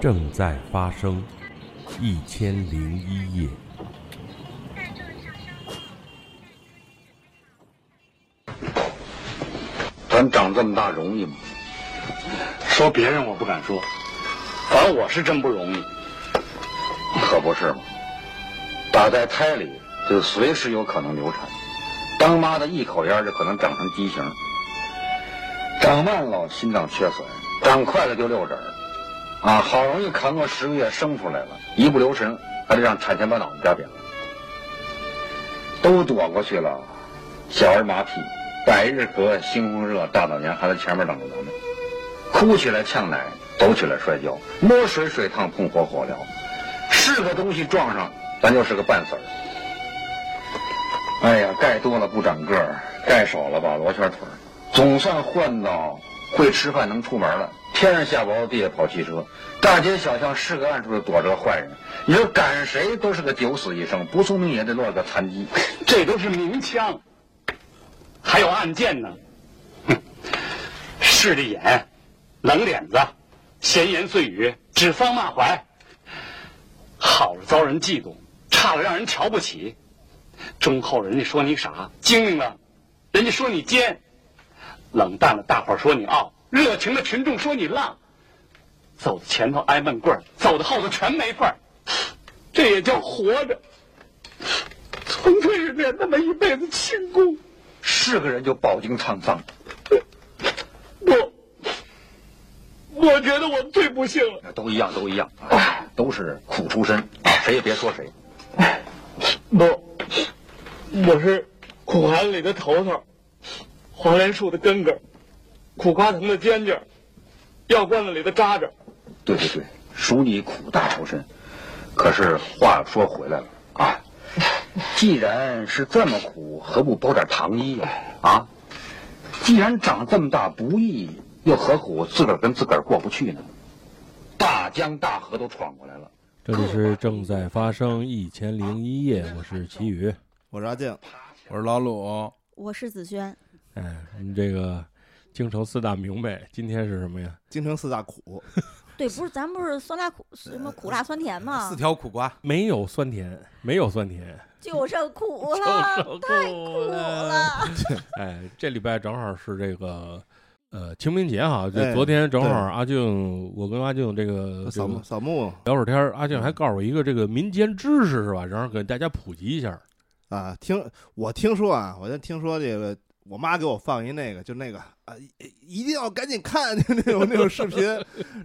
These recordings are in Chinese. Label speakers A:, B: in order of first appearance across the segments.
A: 正在发生一千零一夜。
B: 咱长这么大容易吗？
C: 说别人我不敢说，反正我是真不容易。
B: 可不是嘛，打在胎里就随时有可能流产，当妈的一口烟就可能长成畸形，长慢了心脏缺损，长快了就六指儿。啊，好容易扛过十个月生出来了，一不留神还得让产前把脑袋扎扁了，都躲过去了。小儿麻痹，百日咳，猩红热，大脑炎还在前面等着咱们。哭起来呛奶，抖起来摔跤，摸水水烫，碰火火燎，是个东西撞上，咱就是个半死儿。哎呀，钙多了不长个儿，钙少了吧罗圈腿儿，总算换到会吃饭能出门了。天上下雹，地下跑汽车，大街小巷是个暗处就躲着个坏人。你说赶谁都是个九死一生，不聪明也得落个残疾。
C: 这都是明枪，还有暗箭呢。哼，势利眼，冷脸子，闲言碎语，指桑骂槐，好了遭人嫉妒，差了让人瞧不起。忠厚人家说你傻，精明了，人家说你奸，冷淡了大伙儿说你傲，热情的群众说你浪。走到前头挨闷棍儿，走到后头全没份儿，这也叫活着。纯粹是练那么一辈子轻功，
B: 是个人就饱经沧桑。
C: 我我觉得我最不幸了。
B: 都一样，都一样，啊都是苦出身，谁也别说谁。
D: 不，我是苦寒里的头头，黄连树的根根，苦瓜藤的尖尖，药罐子里的渣渣。
B: 对对对，属你苦大仇深。可是话说回来了啊，既然是这么苦，何不包点糖衣呀、啊？既然长这么大不易，又何苦自个儿跟自个儿过不去呢？大江大河都闯过来了，
E: 这里是正在发生一千零一夜，我是齐宇。
F: 我是阿静，我是老鲁，
G: 我是子轩，
E: 哎，我们这个京城四大名辈，今天是什么呀？
F: 京城四大苦，
G: 对，不是咱不是酸 辣苦什么苦辣酸甜吗
H: 四？条苦瓜，
E: 没有酸甜，没有酸甜。
G: 就剩苦
E: 就
G: 了
E: 剩，
G: 太
E: 苦
G: 苦
E: 了
G: 了。
E: 哎，这礼拜正好是这个呃清明节哈，就
F: 哎
E: 昨天正好
F: 对
E: 阿静，我跟阿静这个这
F: 扫
E: 个
F: 墓扫墓啊嗯
E: 聊会儿天儿，阿静还告诉我一个这个民间知识是吧？然后给大家普及一下。
F: 啊！听我听说啊，我就听说这个，我妈给我放一那个，就那个啊，一一定要赶紧看 就那种那种视 频。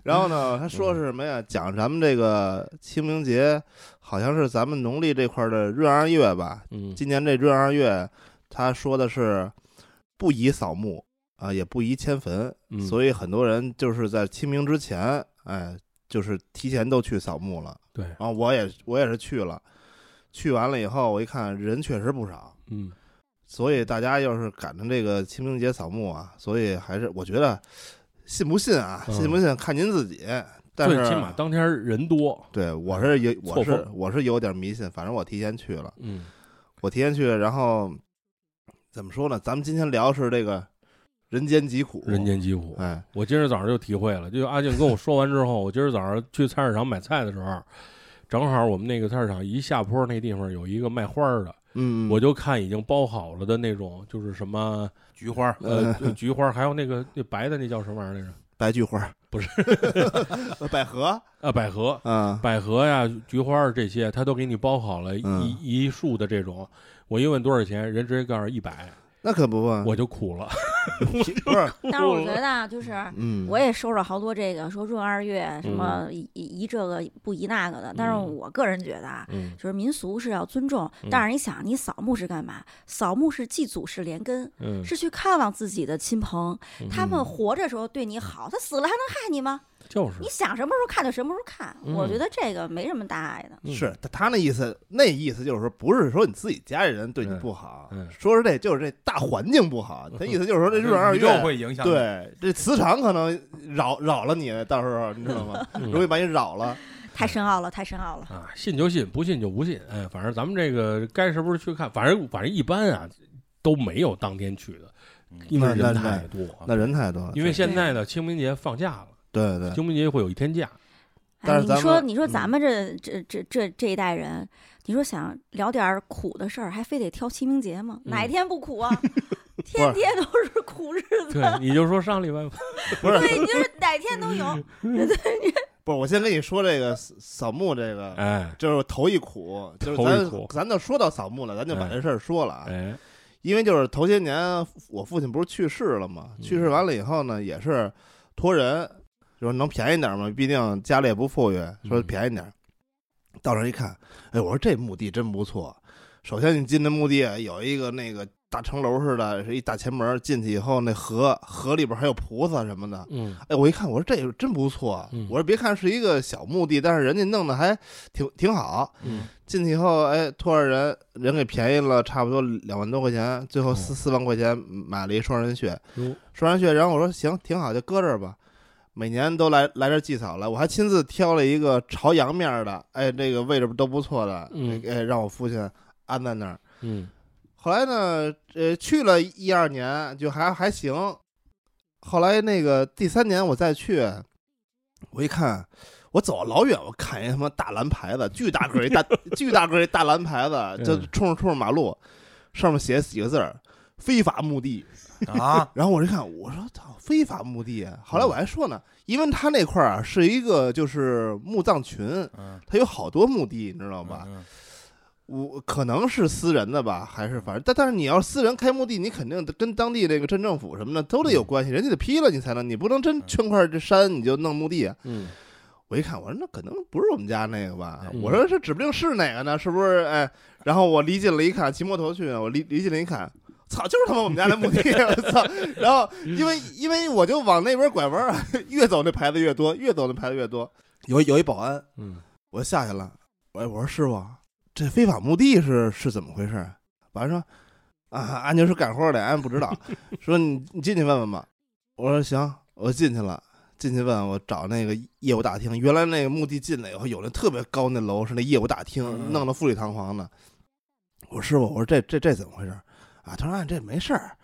F: 然后呢，她说是什么呀？讲咱们这个清明节，好像是咱们农历这块儿的闰二月吧？
E: 嗯，
F: 今年这闰二月，她说的是不宜扫墓啊，也不宜迁坟，
E: 嗯
F: 所以很多人就是在清明之前，哎，就是提前都去扫墓了。
E: 对，
F: 然后我也我也是去了，去完了以后，我一看人确实不少，
E: 嗯，
F: 所以大家要是赶上这个清明节扫墓啊，所以还是我觉得信不信啊，
E: 嗯
F: 信不信看您自己。但
E: 最
F: 是
E: 起码当天人多。
F: 对我是有
E: 错
F: 我是
E: 峰
F: 我是有点迷信，反正我提前去了，
E: 嗯，
F: 我提前去了，然后怎么说呢？咱们今天聊是这个人间疾苦，
E: 人间疾苦。
F: 哎，
E: 我今儿早上就体会了，就阿静跟我说完之后，我今儿早上去菜市场买菜的时候，正好我们那个菜市场一下坡那地方有一个卖花儿的，
F: 嗯，
E: 我就看已经包好了的那种，就是什么
H: 菊花儿，
E: 呃菊花儿，还有那个那白的那叫什么玩意儿来着？
F: 嗯白菊 花
E: 不是
F: 百合
E: 啊，百合。
F: 啊，
E: 百合呀、菊花儿这些，他都给你包好了一、
F: 嗯
E: 一束的这种。我一问多少钱，人直接告诉一百，
F: 那可不嘛，
E: 我就苦了。
F: 不是
G: 但是我觉得啊，就是
F: 嗯，
G: 我也收着好多这个说闰二月什么宜宜这个不宜那个的，但是
E: 嗯
G: 我个人觉得啊。
E: 嗯，
G: 就是民俗是要尊重
E: 嗯，
G: 但是你想，你扫墓是干嘛？扫墓是祭祖，是连根，
E: 嗯
G: 是去看望自己的亲朋
E: 嗯。
G: 他们活着的时候对你好，他死了还能害你吗？
E: 就是
G: 你想什么时候看就什么时候看，
E: 嗯
G: 我觉得这个没什么大碍的。
E: 嗯
F: 是他他那意思，那意思就是说，不是说你自己家里人对你不好，
E: 嗯嗯
F: 说是这就是这大环境不 好，他意思就是说这日本二
H: 宇宙
F: 月，
H: 会影响你。
F: 对这磁场可能扰扰了你，到时候你知道吗？
E: 嗯
F: 容易把你扰了。
G: 太深奥了，太深奥了。
E: 啊， 信就信，不信就不信。哎，反正咱们这个该是不是去看，反正反正一般啊都没有当天去的，因为
F: 嗯那
E: 人
F: 那
E: 太多啊，
F: 那人太多了，
E: 因为
F: 对
E: 现在呢，清明节放假了，
F: 对对，
E: 清明节会有一天假，
G: 哎，
F: 但是
G: 你
F: 咱
G: 说
F: 们
G: 你说咱
F: 嗯
G: 们这这这这这一代人，你说想聊点儿苦的事儿，还非得挑清明节吗？哪一
E: 嗯
G: 天不苦啊？天
F: 不
G: 天都是苦日子，
E: 对，你就说上礼拜吧，
F: 不是
G: 对，你就是哪天都有。
F: 不是，我先跟你说这个扫扫墓这个，
E: 哎
F: 就是头一苦，就是
E: 头一
F: 咱
E: 苦
F: 咱都说到扫墓了，咱就把
E: 哎
F: 这事儿说了啊。
E: 哎，
F: 因为就是头些年我父亲不是去世了
E: 嗯
F: 嘛，去世完了以后呢，也是托人，就是能便宜点儿嘛，毕竟家里也不富裕，说
E: 嗯
F: 便宜点儿。到那儿一看，哎，我说这墓地真不错。首先你进这墓地有一个那个大城楼似的，是一大前门，进去以后那河河里边还有菩萨什么的，
E: 嗯，
F: 哎，我一看，我说这真不错。啊
E: 嗯
F: 我说别看是一个小墓地，但是人家弄的还挺挺好。
E: 嗯，
F: 进去以后，哎，托着人人给便宜了，差不多两万多块钱，最
E: 哦
F: 后四四万块钱买了一双人穴。
E: 哟
F: 双人穴，然后我说行，挺好，就搁这儿吧。每年都来来这儿祭扫了，我还亲自挑了一个朝阳面儿的，哎，这个位置都不错的，
E: 嗯
F: 哎，让我父亲安在那儿。
E: 嗯，
F: 后来呢，呃，去了一二年就还还行。后来那个第三年我再去，我一看，我走老远，我看一他妈大蓝牌子，巨大个 儿一大巨大个儿一大蓝牌子，就
E: 嗯
F: 冲着冲着马路，上面写几个字儿“非法墓地
H: 啊”。，
F: 然后我一看，我说操，非法墓地啊！后来我还说呢，因为他那块儿啊是一个就是墓葬群，
H: 嗯，
F: 它有好多墓地，你知道
H: 好
F: 吧？
E: 嗯
F: 我可能是私人的吧，还是反正，但但是你要是私人开墓地，你肯定得跟当地这个镇政府什么的都得有关系，人家得批了你才能，你不能真圈块这山你就弄墓地。
E: 嗯，
F: 我一看，我说那可能不是我们家那个吧，
E: 嗯
F: 我说这指不定是哪个呢，是不是？哎，然后我离近了一看，骑摩托去，我离离近了一看。操，就是他妈我们家那墓地， 我操！然后因为因为我就往那边拐弯儿， 越走那牌子越多，越走那牌子越多。有有一保安，
E: 嗯，
F: 我就下去了。我我说师傅，这非法墓地是是怎么回事？完说啊，俺就是干活的，俺不知 道。说你你进去问问吧。我说行，我进去了。进去问我找那个业务大厅，原来那个墓地进来以后有那特别高那楼是那业务大厅，
H: 嗯
F: 弄得富丽堂皇的。我说师傅，我说这这这怎么回事啊？他说啊这没事儿，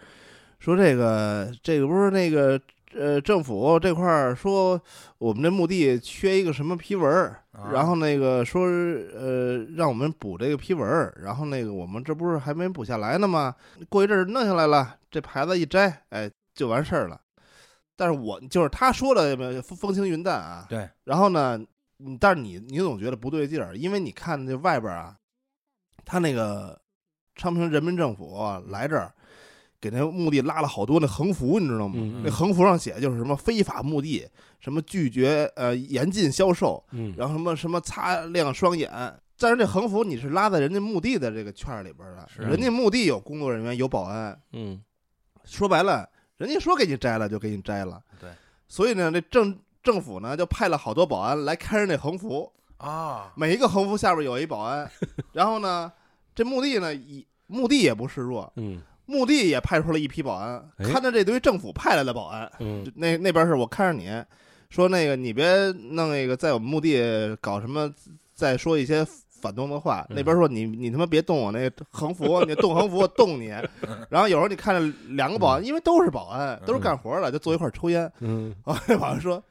F: 说这个这个不是那个呃政府这块儿说我们这墓地缺一个什么批文儿，
H: 啊
F: 然后那个说是呃让我们补这个批文儿，然后那个我们这不是还没补下来呢吗？过一阵儿弄下来了，这牌子一摘，哎就完事儿了。但是我就是他说的风风轻云淡啊，
H: 对。
F: 然后呢，嗯但是你你总觉得不对劲儿，因为你看这外边儿啊，他那个昌平人民政府啊来这儿，给那墓地拉了好多那横幅，你知道吗？
E: 嗯
F: 那横幅上写就是什么非法墓地，什么拒绝呃严禁销售，
E: 嗯，
F: 然后什么什么擦亮双眼。但是这横幅你是拉在人家墓地的这个圈儿里边儿的，
H: 是
F: 人家墓地有工作人员有保安，
E: 嗯，
F: 说白了，人家说给你摘了就给你摘了。
H: 对，
F: 所以呢，这政政府呢就派了好多保安来看着那横幅，
H: 啊，
F: 每一个横幅下边有一保 安。然后呢，这墓地呢，以墓地也不示弱，
E: 嗯，
F: 墓地也派出了一批保安，
E: 哎
F: 看着这堆政府派来的保安。
E: 嗯，
F: 就那那边是我看着你说那个你别弄那个在我们墓地搞什么，再说一些反动的话。
E: 嗯
F: 那边说你你他妈别动我那个横幅， 你动横幅我动你。然后有时候你看着两个保安，因为都是保安，都是干活的，就坐一块儿抽烟。
E: 嗯，
F: 啊，那保安说。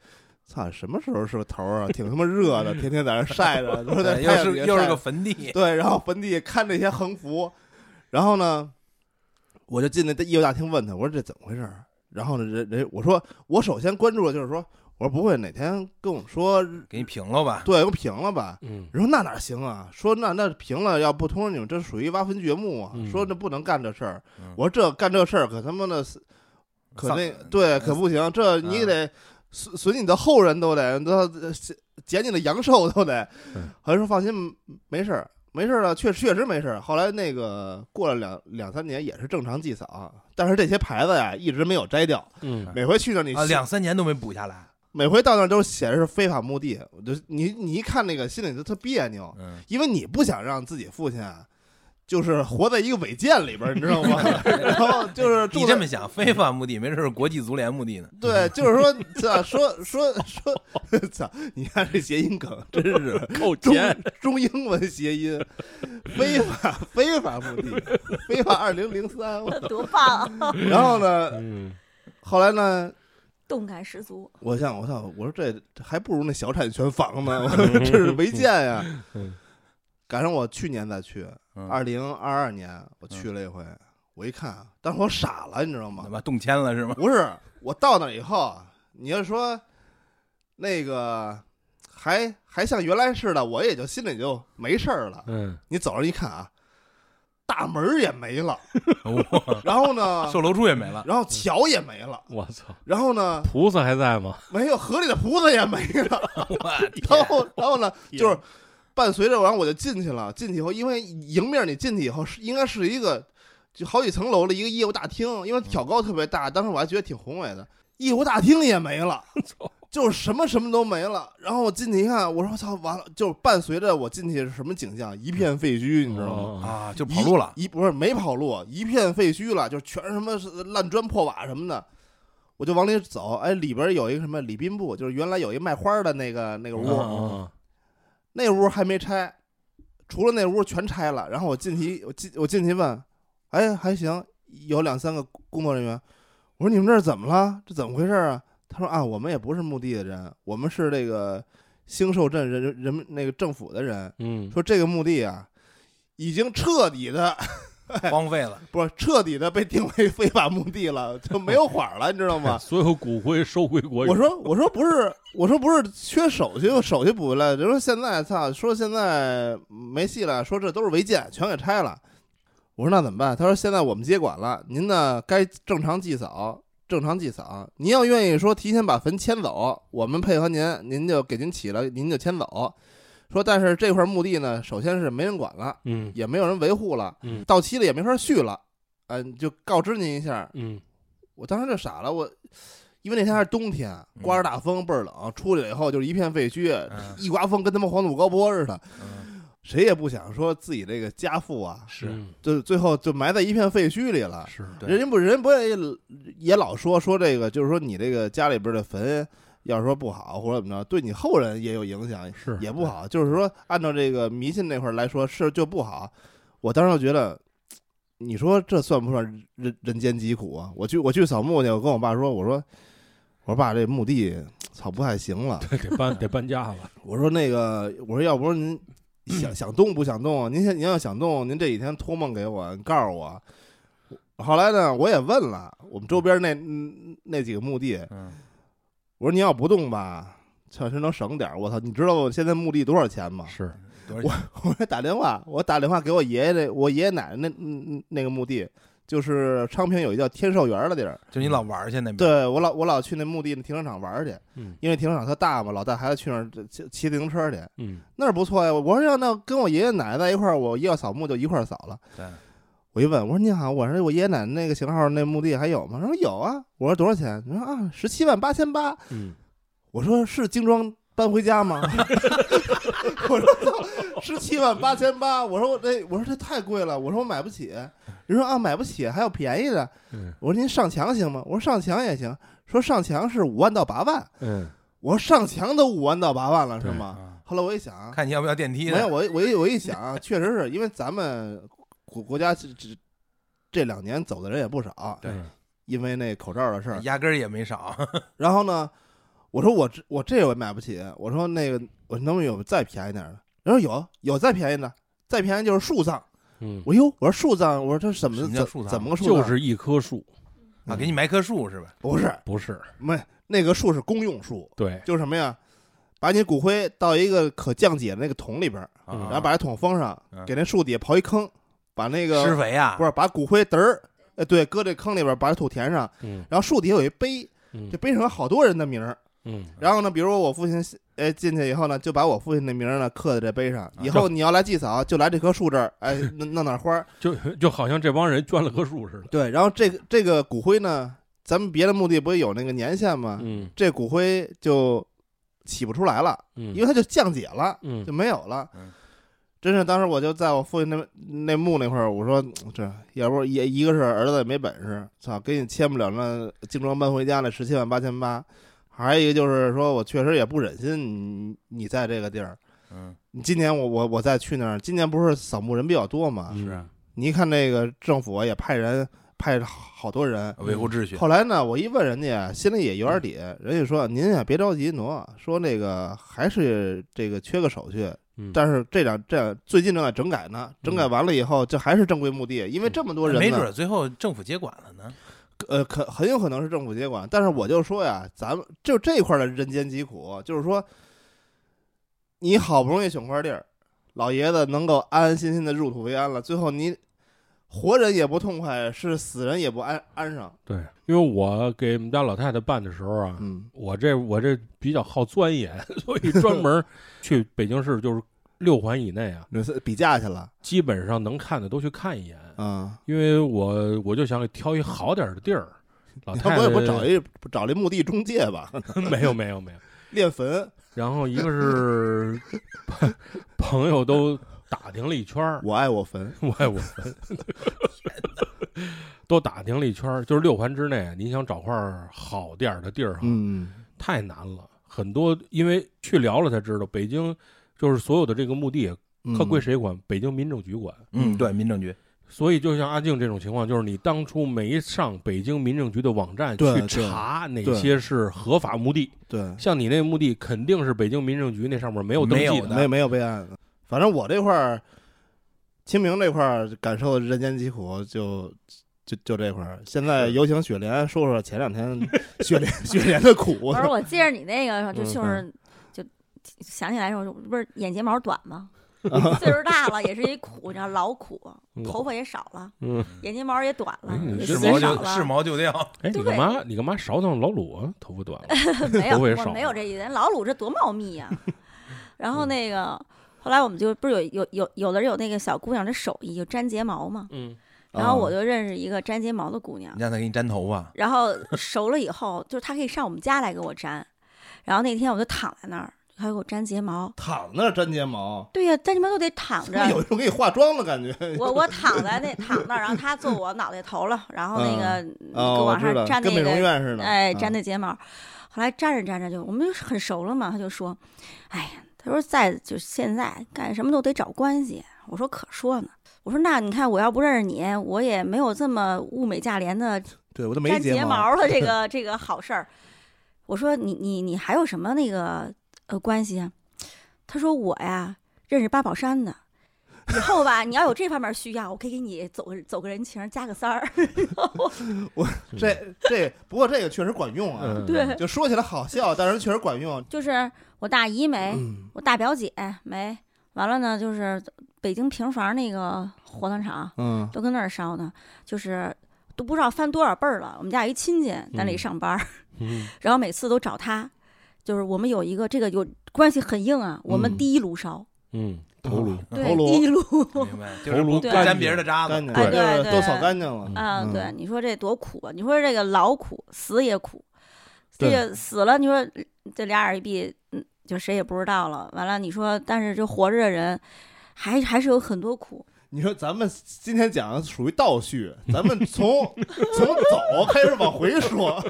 F: 操，什么时候是个头儿啊？挺他妈热 的，天天在那晒着，说在
H: 对
F: 太阳
H: 哎又
F: 底
H: 是
F: 下
H: 又
F: 晒
H: 是
F: 着
H: 个坟地，
F: 对，然后坟地看这些横幅，然后呢，我就进那业务大厅问他，我说这怎么回事儿？然后呢，人人我说我首先关注的就是说，我说不会哪天跟我们说，
H: 给你平了吧？
F: 对我平了吧？
E: 嗯，
F: 人说那哪行啊？说那那平了，要不通知你们，这属于挖坟掘墓啊！
E: 嗯
F: 说这不能干这事儿。
H: 嗯
F: 我说这干这事儿可他妈的是，可
H: 丧
F: 那对可不行，这
H: 嗯
F: 你得损损你的后人都得，都呃捡你的阳寿都得
E: 嗯。
F: 好像说放心，没事儿，没事儿了，确确实没事儿。后来那个过了两两三年也是正常祭扫，但是这些牌子呀一直没有摘掉，
E: 嗯，
F: 每回去那儿你
H: 啊，两三年都没补下来，
F: 每回到那儿都写着是非法墓地，我就你你一看那个心里就特别扭。
H: 嗯，
F: 因为你不想让自己父亲啊，就是活在一个违建里边儿，你知道吗？ 然后就是住
H: 你
F: 在
H: 这么想，非法墓地没准是国际足联墓地呢。
F: 对，就是说，操，说说说，操， 你看这谐音梗，真是
E: 扣
F: 中
E: 钱，
F: 中英文谐音，非法非法墓地，非法二零零三。
G: 多棒啊，
F: 然后呢，
E: 嗯，
F: 后来呢，
G: 动感十足。
F: 我想，我操，我说这这还不如那小产权房呢，我 说这是违建呀
E: 嗯。
F: 赶上我去年再去，
H: 嗯
F: 二零二二年我去了一回，我一看，啊当时我傻了，你知道吗
H: 怎？么动迁了是吗？
F: 不是，我到那以后，啊你要说那个还还像原来似的，我也就心里就没事儿了。
E: 嗯，
F: 你走上一看啊，大门儿也没 了，
H: 哇
F: 然后呢，
H: 售楼处也没了，嗯
F: 然后桥也没了，
E: 我操，
F: 然后呢，
E: 菩萨还在吗？
F: 没有河里的菩萨也没了，
H: 我
F: 然后然后呢，就是伴随着，然后我就进去了。进去以后，因为迎面你进去以后是应该是一个就好几层楼的一个业务大厅，因为挑高特别大，当时我还觉得挺宏伟的。业务大厅也没了，就是什么什么都没了。然后我进去一看，我说我操，完了！就是伴随着我进去是什么景象，一片废墟，你知道吗？
E: 吗？
H: 啊，就跑路了。
F: 一一不是没跑路，一片废墟了，就全是什么是烂砖破瓦什么的。我就往里走，哎，里边有一个什么礼宾部，就是原来有一卖花的那个那个屋，
E: 啊
F: 那屋还没拆，除了那屋全拆了。然后我进去，我进我进去问，哎，还行，有两三个工作人员。我说你们这儿怎么了？这怎么回事啊？他说啊，我们也不是墓地的人，我们是这个兴寿镇人人人那个政府的人。
E: 嗯，
F: 说这个墓地啊，已经彻底的
H: 荒废了，
F: 不是彻底的被定为非法墓地了，就没 有缓了，你知道吗？
E: 所有骨灰收归国有。
F: 我说我说不是，我说不是缺手续，手续补回来。就说现在操，说现在没戏了，说这都是违建，全给拆了。我说那怎么办？他说现在我们接管了，您呢该正常祭扫，正常祭扫。您要愿意说提前把坟迁走，我们配合您，您就给您起了，您就迁走。说但是这块墓地呢，首先是没人管了，
E: 嗯
F: 也没有人维护了，
E: 嗯
F: 到期了也没法续了，嗯、就告知您一下，
E: 嗯
F: 我当时就傻了，我因为那天还是冬天，刮着大风倍儿冷，出去了以后就是一片废墟，
H: 嗯
F: 一刮风跟他妈黄土高坡似的，
H: 嗯
F: 谁也不想说自己这个家父啊，
H: 是
E: 嗯
F: 就最后就埋在一片废墟里了。
E: 是
H: 对
F: 人家不人不也也老说说这个，就是说你这个家里边的坟，要是说不好或者怎么着，对你后人也有影响，
E: 是
F: 也不好。就是说，按照这个迷信那块儿来说，是就不好。我当时就觉得，你说这算不算人人间疾苦啊？我去我去扫墓去，我跟我爸说，我说我说爸，这墓地草不太行了。
E: 得得搬得搬家了。
F: 我说那个，我说要不您
H: 嗯
F: 想想动不想动啊？您想您要想动，您这几天托梦给我，你告诉我。后来呢，我也问了我们周边那嗯那几个墓地，
H: 嗯，
F: 我说您要不动吧，确实能省点儿。我操，你知道我现在墓地多少钱吗？
E: 是，
H: 多少钱
F: 我还打电话，我打电话给我爷爷那我爷爷奶奶那嗯嗯那个墓地，就是昌平有一叫天寿园的地儿。
H: 就你老玩儿去那边。，
F: 对我老我老去那墓地那停车场玩儿去，
E: 嗯
F: 因为停车场它大嘛，老带孩子去那儿骑骑自行车去。
E: 嗯
F: 那儿不错呀。我说要那跟我爷爷奶奶在一块儿，我要扫墓就一块儿扫了。
H: 对
F: 我一问，我说你好，我说我爷爷奶奶那个型号那墓地还有吗？他说有啊。我说多少钱？他说啊，十七万八千八。
E: 嗯，
F: 我说是精装搬回家吗？ 我说十七万八千八，我说我这我说这太贵了，我说我买不起。人说啊买不起，还有便宜的。
E: 嗯
F: 我说您上墙行吗？我说上墙也行。说上墙是五万到八万，
E: 嗯
F: 我说上墙都五万到八万了是
E: 对
F: 吗？
H: 啊
F: 后来我一想，
H: 看你要不要电梯呢
F: 没有，我一我一我一想啊，确实是因为咱们国国家这这这两年走的人也不少，
H: 对
E: 嗯
F: 因为那口罩的事儿。
H: 压根儿也没少。
F: 然后呢，我说我这我这我也买不起，我说那个我能不能有再便宜点儿的？人说有有再便宜的，再便宜就是树葬。
E: 嗯，
F: 我哟，我说树葬，我说这什么
H: 什么叫树
F: 怎
H: 葬
F: 怎么个树嗯葬？
E: 就是一棵树，
H: 啊，给你埋棵树是吧？
F: 不是
E: 不是？
F: 没那个树是公用树，
E: 对，
F: 就是什么呀？把你骨灰到一个可降解的那个桶里边儿，
H: 啊
E: 嗯
F: 然后把这桶封上，
H: 嗯
F: 给那树底下刨一坑，把那个
H: 施肥啊，
F: 不是把骨灰嘚儿，呃，对，搁这坑里边，把土填上，
E: 嗯
F: 然后树底下有一碑，
E: 嗯
F: 这碑上有好多人的名儿。
E: 嗯
F: 然后呢，比如我父亲，哎，进去以后呢，就把我父亲的名儿呢刻在这碑
E: 啊
F: 上。以后你要来祭扫，就来这棵树这儿，哎，弄弄点花儿。
E: 就就好像这帮人捐了棵树似的。
F: 对，然后这个这个骨灰呢，咱们别的墓地不是有那个年限吗？
E: 嗯
F: 这骨灰就起不出来了，
E: 嗯，
F: 因为它就降解了，
E: 嗯
F: 就没有了
H: 嗯。
F: 真是当时我就在我父亲那那墓那块儿，我说这要不一一个是儿子也没本事，操，给你签不了那精装搬回家那十七万八千八，还有一个就是说我确实也不忍心你你在这个地儿，
H: 嗯，
F: 你今年我我我再去那儿，今年不是扫墓人比较多嘛，
E: 嗯
H: 是啊
F: 你一看那个政府啊也派人派了好多人，
H: 维护秩序，嗯
F: 后来呢，我一问人家，心里也有点底，人家说您呀别着急挪，说那个还是这个缺个手续，
E: 嗯
F: 但是这两这两最近正在整改呢，整改完了以后，这还是正规墓地，因为这么多人呢，
H: 嗯没准儿最后政府接管了呢。
F: 呃，可很有可能是政府接管，但是我就说呀，咱们就这块儿的人间疾苦，就是说，你好不容易选块地儿，老爷子能够安安心心的入土为安了，最后你活人也不痛快，是死人也不安安上，
E: 对，因为我给我们家老太太办的时候啊，
F: 嗯
E: 我这我这比较好钻研， 所以 专门去北京市就是六环以内啊，
F: 那是比价去了，
E: 基本上能看的都去看一眼，
F: 嗯，
E: 因为我我就想给挑一好点儿的地儿。老
F: 你
E: 太
F: 还
E: 太
F: 不不找一不找一墓地中介吧，
E: 没有没有没有，
F: 练坟，
E: 然后一个是朋 朋友都打听了一圈儿，
F: 我爱我坟，
E: 我爱我坟，都打听了一圈儿，就是六环之内，你想找块儿好点儿的地儿哈，
F: 嗯
E: 太难了。很多因为去聊了才知道，北京就是所有的这个墓地，
F: 嗯
E: 它归谁管？北京民政局管。
H: 嗯，对，民政局
E: 所以就像阿静这种情况，就是你当初没上北京民政局的网站
F: 对
E: 去查哪
F: 对
E: 些是合法墓地，
F: 对，
E: 像你那墓地肯定是北京民政局那上面没有登
H: 没
E: 记
H: 有
E: 的
H: 的。
F: 没没有备案的。反正我这块儿，清明这块儿感受人间疾苦就。就就这块儿，现在有请雪莲说说前两天 雪莲雪莲的苦。
G: 不是，我记着你那 个就
E: 嗯
G: 就是就想起来的时候，不是眼睫毛短吗？岁数大了也是一苦，你知道老苦，头发也少了，
E: 嗯，
G: 眼睫毛也短了
E: 哎，你
G: 也
E: 这
H: 是
G: 时
E: 毛
G: 间少
H: 毛就是
G: 了。
H: 毛就掉，
E: 哎，你
G: 对
E: 干嘛？你干嘛勺弄老鲁啊？头发短了，
G: 没有，
E: 头发也
G: 我
E: 少
G: 没有
E: 了
G: 这意思。老鲁这多茂密呀、然后那个后来我们就不是有有有有的人有那个小姑娘这手艺就粘睫毛嘛，
E: 嗯，
H: 哦
G: 然后我
F: 啊
G: 就认识一个粘睫毛的姑娘
H: 你，让他给你粘头发，
G: 然后熟了以后，就是她可以上我们家来给我粘。然后那天我就躺在那儿，她给我粘睫毛。
F: 躺那儿粘睫毛，
G: 对呀、粘睫毛都得躺着。
F: 有一种给你化妆的感觉。
G: 啊 我我躺在那躺那儿，然后她坐我脑袋头了，然后那个、给
F: 哦，我
G: 往
F: 知
G: 上
F: 道，
G: 粘
F: 跟美
G: 那
F: 容
G: 个
F: 院似的。
G: 哎，
F: 嗯
G: 粘那睫毛。后来粘着粘着就，我们就很熟了嘛，他就说：“哎呀，他说在就是现在干什么都得找关系。”我说：“可说呢。”我说：“那你看，我要不认识你，我也没有这么物美价廉的
F: 对我都没
G: 粘
F: 睫
G: 睫毛了这 个这个好事儿。”我说：“你你你还有什么那个呃关系啊？”他说：“我呀，认识八宝山的。”以后吧，你要有这方面需要，我可以给你走个走个人情，加个三儿。
F: 这这不过这个确实管用啊，
E: 嗯
G: 对，
F: 就说起来好笑，但是确实管用。
G: 就是我大姨没，
F: 嗯
G: 我大表姐没，完了呢，就是北京平房那个火葬场
F: 嗯
G: 都跟那儿烧呢，就是都不知道翻多少辈儿了。我们家有一亲戚在那里上班儿，
E: 嗯
G: 然后每次都找他，就是我们有一个这个有关系很硬啊，我们
F: 嗯
G: 第一炉烧，
E: 嗯，头颅，
F: 啊头
G: 对，
F: 颅
G: 第一炉，
H: 明白？就
E: 头
H: 是
E: 颅
H: 不不
E: 干
H: 沾
E: 净
H: 别人的渣
F: 干
H: 子，
F: 净，
G: 哎
F: 就是
G: 对对
F: 都扫干净了。
G: 啊，
F: 嗯
G: 对，你说这多苦啊！你说这个老苦，死也苦，这
F: 对
G: 个死了，你说这俩眼一闭，嗯，就谁也不知道了。完了，你说，但是这活着的人，还还是有很多苦。
F: 你说咱们今天讲的属于倒叙，咱们从从走开始往回说。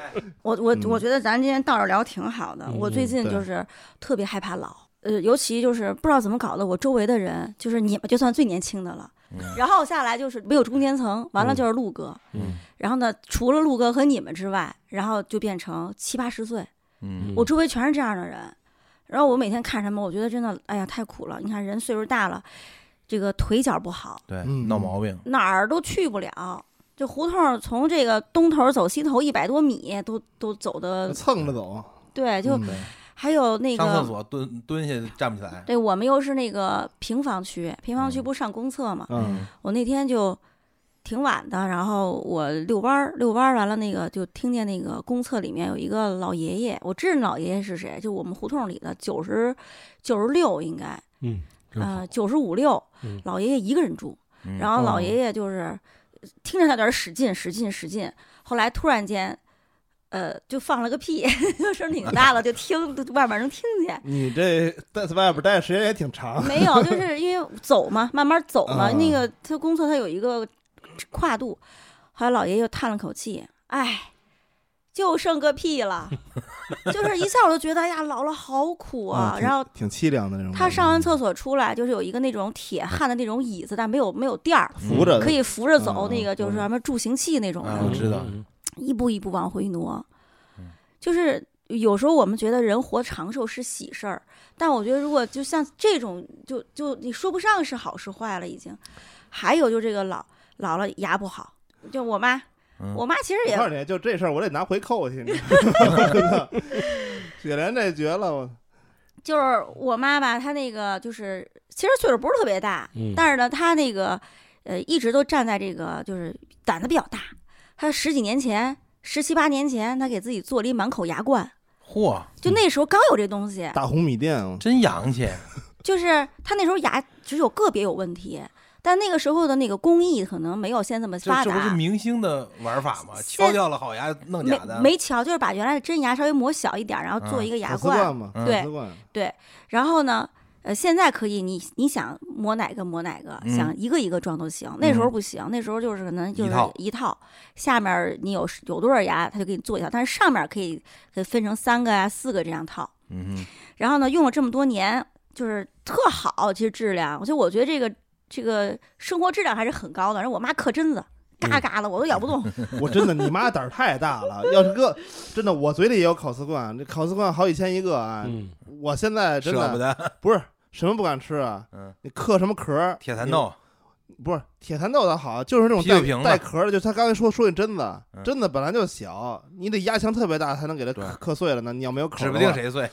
G: 我我、
F: 嗯
G: 我觉得咱今天到这儿聊挺好的。
E: 嗯
G: 我最近
F: 对
G: 就是特别害怕老，呃，尤其就是不知道怎么搞的，我周围的人就是你们就算最年轻的了，然后下来就是没有中间层，完了
E: 嗯
G: 就是陆哥，
E: 嗯
G: 然后呢，除了陆哥和你们之外，然后就变成七八十岁。
H: 嗯，
G: 我周围全是这样的人。然后我每天看什么，我觉得真的，哎呀，太苦了。你看人岁数大了，这个腿脚不好，
H: 对，
F: 嗯
H: 闹毛病，
G: 哪儿都去不了。这胡同从这个东头走西头一百多米都都走的，
F: 蹭着走，
G: 对，就
F: 嗯
G: 还有那
H: 上厕
G: 个，
H: 所蹲蹲下站不起来，
G: 对我们又是那个平房区，平房区
H: 嗯
G: 不上公厕嘛，
F: 嗯
G: 我那天就挺晚的，然后我遛弯儿，遛弯儿完了，那个就听见那个公厕里面有一个老爷爷，我知道老爷爷是谁，就我们胡同里的九十九十六应该，
E: 嗯，真好
G: 呃，九十五六
E: 嗯，
G: 老爷爷一个人住，
H: 嗯
G: 然后老爷爷就是听着他在那儿使劲使劲使劲，后来突然间呃，就放了个屁， 声儿挺大了，就听外面能听见。
F: 你这在外边待的时间也挺长，嗯
G: 没有，就是因为走嘛，慢慢走嘛。
F: 啊
G: 那个他公厕他有一个跨度，后来老爷又叹了口气，哎，就剩个屁了。 就是一下我就觉得，哎呀，姥姥好苦啊。
F: 啊
G: 然后
F: 挺凄凉的
H: 嗯
F: 那种感觉。
G: 他上完厕所出来，就是有一个那种铁焊的那种椅子，但没有没有垫儿，
F: 扶着
G: 可以扶着走，
F: 嗯
G: 那个就是
F: 嗯
G: 什么助行器那种的。
H: 啊我知道
E: 嗯
G: 一步一步往回挪
H: 嗯。
G: 就是有时候我们觉得人活长寿是喜事儿，但我觉得如果就像这种，就就你说不上是好是坏了已经。还有就这个老老了牙不好，就我妈，
H: 嗯
G: 我妈其实
F: 我
G: 也
F: 告诉你，就这事儿我得拿回扣去。你知道 吗 雪莲这绝了，我
G: 就是我妈吧，她那个就是其实岁数不是特别大，
E: 嗯
G: 但是呢，她那个呃一直都站在这个就是胆子比较大。她十几年前，十七八年前，她给自己做了一满口牙冠，
H: 嚯，
G: 就那时候刚有这东西，
F: 大红米店，我
H: 真洋气！
G: 就是他那时候牙只有个别有问题，但那个时候的那个工艺可能没有现在这么
H: 这
G: 发
H: 这不是
G: 达。
H: 明星的玩法吗？
G: 现
H: 敲掉了好牙，弄
G: 没
H: 假的，
G: 没瞧，就是把原来的真牙稍微磨小一点，然后做
H: 嗯
G: 一个牙
F: 粉丝
G: 冠。
F: 罐嘛，
H: 嗯
F: 粉丝罐
G: 然后呢，呃，现在可以，你你想磨哪个磨哪个，
H: 嗯
G: 想一个一个装都行。那时候
H: 嗯
G: 不行，那时候就是可能就是
H: 一套
G: 一套，下面你有有多少牙，他就给你做一套，但是上面可以给分成三个呀、四个这样套。
H: 嗯哼，
G: 然后呢，用了这么多年，就是特好，其实质量，我觉得我觉得这个这个生活质量还是很高的。然后我妈刻针子，嘎
H: 嗯
G: 嘎的，我都咬不 动。
F: 我真的，你妈胆儿太大了。要是个真的，我嘴里也有烤丝罐，这烤丝罐好几千一个啊。
E: 嗯，
F: 我现在真
H: 舍不
F: 的
H: 得
F: 不是什么不敢吃啊，
H: 嗯
F: 你嗑什么壳儿？
H: 铁蚕豆，
F: 你不是铁蚕豆倒好，就是那种
H: 啤酒
F: 带
H: 瓶子
F: 带壳儿的，就他刚才说说那榛子
H: 嗯，
F: 榛子本来就小，你得压强特别大才能给它
H: 对
F: 嗑嗑碎了呢。你要没有口儿的
H: 指
F: 话，
H: 不定谁碎。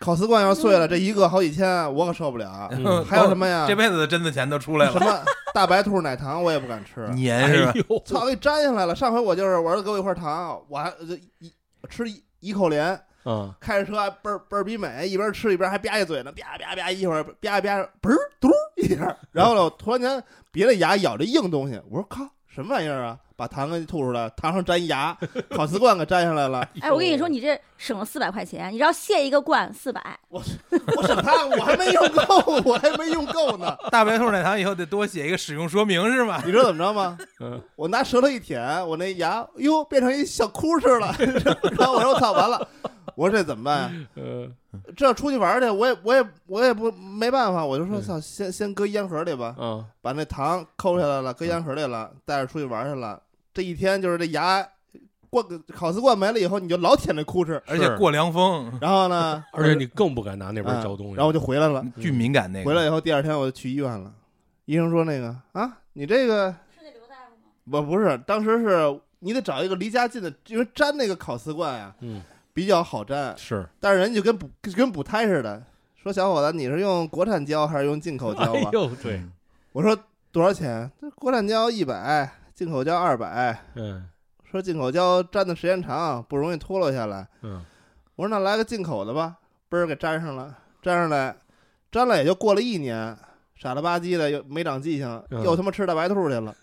F: 烤丝罐要是碎了，这一个好几千，我可受不了。
E: 嗯
F: 还有什么呀？
H: 这辈子的榛子钱都出来
F: 什
H: 了，
F: 么大白兔奶糖我也不敢吃，
H: 粘
E: 哎
H: 是吧？
E: 呦，
F: 操给粘下来了。上回我就是我儿子给我一块糖，我还就一吃一一口莲，
H: 嗯
E: 啊，
F: 开着车还倍儿倍儿逼美，一边吃一边还吧一嘴呢，吧吧吧，一会儿吧吧嘣儿嘟儿一下，然后呢，我突然间别的牙咬着硬东西，我说靠，什么玩意儿啊？把糖给吐出来，糖上粘牙，烤丝罐给粘下来了。
G: 哎，我跟 你说，你这省了四百块钱，你知道卸一个罐四百，
F: 我省它，我还没用够， 我还没用够呢。
H: 大白兔奶糖以后得多写一个使用说明是吧？
F: 你知道怎么着吗？
E: 嗯
F: 我拿舌头一舔，我那牙哟变成一小窟窿了。 然后我说我操，完了，我说这怎么办呀？
E: 呃，
F: 这要出去玩去，我也我也我也不没办法，我就说
E: 嗯
F: 操，先先搁烟盒里吧，
E: 啊，
F: 把那糖抠下来了，搁
E: 嗯
F: 烟盒里了，带着出去玩去了。这一天就是这牙灌烤丝灌没了以后，你就老舔这窟窿，
H: 而且过凉风
F: 然后呢，
E: 而且你更不敢拿那
F: 那
E: 边儿嚼东西，
F: 啊
E: 嗯
F: 然后我就回来了。
H: 嗯巨敏感那个。
F: 回来以后第二天我就去医院了，医生说那个啊，你这个我不是，当时是你得找一个离家近的，因为粘那个烤丝罐啊，
E: 嗯，
F: 比较好粘，
E: 是，
F: 但是人家就跟补就跟补胎似的，说小伙子你是用国产胶还是用进口胶
E: 哎
F: 啊？
E: 呦，对，
F: 我说多少钱？他说国产胶一百，进口胶二百。
E: 嗯
F: 说进口胶粘的时间长，不容易脱落下来。
E: 嗯，
F: 我说那来个进口的吧，嘣儿给粘上了，粘上来，粘了也就过了一年，傻了吧唧的又没长记性，
E: 嗯
F: 又他妈吃大白兔去了，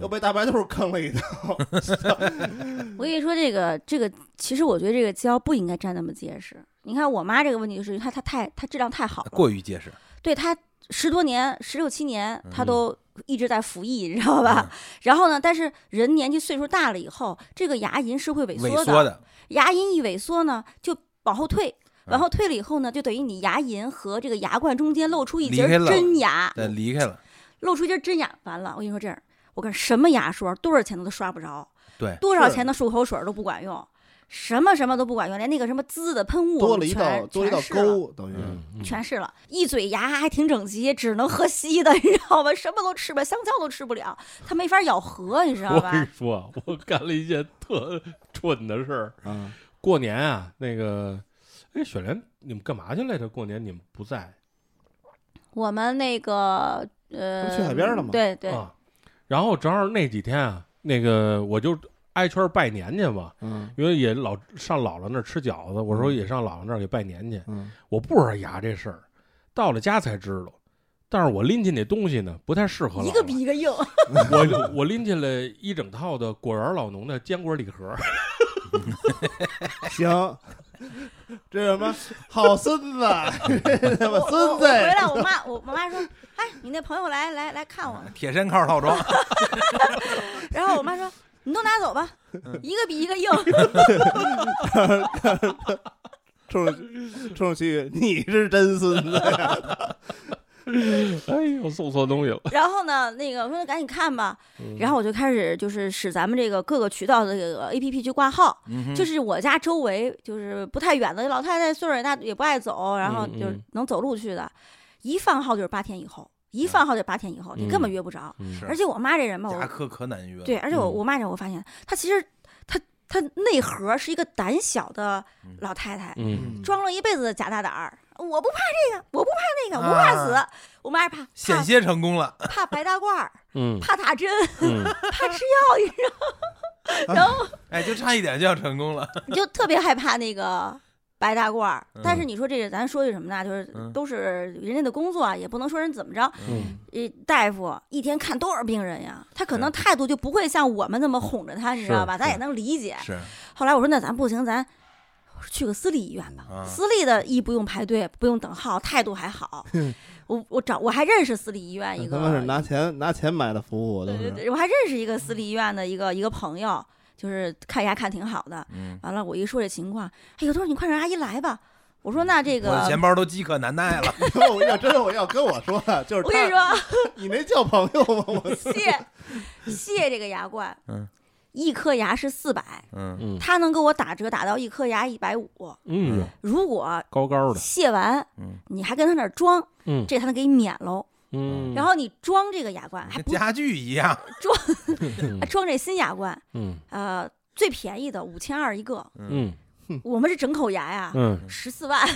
F: 又被大白兔坑了一刀。
H: 嗯
G: 我跟你说，这个这个，其实我觉得这个胶不应该粘那么结实。你看我妈这个问题，就是她她太她质量太好了，
H: 过于结实，
G: 对她十多年、十六七年，她
H: 嗯
G: 都一直在服役，你知道吧？然后呢，但是人年纪岁数大了以后，这个牙龈是会萎
H: 萎
G: 缩
H: 缩
G: 的，
H: 的，
G: 牙龈一萎缩呢，就往后退。
H: 嗯
G: 往后退了以后呢，就等于你牙龈和这个牙冠中间露出一
H: 离
G: 截
H: 开了
G: 真牙，
H: 但离开了，
G: 露出一截真牙，完了，我跟你说这样，我跟什么牙刷多少钱都刷不着，
H: 对
G: 多少
F: 是
G: 钱的漱口水都不管用，什么什么都不管用，连那个什么滋的喷雾
F: 多
G: 我
F: 了
G: 们
F: 一
G: 全
F: 道多了一道
G: 全试了
F: 沟，等于
E: 嗯嗯
G: 全是了，一嘴牙还挺整齐，只能喝稀的，你 知道吗？什么都吃不了，香蕉都吃不了，它没法咬合，你知道
E: 我跟你
G: 吧？
E: 说，我干了一件特蠢的事儿。
F: 啊，
E: 过年啊，那个，哎，雪莲，你们干嘛去来着？过年你们不在
G: 我们那个
F: 不
G: 呃，
F: 是去海边了吗
G: 对对，
E: 啊？然后正好那几天啊，那个我就挨圈儿拜年去嘛，
F: 嗯
E: 因为也老上姥姥那儿吃饺子，我说也上姥姥那儿给拜年去。
F: 嗯，
E: 我不知道牙这事儿，到了家才知道。但是我拎进那东西呢，不太适合姥姥
G: 一个比一个硬，
E: 我我拎进了一整套的果园老农的坚果礼盒，
F: 行，这什么好孙子，啊 这 他妈
G: 我我
F: 孙
G: 我
F: 子
G: 回
F: 呀，
G: 来，我妈我我妈说，哎，你那朋友来来来看我，
H: 铁山靠套装，
G: 然后我妈说，你都拿走吧，一个比一个 硬。
F: 冲着冲着去，你是真孙子呀！
E: 哎呦，送错东西 了。
G: 然后呢，那个我说赶紧看吧，
E: 嗯
G: 然后我就开始就是使咱们这个各个渠道的这个 A P P 去挂号，
E: 嗯
G: 就是我家周围就是不太远的老太太岁数也大，也不爱走，然后
E: 嗯
G: 就是
E: 嗯
G: 能走路去的，一放号就是八天以后，一放号就是八天以后， 你根本约不着。
E: 嗯
G: 而且我妈这人嘛，
H: 夹
G: 我
H: 克可难约了。
G: 对，而且我
E: 嗯
G: 我妈这人我发现她其实她她内核是一个胆小的老太太，
E: 嗯，
G: 装了一辈子的假大胆儿，我不怕这个，我不怕那
E: 啊
G: 个，我不怕死，我妈还怕
H: 险
G: 怕
H: 些成功了，
G: 怕白大褂儿。
E: 嗯
G: 怕打针，
E: 嗯，
G: 怕吃药，你知道吗？然后
H: 哎，就差一点就要成功了。
G: 你就特别害怕那个白大褂儿。但是
E: 嗯
G: 你说这个，咱说句什么呢？就是
H: 嗯
G: 都是人家的工作啊，也不能说人怎么着。
E: 嗯
G: 呃，大夫一天看多少病人呀？他可能
H: 是
G: 态度就不会像我们那么哄着他，你知道吧？
E: 是
G: 咱也
E: 是
G: 能理解。
H: 是啊
G: 后来我说那咱不行，咱去个私立医院吧。
H: 啊，
G: 私立的医不用排队，不用等号，态度还好。我我找我还认识私立医院一个
F: 他妈是拿钱拿钱买的服务，都
G: 对对
F: 是
G: 对，我还认识一个私立医院的一个一个朋友，就是看牙看挺好的。
H: 嗯，
G: 完了，我一说这情况，哎呦，他说你快让阿姨来吧。我说那这
H: 我的钱
G: 个，
H: 包都饥渴难耐了。
F: 我要真的我要跟我说，啊就是
G: 我跟你
F: 他，
G: 说，
F: 你没叫朋友吗？我
G: 谢谢这个牙冠，
H: 嗯，
G: 一颗牙是四百，
H: 嗯，
E: 嗯
G: 他能给我打折打到一颗牙一百五。
E: 嗯哟，
G: 如果
E: 高高的，
G: 卸完
H: 嗯，
G: 你还跟他那儿装，
E: 嗯
G: 这才能给你免喽。
E: 嗯，
G: 然后你装这个牙冠，还
H: 跟
G: 不
H: 家具一样，
G: 还装这新牙冠，
E: 嗯
G: 呃，最便宜的五千二一个，
E: 嗯
G: 我们是整口牙呀，
E: 嗯，
G: 十四万，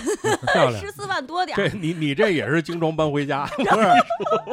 E: 漂亮
G: 十。四万多点儿
E: 这。你你这也是精装搬回家，，
F: 不是，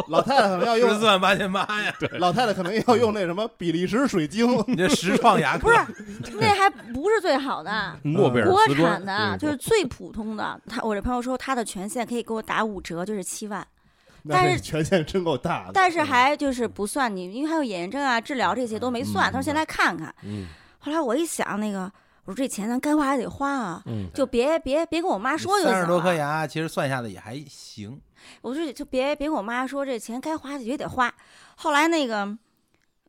F: 老太太可能要
H: 十
F: 用
H: 四万八千八呀！
F: 老太太可能要用那什么比利时水晶，
H: 你这实创牙
G: 不
H: 科
G: 是，那还不是最好的
E: 嗯诺贝尔
G: 国
E: 瓷
G: 产
E: 砖
G: 的，
E: 嗯
G: 就是最普通的。他我这朋友说他的权限可以给我打五折，就是七万，
F: 那
G: 但
F: 这
G: 是
F: 权限真够大
E: 嗯
F: 的。
G: 但是还就是不算你，因为还有眼炎症啊、治疗这些都没算。他说先来看看。
E: 嗯
G: 后来我一想，那个我说这钱咱该花还得花啊，
E: 嗯
G: 就别别别跟我妈说就行
H: 三十多颗
G: 了。
H: 牙，其实算下来也还行。
G: 我说就别别跟我妈说这钱该花也得花。后来那个。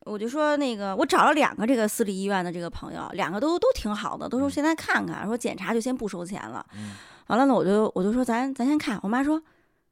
G: 我就说那个，我找了两个这个私立医院的这个朋友，两个都都挺好的，都说现在看看，说检查就先不收钱了。
H: 嗯
G: 完了呢，我就我就说咱咱先看。我妈说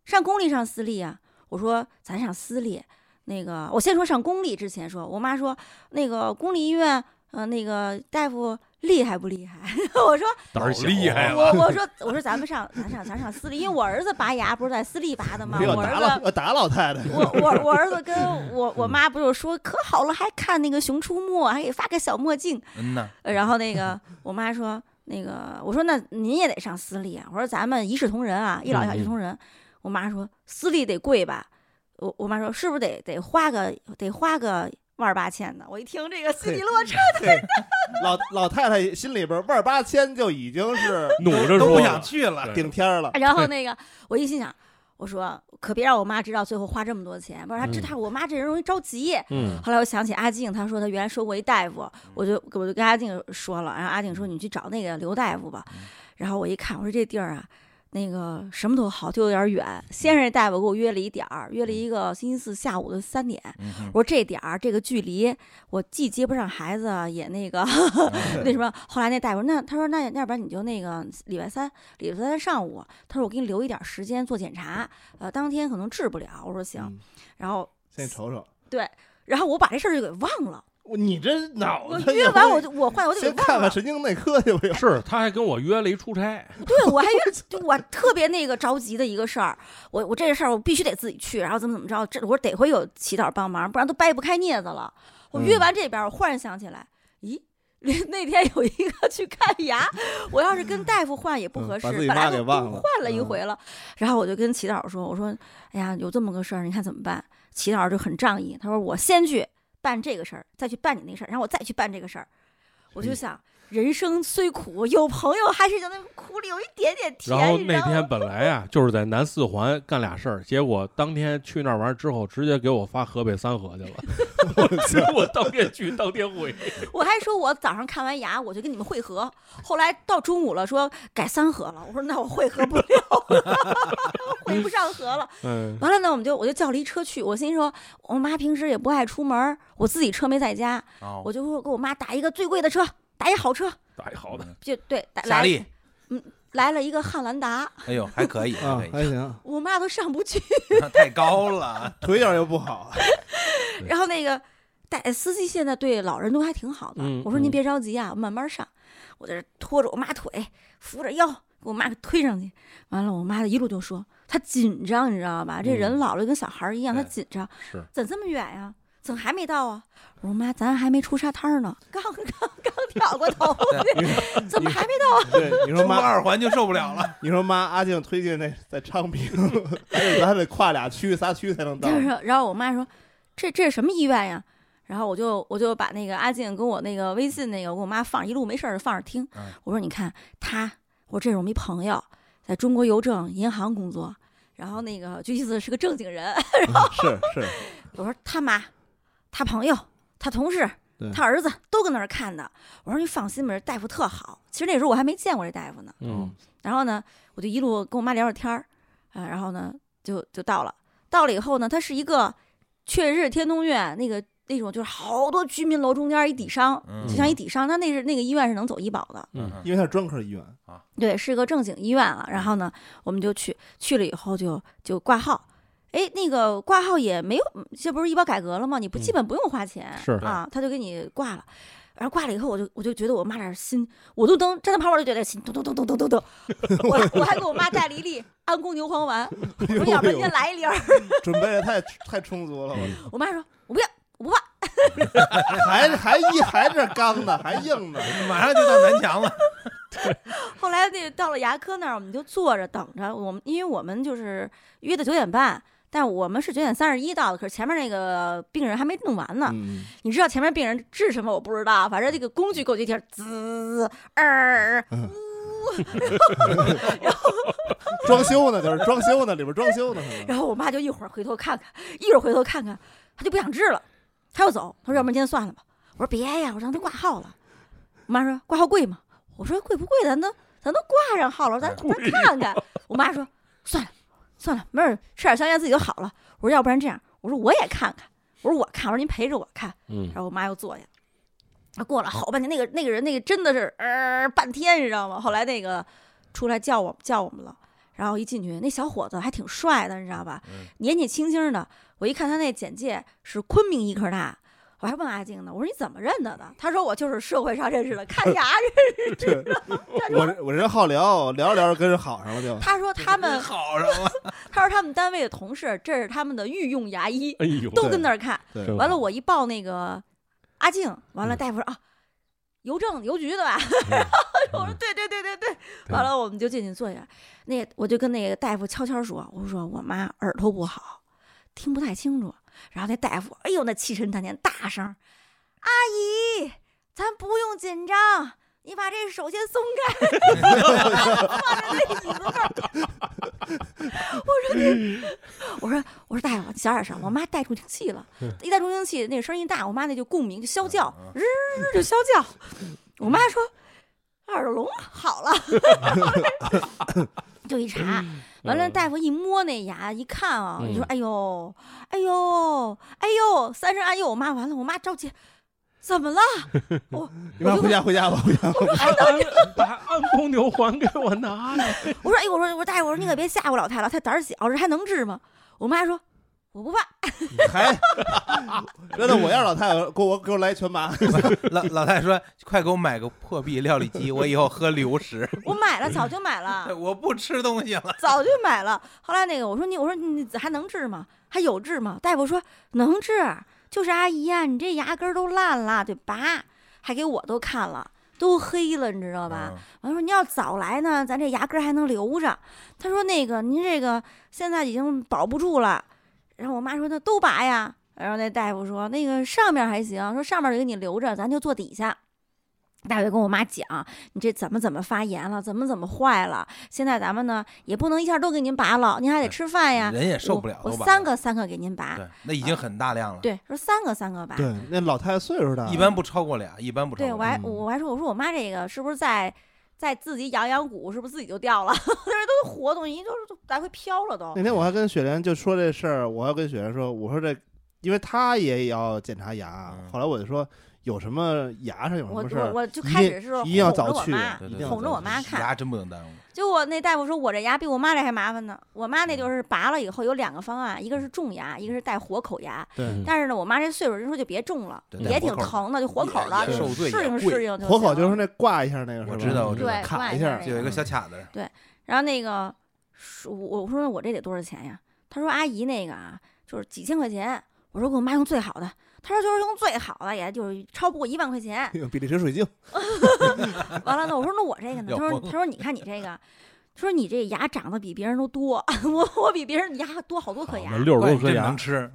G: 上公立上私立啊，我说咱上私立。那个我先说上公立之前说，我妈说那个公立医院，呃，那个大夫厉害不厉害？ 我说
E: 胆儿小
H: 厉害
G: 我我 说我说咱们上咱上咱上私立，因为我儿子拔牙不是在私立拔的吗？
F: 要
G: 我儿
F: 打
G: 子
F: 老要打老太太，
G: 我我我儿子跟我我妈不是说可好了，还看那个《熊出没》，还给发个小墨镜。
H: 嗯呐，
G: 呃然后那个我妈说，那个我说那您也得上私立啊，我说咱们一视同仁啊，一老一小一视同仁。我妈说私立得贵吧，我我妈说是不是得得花个得花个万八千的？我一听这个心里落差，
F: 对， 老老太太心里边万八千就已经是
E: 努着
H: 都
E: 说
H: 不
E: 了
H: 想去了。
F: 顶天儿了。
G: 然 后那个我一心想。我说可别让我妈知道最后花这么多钱，不然她知
E: 嗯
G: 道我妈这人容易着急。
E: 嗯
G: 后来我想起阿静，她说她原来说过一大夫，我就我就跟阿静说了，然后阿静说你去找那个刘大夫吧。然后我一看，我说这地儿啊，那个什么都好，就有点远。先是大夫给我约了一点儿，约了一个星期四下午的三点。
H: 嗯哼
G: 我说这点儿这个距离，我既接不上孩子，也那个 那什么。后来那大夫那他说那要不然你就那个礼拜三礼拜三上午，他说我给你留一点儿时间做检查，呃，当天可能治不了。我说行，
F: 嗯
G: 然后
F: 先瞅瞅，
G: 然后我把这事儿就给忘了。
F: 我你这脑
G: 我
F: 子
G: 约
F: 也
G: 完我
F: 会
G: 就我换我就给
F: 先
G: 忘了，
F: 看看神经内科去吧。
E: 是，他还跟我约了一出差，
G: 对我还约就我特别那个着急的一个事儿，我我这个事儿我必须得自己去，然后怎么怎么着，这我得会有祈祷帮忙，不然都掰不开镊子了。我约
F: 嗯
G: 完这边儿，我忽然想起来，咦。那天有一个去看牙，我要是跟大夫换也不
F: 嗯
G: 合适，
F: 把自己
G: 本来
F: 妈
G: 都
F: 给
G: 都
F: 忘了
G: 换了一
F: 嗯
G: 回了。然后我就跟祈祷说：“我说，哎呀，有这么个事儿，你看怎么办？”祈祷就很仗义，他说：“我先去办这个事儿，再去办你那事儿，
E: 哎
G: 然后我再去办这个事儿。”我就想，人生虽苦，有朋友还是有那苦里有一点点甜。
E: 然后
G: 你知
E: 那
G: 道
E: 天
G: 吗
E: 本来 呀、就是在南四环干俩事儿，结果当天去那儿玩之后，直接给我发河北三河去 了。所以我当天去，当天回。
G: 我还说我早上看完牙我就跟你们会合，后来到中午了说改三合了，我说那我会合不了 了，回不上合了。
E: 嗯，
F: 哎
G: 完了呢，我们就我就叫了一车去。我心说，我妈平时也不爱出门儿，我自己车没在家，
H: 哦，
G: 我就说给我妈打一个最贵的车，打一好车，
E: 哎，好的，
G: 就对，打
H: 夏
G: 来嗯
H: 利，
G: 来了一个汉兰达，
H: 哎呦，还可以，
F: 啊，
H: 还可
F: 还
H: 以，
F: 行，
G: 我妈都上不去。
H: 太高了，
F: 腿脚又不好，
G: 然后那个带司机现在对老人都还挺好的，
E: 嗯
G: 我说您
E: 嗯
G: 别着急啊，慢慢上。我在这拖着我妈腿，扶着腰，给我妈给推上去。完了，我妈一路就说她紧张，你知道吧？这人
E: 嗯
G: 老了跟小孩儿一样，她
H: 对
G: 紧张。
E: 是
G: 怎这么远呀、怎么还没到啊？我说妈，咱还没出沙滩儿呢，刚刚 刚 挑过头
H: 对，
G: 怎么还没啊
F: 对，你说
H: 出
F: 妈，
H: 二环就受不了了。
F: 你说妈，阿静推进那在昌 平，还得还得跨俩区仨区才能到
G: 到？， 然后然后我妈说，这这是什么医院呀？然后我就我就把那个阿静跟我那个微信那个我给我妈放一路没事儿放着听
H: 嗯。
G: 我说你看她，我说这是我们一朋友，在中国邮政银行工作，然后那个就意思是个正经人。
E: 嗯
F: 是是，
G: 我说他妈、他朋友、他同事
F: 对、
G: 他儿子都跟那儿看呢。我说你放心吧，这大夫特好。其实那时候我还没见过这大夫呢。
E: 嗯，
G: 然后呢，我就一路跟我妈聊聊天儿，啊、然后呢就就到了。到了以后呢，它是一个确日天通苑那个那种，就是好多居民楼中间一底商，
H: 嗯
G: 就像一底商，它那是那个医院是能走医保的，
H: 嗯
F: 因为它是专科医院，
G: 对，是个正经医院啊。然后呢，我们就去去了以后就就挂号。哎，那个挂号也没有，这不是医保改革了吗？你不基
E: 嗯
G: 本不用花钱，
E: 是
G: 啊，他就给你挂了。然后挂了以后，我就我就觉得我妈那儿心，我都能站在旁边，我就觉得心咚咚咚咚咚咚咚。我还我还给我妈带了一粒安宫牛黄丸，我说要不然
F: 哎呦
G: 先来一粒儿。
F: 准备的太太充足了，我
G: 我妈说我不要，我不怕。
F: 还还一还这刚的，还硬的，
H: 马上就到南墙了，
G: 后来那到了牙科那儿，我们就坐着等着。我们因为我们就是约的九点半，但我们是九点三十一到的，可是前面那个病人还没弄完呢。
F: 嗯，
G: 你知道前面病人治什么？我不知道，反正这个工具给我就一听滋呃儿，
F: 装修呢，就是装修呢，里边装修呢， 可能
G: 然后我妈就一会儿回头看看，一会儿回头看看，她就不想治了，她要走。她说要不然今天算了吧。我说别呀，我让她挂号了。我妈说挂号贵吗？我说贵不贵，咱都咱都挂上号了，咱咱看看。我妈说算了算了，没事儿，吃点香烟自己就好了。我说要不然这样，我说我也看看，我说我看，我说您陪着我看。
E: 嗯
G: 然，后我妈又坐下。啊，过了好半天，那个那个人那个真的是呃半天，你知道吗？后来那个出来叫我叫我们了，然后一进去，那小伙子还挺帅的，你知道吧？年纪轻轻的，我一看他那简介是昆明医科大，我还问阿静呢，我说你怎么认得的？他说我就是社会上认识的，看牙认
F: 对，我这我人好聊，聊着聊着跟人好上了就
G: 识。。他说他们，
H: 好上了，
G: 他说他们单位的同事，这是他们的御用牙医，
E: 哎呦，
G: 都跟那儿看。
F: 对
E: 真
G: 完了，
E: 好
G: 我一报那个阿静，完了
E: 嗯
G: 大夫说啊，邮政邮局的吧？ 我说对对对对对。完了，我们就进去坐下。那我就跟那个大夫悄悄说，我说我妈耳朵不好，听不太清楚。然后那大夫，哎呦，那气沉丹田，大声：“阿姨，咱不用紧张，你把这手先松开， 放在那椅子那儿。” 我说，我说大夫，小点声，我妈带助听器了，一带助听器那个声音大，我妈那就共鸣就消叫，日就消叫。我妈说耳朵聋好了， 就一查，完了大夫一摸那牙一看啊，就说哎呦，哎呦，哎呦，三声哎呦，我妈完了，我妈着急。怎么了？我
F: 你妈回家回家吧，回家吧。
E: 还安把安宫牛还给我拿来。
G: 我说哎呦，我说我说大夫，我说你可别吓唬老太，老太胆儿小，这还能治吗？我妈说我不怕，
F: 还真的，我要是老太太，给我给我来一全麻。
H: 老老太太说：“快给我买个破壁料理机，我以后喝流食，
G: 我买了，早就买了。
H: 我不吃东西了。
G: 早就买了。后来那个我说你我说你还能治吗？还有治吗？大夫说能治，就是阿姨呀、你这牙根儿都烂了，得拔，还给我都看了。都黑了，你知道
H: 嗯
G: 吧？完说你要早来呢，咱这牙根儿还能留着。他说那个您这个现在已经保不住了。然后我妈说那都拔呀。然后那大夫说那个上面还行，说上面给你留着，咱就做底下。大伟跟我妈讲，你这怎么怎么发炎了，怎么怎么坏了。现在咱们呢也不能一下都给您拔了，您还得
H: 对
G: 吃饭呀。
H: 人也受不了
G: 我
H: 都
G: 我
H: 拔
G: 三
H: 了
G: 个三个给您拔。
H: 对，那已经很大量了，
G: 对，说三个三个拔。
F: 对，那老太太岁数大，
H: 一般不超过俩，一般不超
G: 对，
H: 过
G: 我
H: 俩。
G: 还
F: 嗯
G: 我还说，我说我妈这个是不是在在自己养养骨，是不是自己就掉了？ 就是都是活东西，都是都来回飘了都
F: 那。天我还跟雪莲就说这事儿，我还跟雪莲说，我说这，因为她也要检查牙，
H: 嗯
F: 后来我就说有什么牙上有什
G: 我
F: 么事
G: 我
F: 儿，
G: 我就
F: 一
G: 开
F: 定
G: 始是
F: 一定要
G: 哄着
F: 早
G: 我
F: 去
G: 妈，
H: 对
F: 一
H: 对
F: 定要
H: 对
G: 哄着
F: 早
G: 我妈
F: 去
G: 看
H: 牙真不能耽误。
G: 结果那大夫说我这牙比我妈这还麻烦呢。我妈那
H: 嗯
G: 就是拔了以后有两个方案，一个是种牙，一个是带活口牙。
F: 对，
G: 但是呢，我妈这岁数，人说就别种了，
H: 对带
G: 也
H: 活
G: 挺
H: 口
G: 疼的，就活口
H: 也
G: 了，
H: 也受罪
G: 适
H: 也
G: 应
H: 贵
G: 适应就
F: 活口
G: 行
F: 就是
G: 了
F: 那挂一下那个，
H: 我
F: 是吧
H: 知道我知道
G: 对挂
F: 卡
G: 一
F: 一
G: 下
F: 下
G: 那，
H: 就有一个小卡子，
G: 然后那个说，我我说我这得多少钱呀？他说阿姨那个啊，就是几千块钱。我说给我妈用最好的，他说就是用最好的，也就是超不过一万块钱。
F: 有比利时水晶，
G: 完了呢，我说那我这 个呢？
H: 要
G: 他说
H: 疯
G: 他说你看你这个，他说你这牙长得比别人都多， 我我比别人牙多好多颗牙
E: 啊那。六十
H: 怪
E: 多
H: 你
E: 颗
H: 真
E: 牙
H: 能， 吃，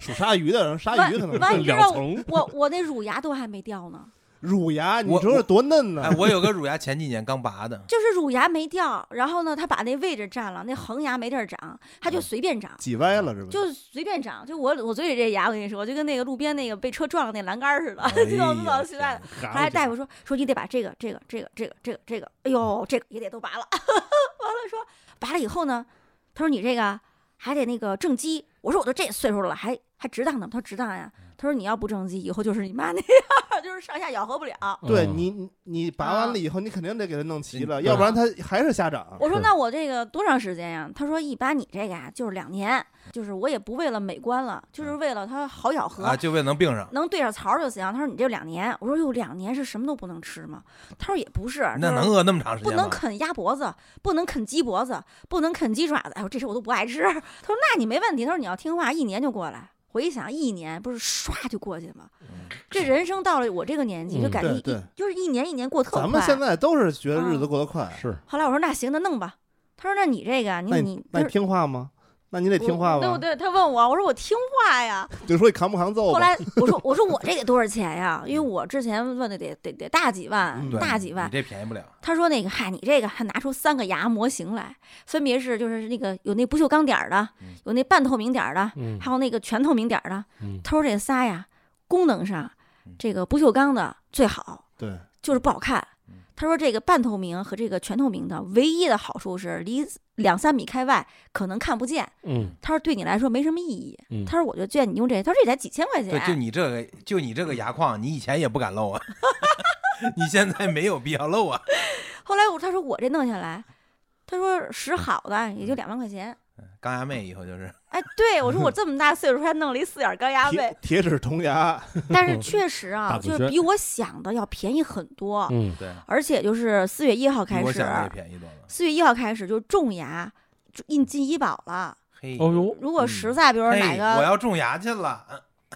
F: 属鲨鱼的，鲨
G: 完
F: 鱼可能
G: 完，你知道
E: 两层
G: 我我那乳牙都还没掉呢，
F: 乳牙，你
H: 我
F: 说是多嫩呢
H: 哎，？我有个乳牙前几年刚拔 的，
G: 就是乳牙没掉，然后呢，他把那位置占了，那恒牙没地儿长，他
E: 嗯
G: 就随便长。
F: 挤歪了是吧？
G: 就是随便长，就我我嘴里这牙，我跟你说，就跟那个路边那个被车撞了那栏杆儿似的，
H: 哎
G: 就老老
H: 呦
G: 奇怪了。
E: 嘎
G: 后来
E: 巴
G: 大
E: 劲
G: 夫说说你得把这个这个这个这个这个这个，哎呦，这个也得都拔了。 完了说拔了以后呢，他说你这个还得那个正畸。我说我都这岁数了，还还值当呢吗？他说值当呀。
H: 嗯
G: 他说你要不正畸，以后就是你妈那样， 就是上下咬合不了。
F: 对
E: 嗯
F: 你，你你拔完了以后，你肯定得给它弄齐了，
E: 嗯
F: 要不然它还是瞎
H: 啊
F: 长。
G: 啊我说
E: 是
G: 那我这个多长时间呀？他说一般你这个呀就是两年，就是我也不为了美观了，就是为了它好咬合。
H: 嗯啊，就为能并上，
G: 能对上槽儿就行。他说你这两年，我说哟，两年是什么都不能吃吗？他说也不是，
H: 那
G: 就是
H: 能饿那么长时
G: 不
H: 间
G: 能
H: 吗？
G: 啃鸭脖子，不能啃鸡脖子，不能啃鸡爪子。哎呦，这事我都不爱吃。他说那你没问题，他说你要听话，一年就过来。我一想，一年不是唰就过去了吗？这人生到了我这个年纪，就
E: 嗯
G: 感觉一、
F: 嗯对对
G: 就是一年一年过特快。
F: 咱们现在都是觉得
G: 啊
F: 日子过得快，
E: 是
G: 后来我说那行，那弄吧。他说那你这个，你
F: 那
G: 你
F: 那你听话吗？那你得听话
G: 对
F: 吧
G: 不？对？他问我，我说我听话呀。
F: 就说你扛不扛揍
G: 后
F: 吧？
G: 来我说我说我这得多少钱呀？因为我之前问的得得得大几万
F: 嗯，
H: 嗯对
G: 大几
H: 你
G: 万。
H: 这便宜不了。
G: 他说那个嗨，你这个还拿出三个牙模型来，分别是就是那个有那不锈钢点儿的
H: 嗯，
G: 有那半透明点儿的，
E: 嗯
G: 还有那个全透明点儿的。
E: 嗯
G: 他说这仨呀，功能上
H: 嗯
G: 这个不锈钢的最好，
F: 对，
G: 就是不好看
H: 嗯。
G: 他说这个半透明和这个全透明的唯一的好处是离两三米开外可能看不见。
E: 嗯
G: 他说对你来说没什么意义。
E: 嗯
G: 他说我就劝你用这，他说这才几千块钱。
H: 对，就你这个，就你这个牙框，你以前也不 敢露啊，你现在没有必要露啊。
G: 后来我他说我这弄下来，他说使
H: 嗯
G: 好的也就两万块钱。
H: 钢牙妹以后就是
G: 哎，对我说我这么大岁数还弄了一四眼钢牙
F: 铁
G: 位，
F: 铁齿铜牙，
G: 但
H: 嗯
G: 是确实啊，
E: 大嘴
G: 就是
E: 圈
G: 比我想的要便宜很多，
E: 嗯
H: 对，
G: 而且就是四月一号
H: 比
G: 开
H: 我
G: 始啊
H: 想，的也便宜多了。
G: 四月一号开始就种牙，就印进医保了。
H: 嘿，
E: 哦呦，
G: 如果实在，比如说哪
H: 嗯嘿，我
G: 个
H: 要种牙去了。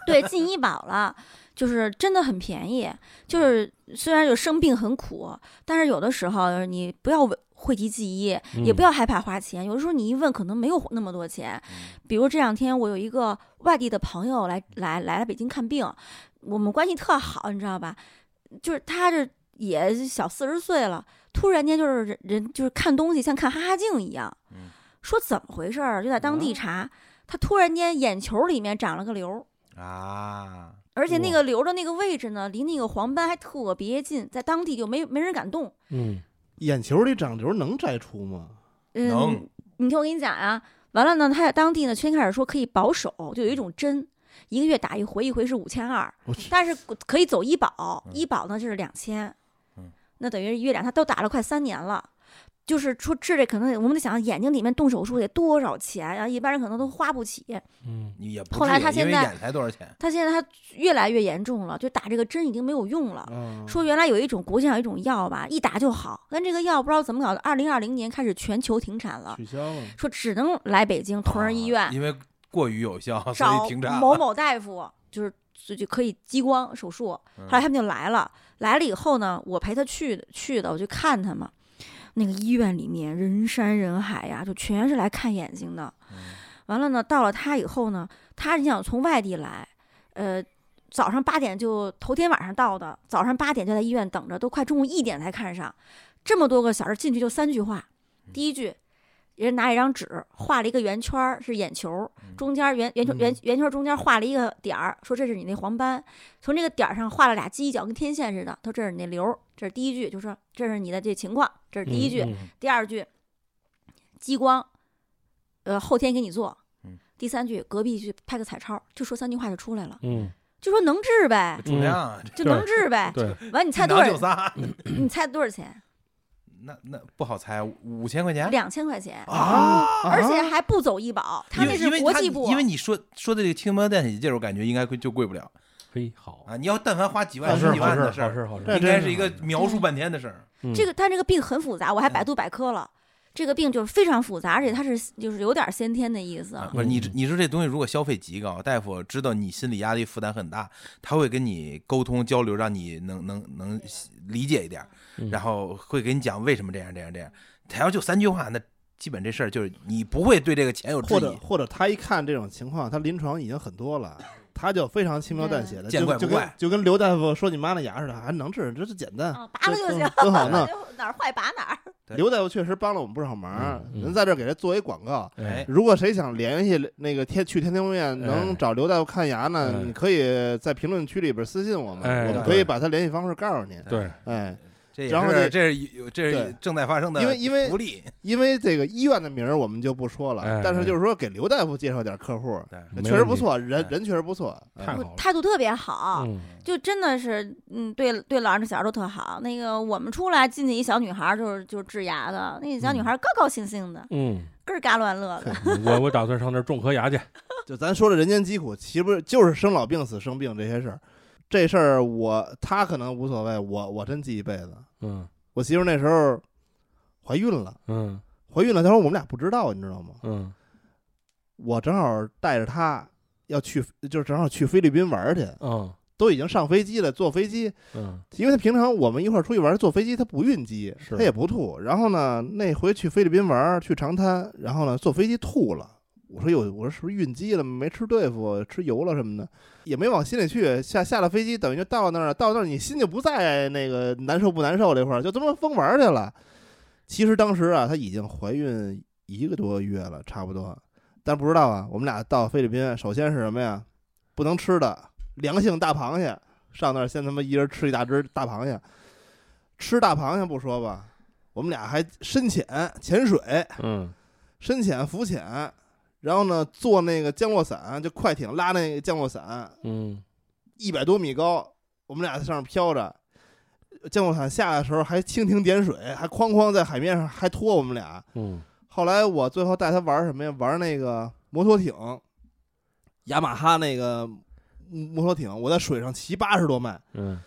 G: 对进医保了，就是真的很便宜。就是虽然有生病很苦，但是有的时候你不要讳疾忌医，也不
E: 要
G: 要害怕花钱。有的时候你一问，可能没有那么多钱。比如这两天我有一个外地的朋友来来来了北京看病，我们关系特好，你知道吧？就是他这也小四十岁了，突然间就是人人就是看东西像看哈哈镜一样
H: 嗯，
G: 说怎么回事儿？就在当地查，他突然间眼球里面长了个瘤。
H: 啊，
G: 而且那
E: 哇
G: 个瘤的那个位置呢，离那个黄斑还特别近，在当地就没没人敢动。
E: 嗯
F: 眼球里长瘤能摘除吗？
H: 能
G: 嗯，你听我跟你讲啊，完了呢，他在当地呢，先开始说可以保守，就有一种针，一个月打一回，一回是五千二
F: 我去，
G: 但是可以走医保，
H: 嗯
G: 医保呢就是两千
H: 嗯，
G: 那等于一月两，他都打了快三年了。就是说治这可能我们得想眼睛里面动手术得多少钱啊，一般人可能都花不起。
E: 嗯
H: 你也不
G: 后来
H: 至于
G: 他现
H: 因为
G: 在
H: 眼才多少钱？
G: 他现在他越来越严重了，就打这个针已经没有用
H: 嗯
G: 了。
F: 啊，
G: 说原来有一种国际上有一种药吧，一打就好，但这个药不知道怎么搞的，二零二零年开始全球停产了，
F: 取消了，
G: 说只能来北京同仁医院
H: 啊，因为过于有效，所
G: 找
H: 以停产了
G: 某某大夫，就是就就可以激光手术。
H: 嗯
G: 后来他们就来了，来了以后呢，我陪他去的去的，我去看他们。那个医院里面人山人海呀，就全是来看眼睛的。
H: 嗯
G: 完了呢，到了他以后呢，他你想从外地来，呃，早上八点就头天晚上到的，早上八点就在医院等着，都快中午一点才看上。这么多个小时进去就三句话，
E: 嗯
G: 第一句，人拿一张纸画了一个圆圈儿，是眼球，
E: 嗯
G: 中间圆圆球圆圆圈中间画了一个点儿，说这是你那黄斑，从这个点儿上画了俩犄角，跟天线似的，他说这是你那瘤儿，这是第一句，就说这是你的这情况，这是第一句。
E: 嗯
G: 第二句，激光，呃，后天给你做。
H: 嗯
G: 第三句，隔壁去拍个彩超，就说三句话就出来了，
E: 嗯，
G: 就说能治呗，
H: 主量
G: 就能治呗。
E: 对，
G: 完，你猜多
H: 啊拿九
G: 少？
H: 仨，
G: 你猜多少钱？
H: 那 那不好猜，五千块钱
G: 两千块钱，
H: 哎啊！
G: 而且还不走医保，他
H: 因
G: 那
H: 为
G: 是
H: 因为
G: 国
H: 他
G: 际部。
H: 因为你说说的这个轻薄电显镜，我感觉应该贵就贵不了
E: 嘿，好，
H: 啊。你要但凡花几万
E: 好事
H: 十
E: 儿
H: 几
E: 好
H: 万
E: 事儿
H: 的
E: 好事儿好事儿，
H: 应该是一个描述半天的事儿。
E: 嗯
G: 这个他这个病很复杂，我还
H: 嗯
G: 百度百科了。这个病就是非常复杂，而且它是就是有点先天的意思。
H: 啊不是你知，你说这东西如果消费极高，大夫知道你心理压力负担很大，他会跟你沟通交流，让你能能能理解一点儿，
E: 嗯
H: 然后会给你讲为什么这样这样这样。他要就三句话，那基本这事儿就是你不会对这个钱有质
F: 或者
H: 疑，
F: 或者他一看这种情况，他临床已经很多了，他就非常轻描
G: 嗯
F: 淡写的，
H: 见
F: 就
H: 怪不
F: 就跟
H: 怪
F: 就跟刘大夫说你妈那牙似的，还能治，这是简单
G: 啊，，拔了就
E: 嗯
F: 这
G: 行，
F: 真好 弄。
G: 哪儿坏拔哪儿。
H: 对
F: 刘大夫确实帮了我们不少忙，
E: 嗯嗯
F: 咱在这儿给他做一广告。
E: 哎
H: 哎，
F: 如果谁想联系那个天去天通医院能找刘大夫看牙呢，
E: 哎
F: 你可以在评论区里边私信我们，
E: 哎
F: 我们
H: 对
F: 可以把他联系方式告诉您。
E: 对，
F: 哎，
H: 这也
F: 然后这
H: 是这是有这
F: 对
H: 是正在发生的，
F: 因为因为
H: 福利
F: 因为这个医院的名儿我们就不说了，
E: 哎
F: 但是就是说给刘大夫介绍点客户，
H: 对
E: 没
F: 确实
E: 问
F: 不
E: 题
F: 错，人
H: 哎
F: 人确实不错。哎
E: 太
G: 我
E: 好了，
G: 态度特别好，
E: 嗯
G: 就真的是，嗯，对对，老人的小孩都特好。那个我们出来进去一小女孩儿，就是就是治牙的，那个小
H: 嗯
G: 女孩儿高高兴兴的，
E: 嗯，
G: 咯儿嘎乱乐 的。
E: 我我打算上那儿种颗牙去，
F: 就咱说的人间疾苦，岂不是就是生老病死、生病这些事儿？这事儿我他可能无所谓，我我真记一辈子。
E: 嗯
F: 我媳妇儿那时候怀孕了，
E: 嗯
F: 怀孕了，她说我们俩不知道，你知道吗？
E: 嗯
F: 我正好带着她要去，就是正好去菲律宾玩儿去，
E: 嗯
F: 都已经上飞机了，坐飞机，
E: 嗯
F: 因为她平常我们一块儿出去玩儿坐飞机，她不晕机，
E: 是
F: 她也不吐。然后呢，那回去菲律宾玩儿去长滩，然后呢坐飞机吐了。我说有，我说是不是晕机了？没吃对付，吃油了什么的，也没往心里去。下下了飞机，等于就到那儿了，到那儿你心就不在那个难受不难受这块儿，就这么疯玩儿去了。其实当时啊，她已经怀孕一个多月了，差不多。但不知道啊，我们俩到菲律宾，首先是什么呀？不能吃的良性大螃蟹，上那儿先他妈一人吃一大只大螃蟹，吃大螃蟹不说吧，我们俩还深潜潜水，
E: 嗯
F: 深潜浮潜，然后呢坐那个降落伞，就快艇拉那个降落伞，
E: 嗯
F: 一百多米高，我们俩在上面飘着。降落伞下来的时候还蜻蜓点水，还哐哐在海面上还拖我们俩，
E: 嗯
F: 后来我最后带他玩什么呀？玩那个摩托艇，雅马哈那个摩托艇，我在水上骑八十多迈，
E: 嗯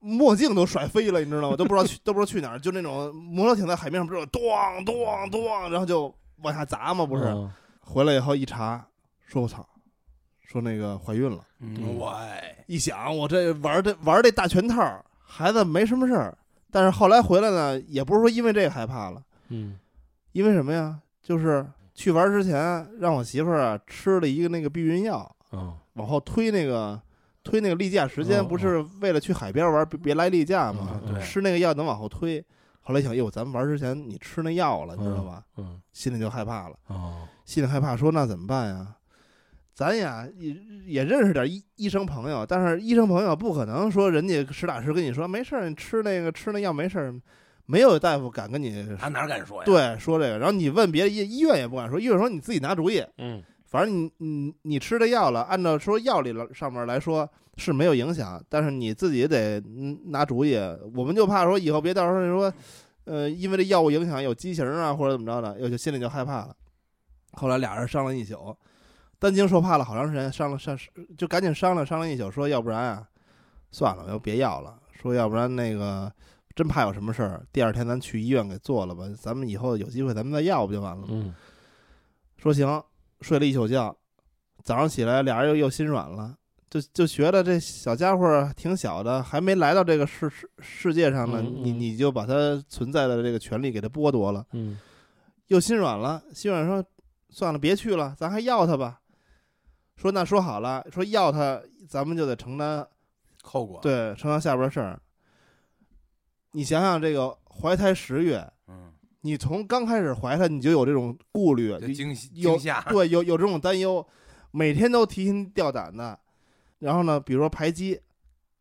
F: 墨镜都甩飞了，你知道吗？都不知道去 都不知道去哪儿，就那种摩托艇在海面上不是有咚咚咚，然后就往下砸嘛，不是？
E: 嗯
F: 回来以后一查，说我操，说那个怀孕了。
H: 嗯
G: 哎
H: 喂，
F: 一想，我这玩这玩这大全套，孩子没什么事儿。但是后来回来呢，也不是说因为这个害怕了。
E: 嗯
F: 因为什么呀？就是去玩之前，让我媳妇儿啊吃了一个那个避孕药，
E: 嗯
F: 往后推那个推那个例假时
E: 哦
F: 间，不是为了去海边玩，别别来例假
E: 嗯
F: 嘛
E: 嗯对。
F: 吃那个药能往后推。后来想，哟，咱们玩之前你吃那药了，你知道吧？
E: 嗯
F: 心里就害怕了，
E: 哦
F: 心里害怕说那怎么办呀？咱呀也也认识点医医生朋友，但是医生朋友不可能说人家实打实跟你说没事儿，你吃那个吃那药没事儿，没有大夫敢跟你
H: 他哪敢说呀？
F: 对，说这个，然后你问别的医医院也不敢说，医院说你自己拿主意，
E: 嗯
F: 反正你你你吃这药了，按照说药理了上面来说是没有影响，但是你自己也得嗯拿主意。我们就怕说以后别到时候说，呃，因为这药物影响有畸形啊或者怎么着的，又就心里就害怕了。后来俩人商量一宿，担惊受怕了好长时间，商量商就赶紧商量商量一宿，说要不然啊，算了，要别要了，说要不然那个真怕有什么事儿，第二天咱去医院给做了吧，咱们以后有机会咱们再要不就完了吗。
E: 嗯
F: 说行，睡了一宿觉，早上起来俩人又又心软了，就就觉得这小家伙挺小的，还没来到这个世世世界上呢，
E: 嗯嗯
F: 你你就把他存在的这个权利给他剥夺了，
E: 嗯
F: 又心软了，心软说算了，别去了，咱还要他吧。说那说好了，说要他咱们就得承担，
H: 后果，，
F: 对，承担下边的事儿。你想想这个怀胎十月，
H: 嗯，
F: 你从刚开始怀他，你就有这种顾虑，
H: 就
F: 你
H: 惊喜
F: 有
H: 惊吓，
F: 对，有有这种担忧，每天都提心吊胆的。然后呢，比如说排畸，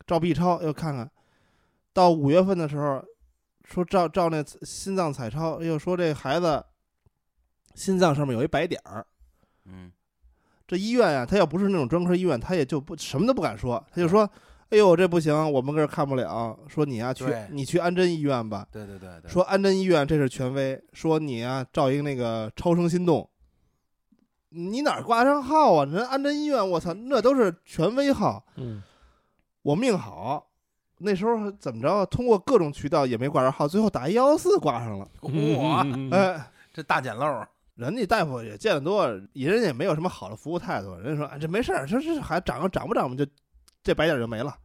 F: 照 B 超又看看，到五月份的时候，说照照那心脏彩超，又说这孩子心脏上面有一白点儿。
H: 嗯，
F: 这医院啊，他要不是那种专科医院，他也就不什么都不敢说，他就说：“哎呦，这不行，我们这儿看不了。”说你呀、去
H: 对
F: 你去安贞医院吧。
H: 对对对对，
F: 说安贞医院这是权威，说你啊照一个那个超声心动，你哪儿挂上号啊？人安贞医院，我操，那都是权威号。
E: 嗯
F: 我命好，那时候怎么着，啊通过各种渠道也没挂上号，最后打幺四挂上了。
H: 哇，
E: 嗯嗯嗯嗯
F: 哎，
H: 这大捡漏儿，
F: 人家大夫也见得多，人家也没有什么好的服务态度，人家说、啊、这没事儿，这这还长长不长不就这白点儿就没了，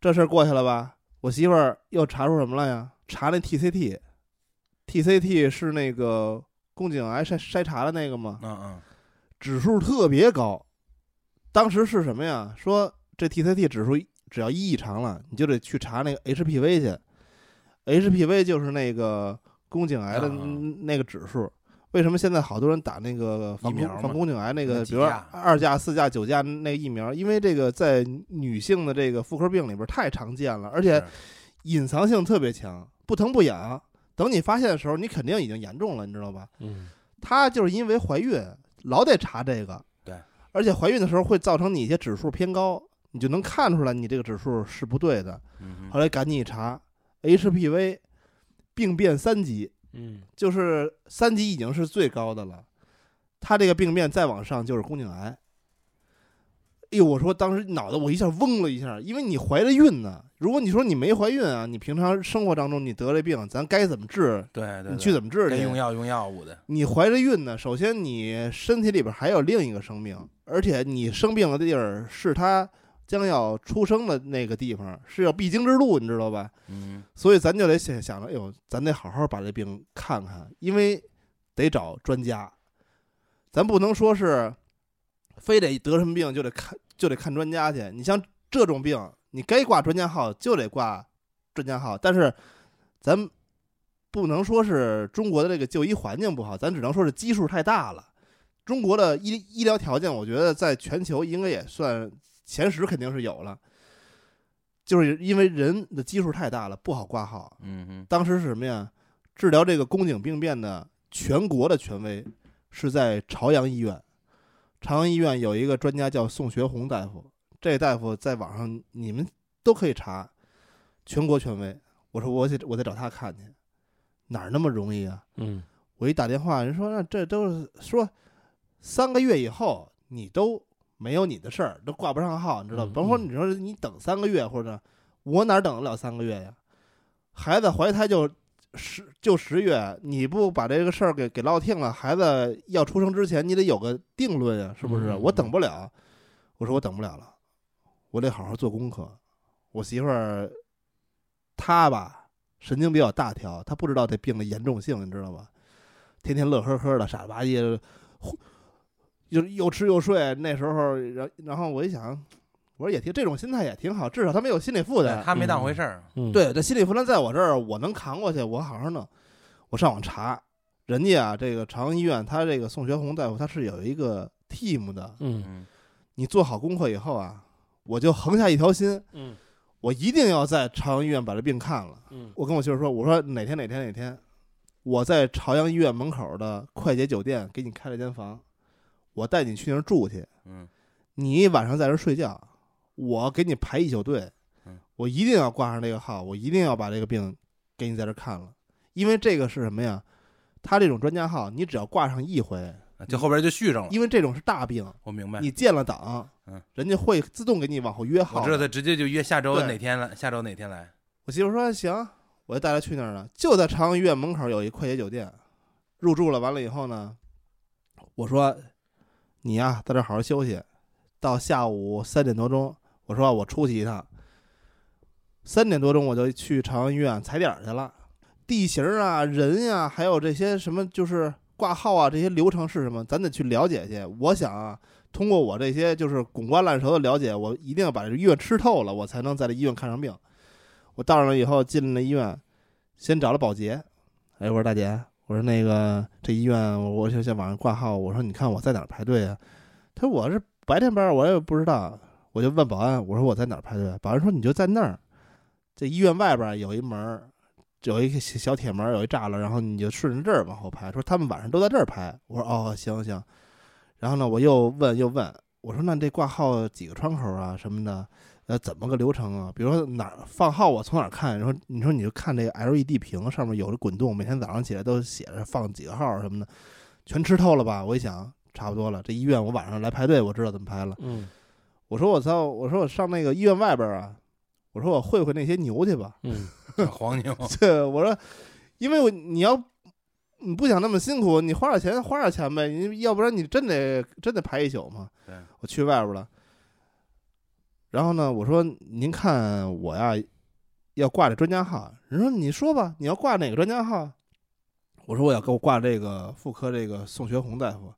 F: 这事儿过去了吧？我媳妇儿又查出什么了呀？查那 TCT，TCT 是那个宫颈癌筛筛查的那个吗？
H: 嗯嗯，
F: 指数特别高，当时是什么呀？说这 TCT 指数只要一异常了，你就得去查那个 HPV 去。HPV 就是那个宫颈癌的
H: 啊
F: 那个指数。为什么现在好多人打那个防
H: 疫苗嘛
F: 宫防宫颈癌那
H: 那
F: 个，
H: 几
F: 比如说
H: 价
F: 二价、四价、九价那个疫苗？因为这个在女性的这个妇科病里边太常见了，而且
H: 是
F: 隐藏性特别强，不疼不痒。等你发现的时候，你肯定已经严重了，你知道吧？
E: 嗯
F: 她就是因为怀孕，老得查这个。
H: 对，
F: 而且怀孕的时候会造成你一些指数偏高，你就能看出来你这个指数是不对的。
H: 嗯
F: 后来赶紧一查，HPV 病变三级，
E: 嗯
F: 就是三级已经是最高的了，它这个病变再往上就是宫颈癌。哎呦，我说当时脑袋我一下嗡了一下，因为你怀着孕呢。如果你说你没怀孕啊，你平常生活当中你得这病，咱该怎么治，
H: 对对对，
F: 你去怎么治去？
H: 该用药用药物的，
F: 你怀着孕呢，首先你身体里边还有另一个生命，而且你生病的地儿是他将要出生的那个地方，是要必经之路，你知道吧？
H: 嗯，
F: 所以咱就得想想着，哎呦，咱得好好把这病看看，因为得找专家，咱不能说是非得得什么病就得看就得看专家去。你像这种病，你该挂专家号就得挂专家号，但是咱不能说是中国的这个就医环境不好，咱只能说是基数太大了。中国的医医疗条件，我觉得在全球应该也算前十，肯定是有了。就是因为人的基数太大了，不好挂号。
H: 嗯哼，
F: 当时是什么呀？治疗这个宫颈病变的全国的权威是在朝阳医院。朝阳医院有一个专家叫宋学红大夫，这大夫在网上你们都可以查，全国权威。我说我得我得找他看去，哪儿那么容易啊？
E: 嗯
F: 我一打电话，人说那这都是说三个月以后你都没有你的事儿，都挂不上号，你知道？
E: 嗯
F: 甭说
E: 嗯
F: 你说你等三个月或者我哪儿等得了三个月呀？孩子怀胎就十就十月，你不把这个事儿给给落定了，孩子要出生之前你得有个定论呀，是不是？
E: 嗯嗯
F: 我等不了，我说我等不了了，我得好好做功课。我媳妇儿她吧神经比较大条，她不知道这病的严重性，你知道吧？天天乐呵呵的，傻了吧唧的，呼又又吃又睡。那时候，然然后我一想，我说也挺这种心态也挺好，至少他没有心理负担。
H: 他没当回事儿，
E: 嗯，
F: 对，这心理负担在我这儿，我能扛过去，我好好弄。我上网查，人家啊，这个朝阳医院，他这个宋学红大夫，他是有一个 team 的。
E: 嗯
H: 嗯，
F: 你做好功课以后啊，我就横下一条心，
E: 嗯
F: 我一定要在朝阳医院把这病看了。
E: 嗯
F: 我跟我媳妇说，我说哪天哪天哪天，我在朝阳医院门口的快捷酒店给你开了间房，我带你去那儿住去，
H: 嗯，
F: 你晚上在这儿睡觉，我给你排一宿队
H: 嗯，
F: 我一定要挂上这个号，我一定要把这个病给你在这儿看了，因为这个是什么呀？他这种专家号，你只要挂上一回，
H: 啊就后边就续上了，
F: 因为这种是大病，
H: 我明白，
F: 你建了档
H: 嗯，
F: 人家会自动给你往后约号
H: 我
F: 的。
H: 知道他直接就约下周
F: 对
H: 哪天来，下周哪天来，
F: 我媳妇说行，我就带她去那儿了，就在朝阳医院门口有一快捷酒店，入住了。完了以后呢，我说你呀、在这儿好好休息，到下午三点多钟，我说我出去一趟。三点多钟我就去朝阳医院踩点儿去了，地形啊、人呀、还有这些什么就是挂号啊这些流程是什么，咱得去了解去。我想啊，通过我这些就是滚瓜烂熟的了解，我一定要把这医院吃透了，我才能在这医院看上病。我到那以后进了医院，先找了保洁，哎，我说大姐，我说那个这医院我就在网上挂号，我说你看我在哪儿排队啊？他说我是白天班儿，我也不知道，我就问保安，我说我在哪儿排队？啊保安说你就在那儿，这医院外边儿有一门儿，有一个小小铁门儿，有一栅栏，然后你就顺着这儿往后排。说他们晚上都在这儿排，我说哦，行行。然后呢，我又问又问，我说那这挂号几个窗口啊什么的，呃，怎么个流程啊？比如说哪儿放号，我从哪儿看？然后你说你就看这个 LED 屏上面有着滚动，每天早上起来都写着放几个号什么的，全吃透了吧？我一想，差不多了。这医院我晚上来排队，我知道怎么排了。
E: 嗯
F: 我说我操，我说我上那个医院外边啊，我说我会会那些牛去吧。
E: 嗯
H: 黄牛，
F: 对，我说，因为我你要你不想那么辛苦，你花点钱花点钱呗，你要不然你真得真得排一宿嘛。
H: 对
F: 我去外边了，然后呢，我说您看我呀要挂这专家号，啊人说你说吧，你要挂哪个专家号？啊我说我要给我挂这个妇科这个宋学红大夫，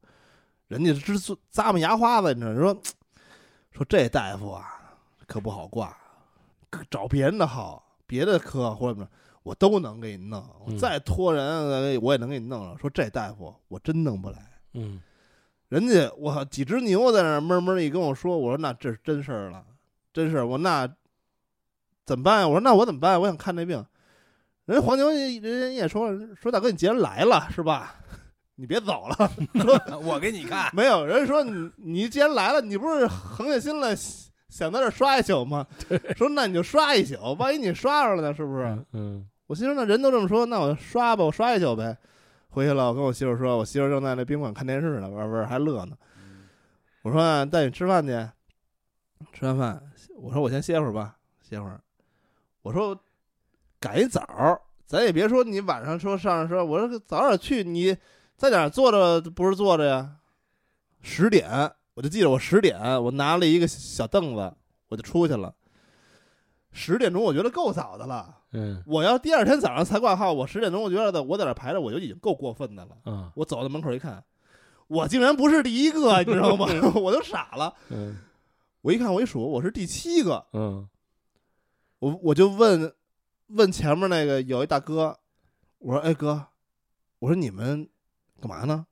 F: 人家直咂咂巴牙花子，你知道，人说说这大夫啊可不好挂，找别人的号，别的科或者怎么着，我都能给你弄，我
E: 嗯
F: 再托人呃我也能给你弄了。说这大夫我真弄不来，
E: 嗯
F: 人家我靠几只牛在那儿闷闷一跟我说，我说那这是真事儿了，真事儿，我那怎么办呀？我说那我怎么办？我想看这病。人家黄牛也人家也说了说大哥你既然来了是吧， 你别走了。
H: 我给你看，
F: 没有人说你你既然来了，你不是横下心来想在这儿刷一宿 吗？说那你就刷一宿，万一你刷着了呢，是不是？
E: 嗯
F: 我心说那人都这么说，那我刷吧，我刷一宿呗。回去了，我跟我媳妇说，我媳妇正在那宾馆看电视呢，玩玩还乐呢。我说、啊、带你吃饭去，吃完饭，我说我先歇会儿吧，歇会儿。我说赶一早儿，咱也别说你晚上说上说，我说早点去，你在哪儿坐着不是坐着呀？十点，我就记得我十点，我拿了一个小凳子，我就出去了。十点钟我觉得够早的了。
E: 嗯
F: 我要第二天早上才挂号，我十点钟我觉得我在那儿排着，我就已经够过分的了。
E: 啊
F: 我走到门口一看，我竟然不是第一个，你知 道吗？我都傻了。
E: 嗯
F: 我一看，我一数，我是第七个。
E: 嗯
F: 我我就问问前面那个有一大哥，我说：“哎哥，我说你们干嘛呢？”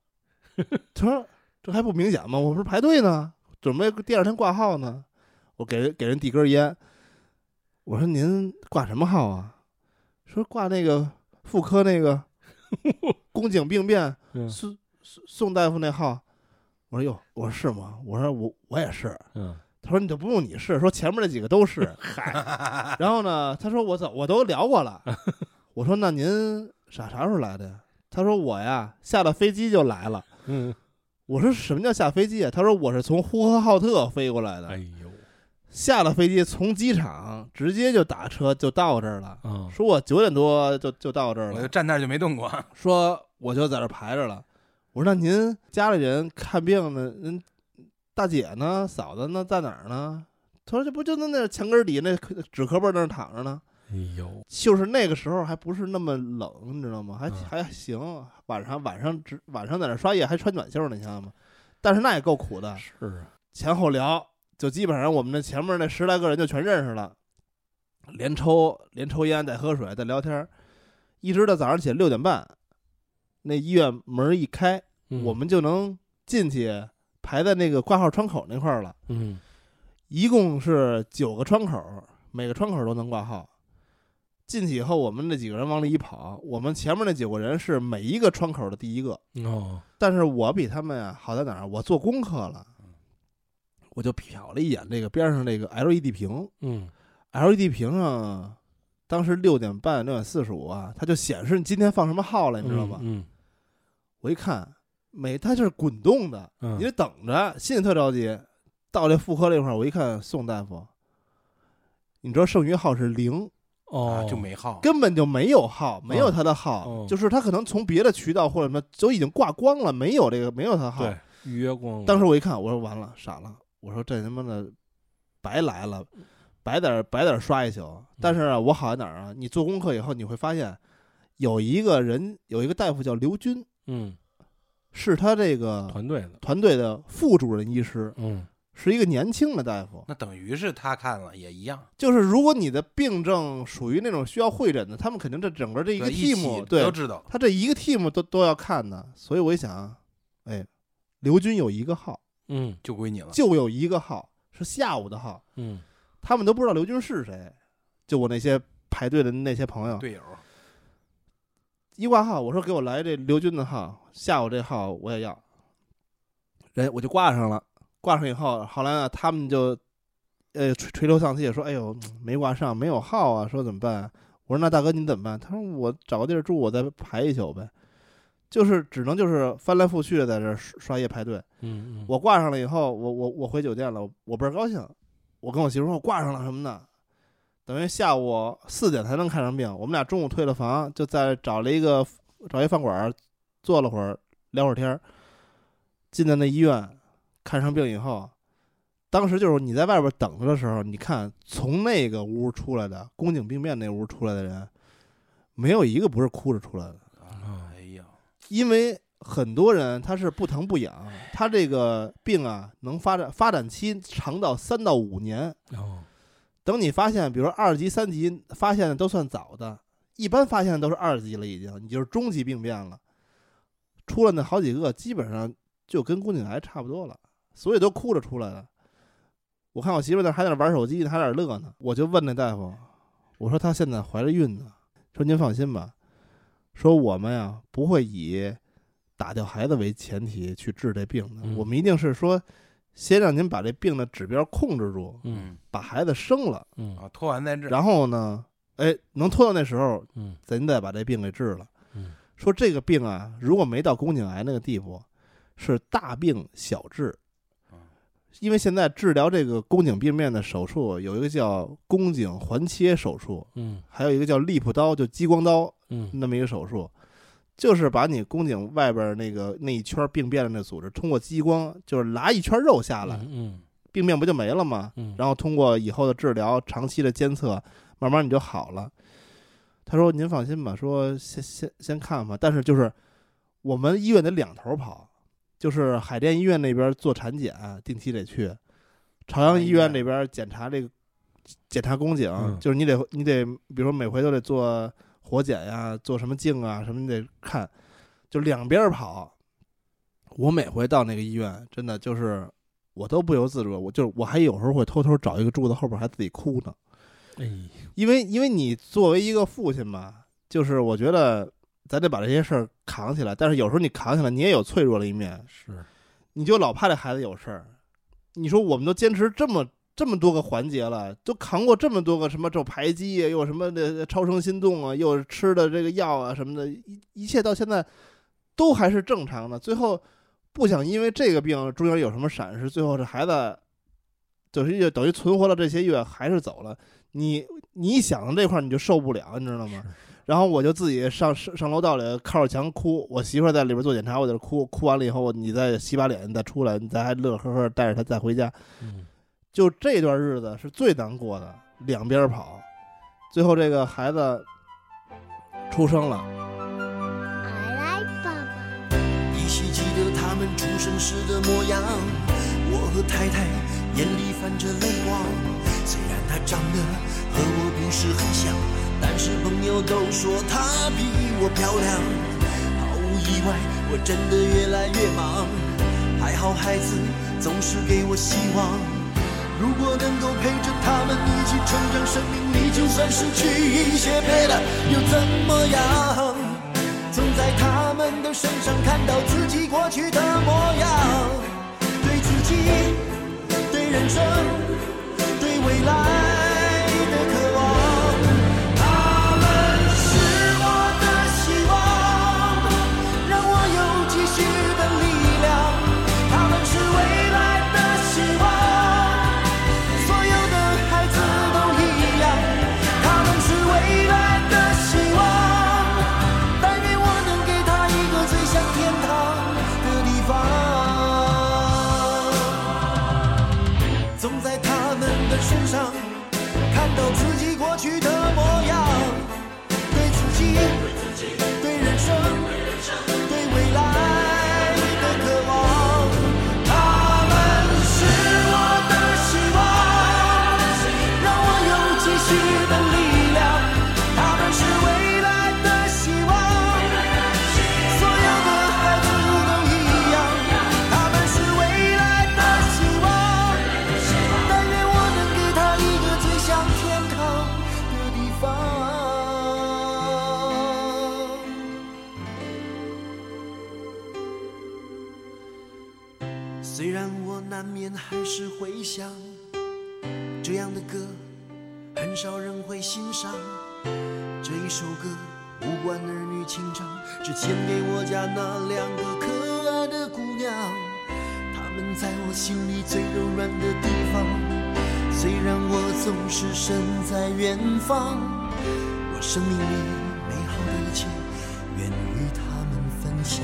F: 他说：“这还不明显吗？我说排队呢，准备第二天挂号呢。”我给人给人递根烟，我说：“您挂什么号啊？”说挂那个妇科那个宫颈病变
E: 嗯
F: 宋宋宋大夫那号。我说：“哟，我说是吗？我说我我也是。”
E: 嗯
F: 他说你就不用你试，说前面那几个都 是。嗨，然后呢，他说我早我都聊过 了。我说那您啥啥时候来的呀？他说我呀下了飞机就来了。
E: 嗯，
F: 我说什么叫下飞机啊？他说我是从呼和浩特飞过来
E: 哎
F: 的，
E: 呦
F: 下了飞机从机场直接就打车就到这儿了。
E: 啊
F: 说我九点多就就到这儿
H: 嗯我
F: 了
H: 就，站那儿就没动过。
F: 说我就在这儿排着了。我说那您家里人看病呢，人大姐呢、嫂子呢在哪儿呢？他说这不就在那墙根儿底那纸壳儿那儿躺着呢。
E: 哎呦
F: 就是那个时候还不是那么冷，你知道吗？还
E: 嗯
F: 还行，晚上晚上只晚上在那儿刷夜还穿短袖呢，你想想吧。但是那也够苦的，
E: 是啊
F: 前后聊，就基本上我们这前面那十来个人就全认识了，连抽连抽烟带喝水带聊天儿，一直到早上起来六点半，那医院门一开，
E: 嗯
F: 我们就能进去排在那个挂号窗口那块儿了。
E: 嗯
F: 一共是九个窗口，每个窗口都能挂号。进去以后，我们那几个人往里一跑，我们前面那九个人是每一个窗口的第一个，
E: 哦
F: 但是我比他们啊好在哪儿？我做功课了，我就瞟了一眼这个边上这个 LED 屏
E: 嗯
F: ，LED E 屏上当时六点半、六点四十五啊，它就显示你今天放什么号了，你知道吧？
E: 嗯
F: 我一看，每它就是滚动的，
E: 嗯
F: 你得等着，心里特着急。到这妇科这块儿，我一看宋大夫，你知道剩余号是零，
E: 哦
H: 啊就没号，
F: 根本就没有号，没有
E: 哦
F: 他的号，
E: 哦
F: 就是他可能从别的渠道或者什么都已经挂光了，没有这个没有他的号。
E: 对预约光了
F: 当时我一看，我说完了，傻了，我说这他妈的白来了，
E: 嗯
F: 白点儿白点儿刷一宿。但是啊，我好在哪儿啊？你做功课以后，你会发现有一个人有一个大夫叫刘军，
E: 嗯
F: 是他这个
E: 团队的，
F: 团队的副主任医师，
E: 嗯
F: 是一个年轻的大夫。
H: 那等于是他看了也一样，
F: 就是如果你的病症属于那种需要会诊的，他们肯定这整个这一个
H: 对一
F: team
H: 起
F: 对
H: 都知道，
F: 他这一个 team 都都要看的，所以我一想，哎，刘军有一个号，
E: 嗯
H: 就归你了。
F: 就有一个号是下午的号，
E: 嗯
F: 他们都不知道刘军是谁，就我那些排队的那些朋
E: 嗯
F: 友，
H: 队友，啊
F: 一挂号，我说给我来这刘军的号，下午这号我也要，人我就挂上了，挂上以后，后来呢，他们就呃垂垂头丧气地说，哎呦没挂上，没有号啊，说怎么办啊、我说那大哥您怎么办？他说我找个地儿住，我再排一宿呗。就是只能就是翻来覆去的在这儿刷刷夜排队，
E: 嗯，
F: 我挂上了以后，我我我回酒店了，我倍儿高兴。我跟我媳妇说，我挂上了什么的，等于下午四点才能看上病。我们俩中午退了房，就在找了一个找一饭馆儿坐了会儿，聊会儿天儿。进的那医院看上病以后，当时就是你在外边等着的时候，你看从那个屋出来的宫颈病变那屋出来的人，没有一个不是哭着出来的。
E: 啊
H: 哎呀，
F: 因为很多人他是不疼不痒，他这个病啊能发展发展期长到三到五年。
E: 哦，
F: 等你发现，比如说二级、三级发现的都算早的，一般发现的都是二级了，已经你就是中级病变了。出了那好几个，基本上就跟宫颈癌差不多了，所以都哭着出来了。我看我媳妇那还在那玩手机呢，还在那乐呢。我就问那大夫，我说她现在怀着孕呢，说您放心吧，说我们呀不会以打掉孩子为前提去治这病的，
E: 嗯
F: 我们一定是说先让您把这病的指标控制住，
E: 嗯
F: 把孩子生了。
E: 嗯
H: 啊，拖完再治，
F: 然后呢，哎，能拖到那时候，
E: 嗯
F: 咱再把这病给治了。
E: 嗯
F: 说这个病啊，如果没到宫颈癌那个地步，是大病小治
H: 啊。
F: 因为现在治疗这个宫颈病变的手术有一个叫宫颈环切手术，
E: 嗯
F: 还有一个叫利普刀，就激光刀
E: 嗯
F: 那么一个手术，就是把你宫颈外边那个那一圈病变的那组织，通过激光就是拉一圈肉下来，
E: 嗯
F: 病变不就没了吗？
E: 嗯，
F: 然后通过以后的治疗、长期的监测，慢慢你就好了。他说：“您放心吧，说先先先看吧。但是就是我们医院得两头跑，就是海淀医院那边做产检，定期得去；朝阳医院这边检查这个检查宫颈，
E: 嗯
F: 就是你得你得，比如说每回都得做活检呀、做什么镜啊什么，你得看，就两边跑。我每回到那个医院，真的就是我都不由自主，我就是我还有时候会偷偷找一个柱子后边还自己哭呢，
E: 哎，
F: 因为因为你作为一个父亲吧，就是我觉得咱得把这些事儿扛起来，但是有时候你扛起来，你也有脆弱的一面，
E: 是，
F: 你就老怕这孩子有事儿。你说我们都坚持这么这么多个环节了，都扛过这么多个什么这排畸呀，又什么的超声心动啊，又吃的这个药啊什么的，一一切到现在都还是正常的。最后不想因为这个病中间有什么闪失，最后这孩子就是又等于存活了这些月还是走了。你你一想到这块儿你就受不了，你知道吗？然后我就自己上上上楼道里靠着墙哭，我媳妇儿在里边做检查，我在这哭，哭完了以后，你再洗把脸，你再出来，你再还乐呵呵带着她再回家，
E: 嗯
F: 就这段日子是最难过的，两边跑，最后这个孩子出生了，
I: I like Papa.
J: 依稀记得他们出生时的模样。我和太太眼里泛着泪光，虽然她长得和我不是很像，但是朋友都说她比我漂亮。毫无意外，我真的越来越忙，还好孩子总是给我希望。如果能够陪着他们一起成长，生命里就算失去一些陪了又怎么样？总在他们的身上看到自己过去的模样，对自己、对人生、对未来的渴望。他们是我的希望，让我有继续的力量。他们是未来的希望。所有的孩子都一样，他们是未来的希望。但愿我能给他一个最像天堂的地方。总在他们的身上看到自己过去的模样，对自己、对人生、对未来的虽然我难免还是会想，这样的歌很少人会欣赏。这一首歌无关儿女情长，只献给我家那两个可爱的姑娘，她们在我心里最柔软的地方。虽然我总是身在远方，我生命里美好的一切，愿与她们分享。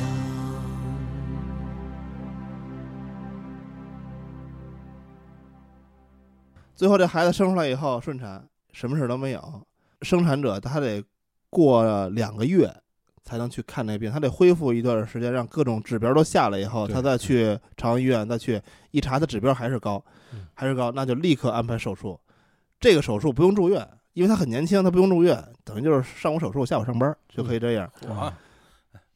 F: 最后这孩子生出来以后顺产，什么事儿都没有。生产者他得过两个月才能去看这病，他得恢复一段时间，让各种指标都下来以后，
E: 对
F: 他再去朝阳医院再去一查，他指标还是高，还是高，那就立刻安排手术。这个手术不用住院，因为他很年轻，他不用住院，等于就是上午手术，下午上班就可以这样。
H: 哇，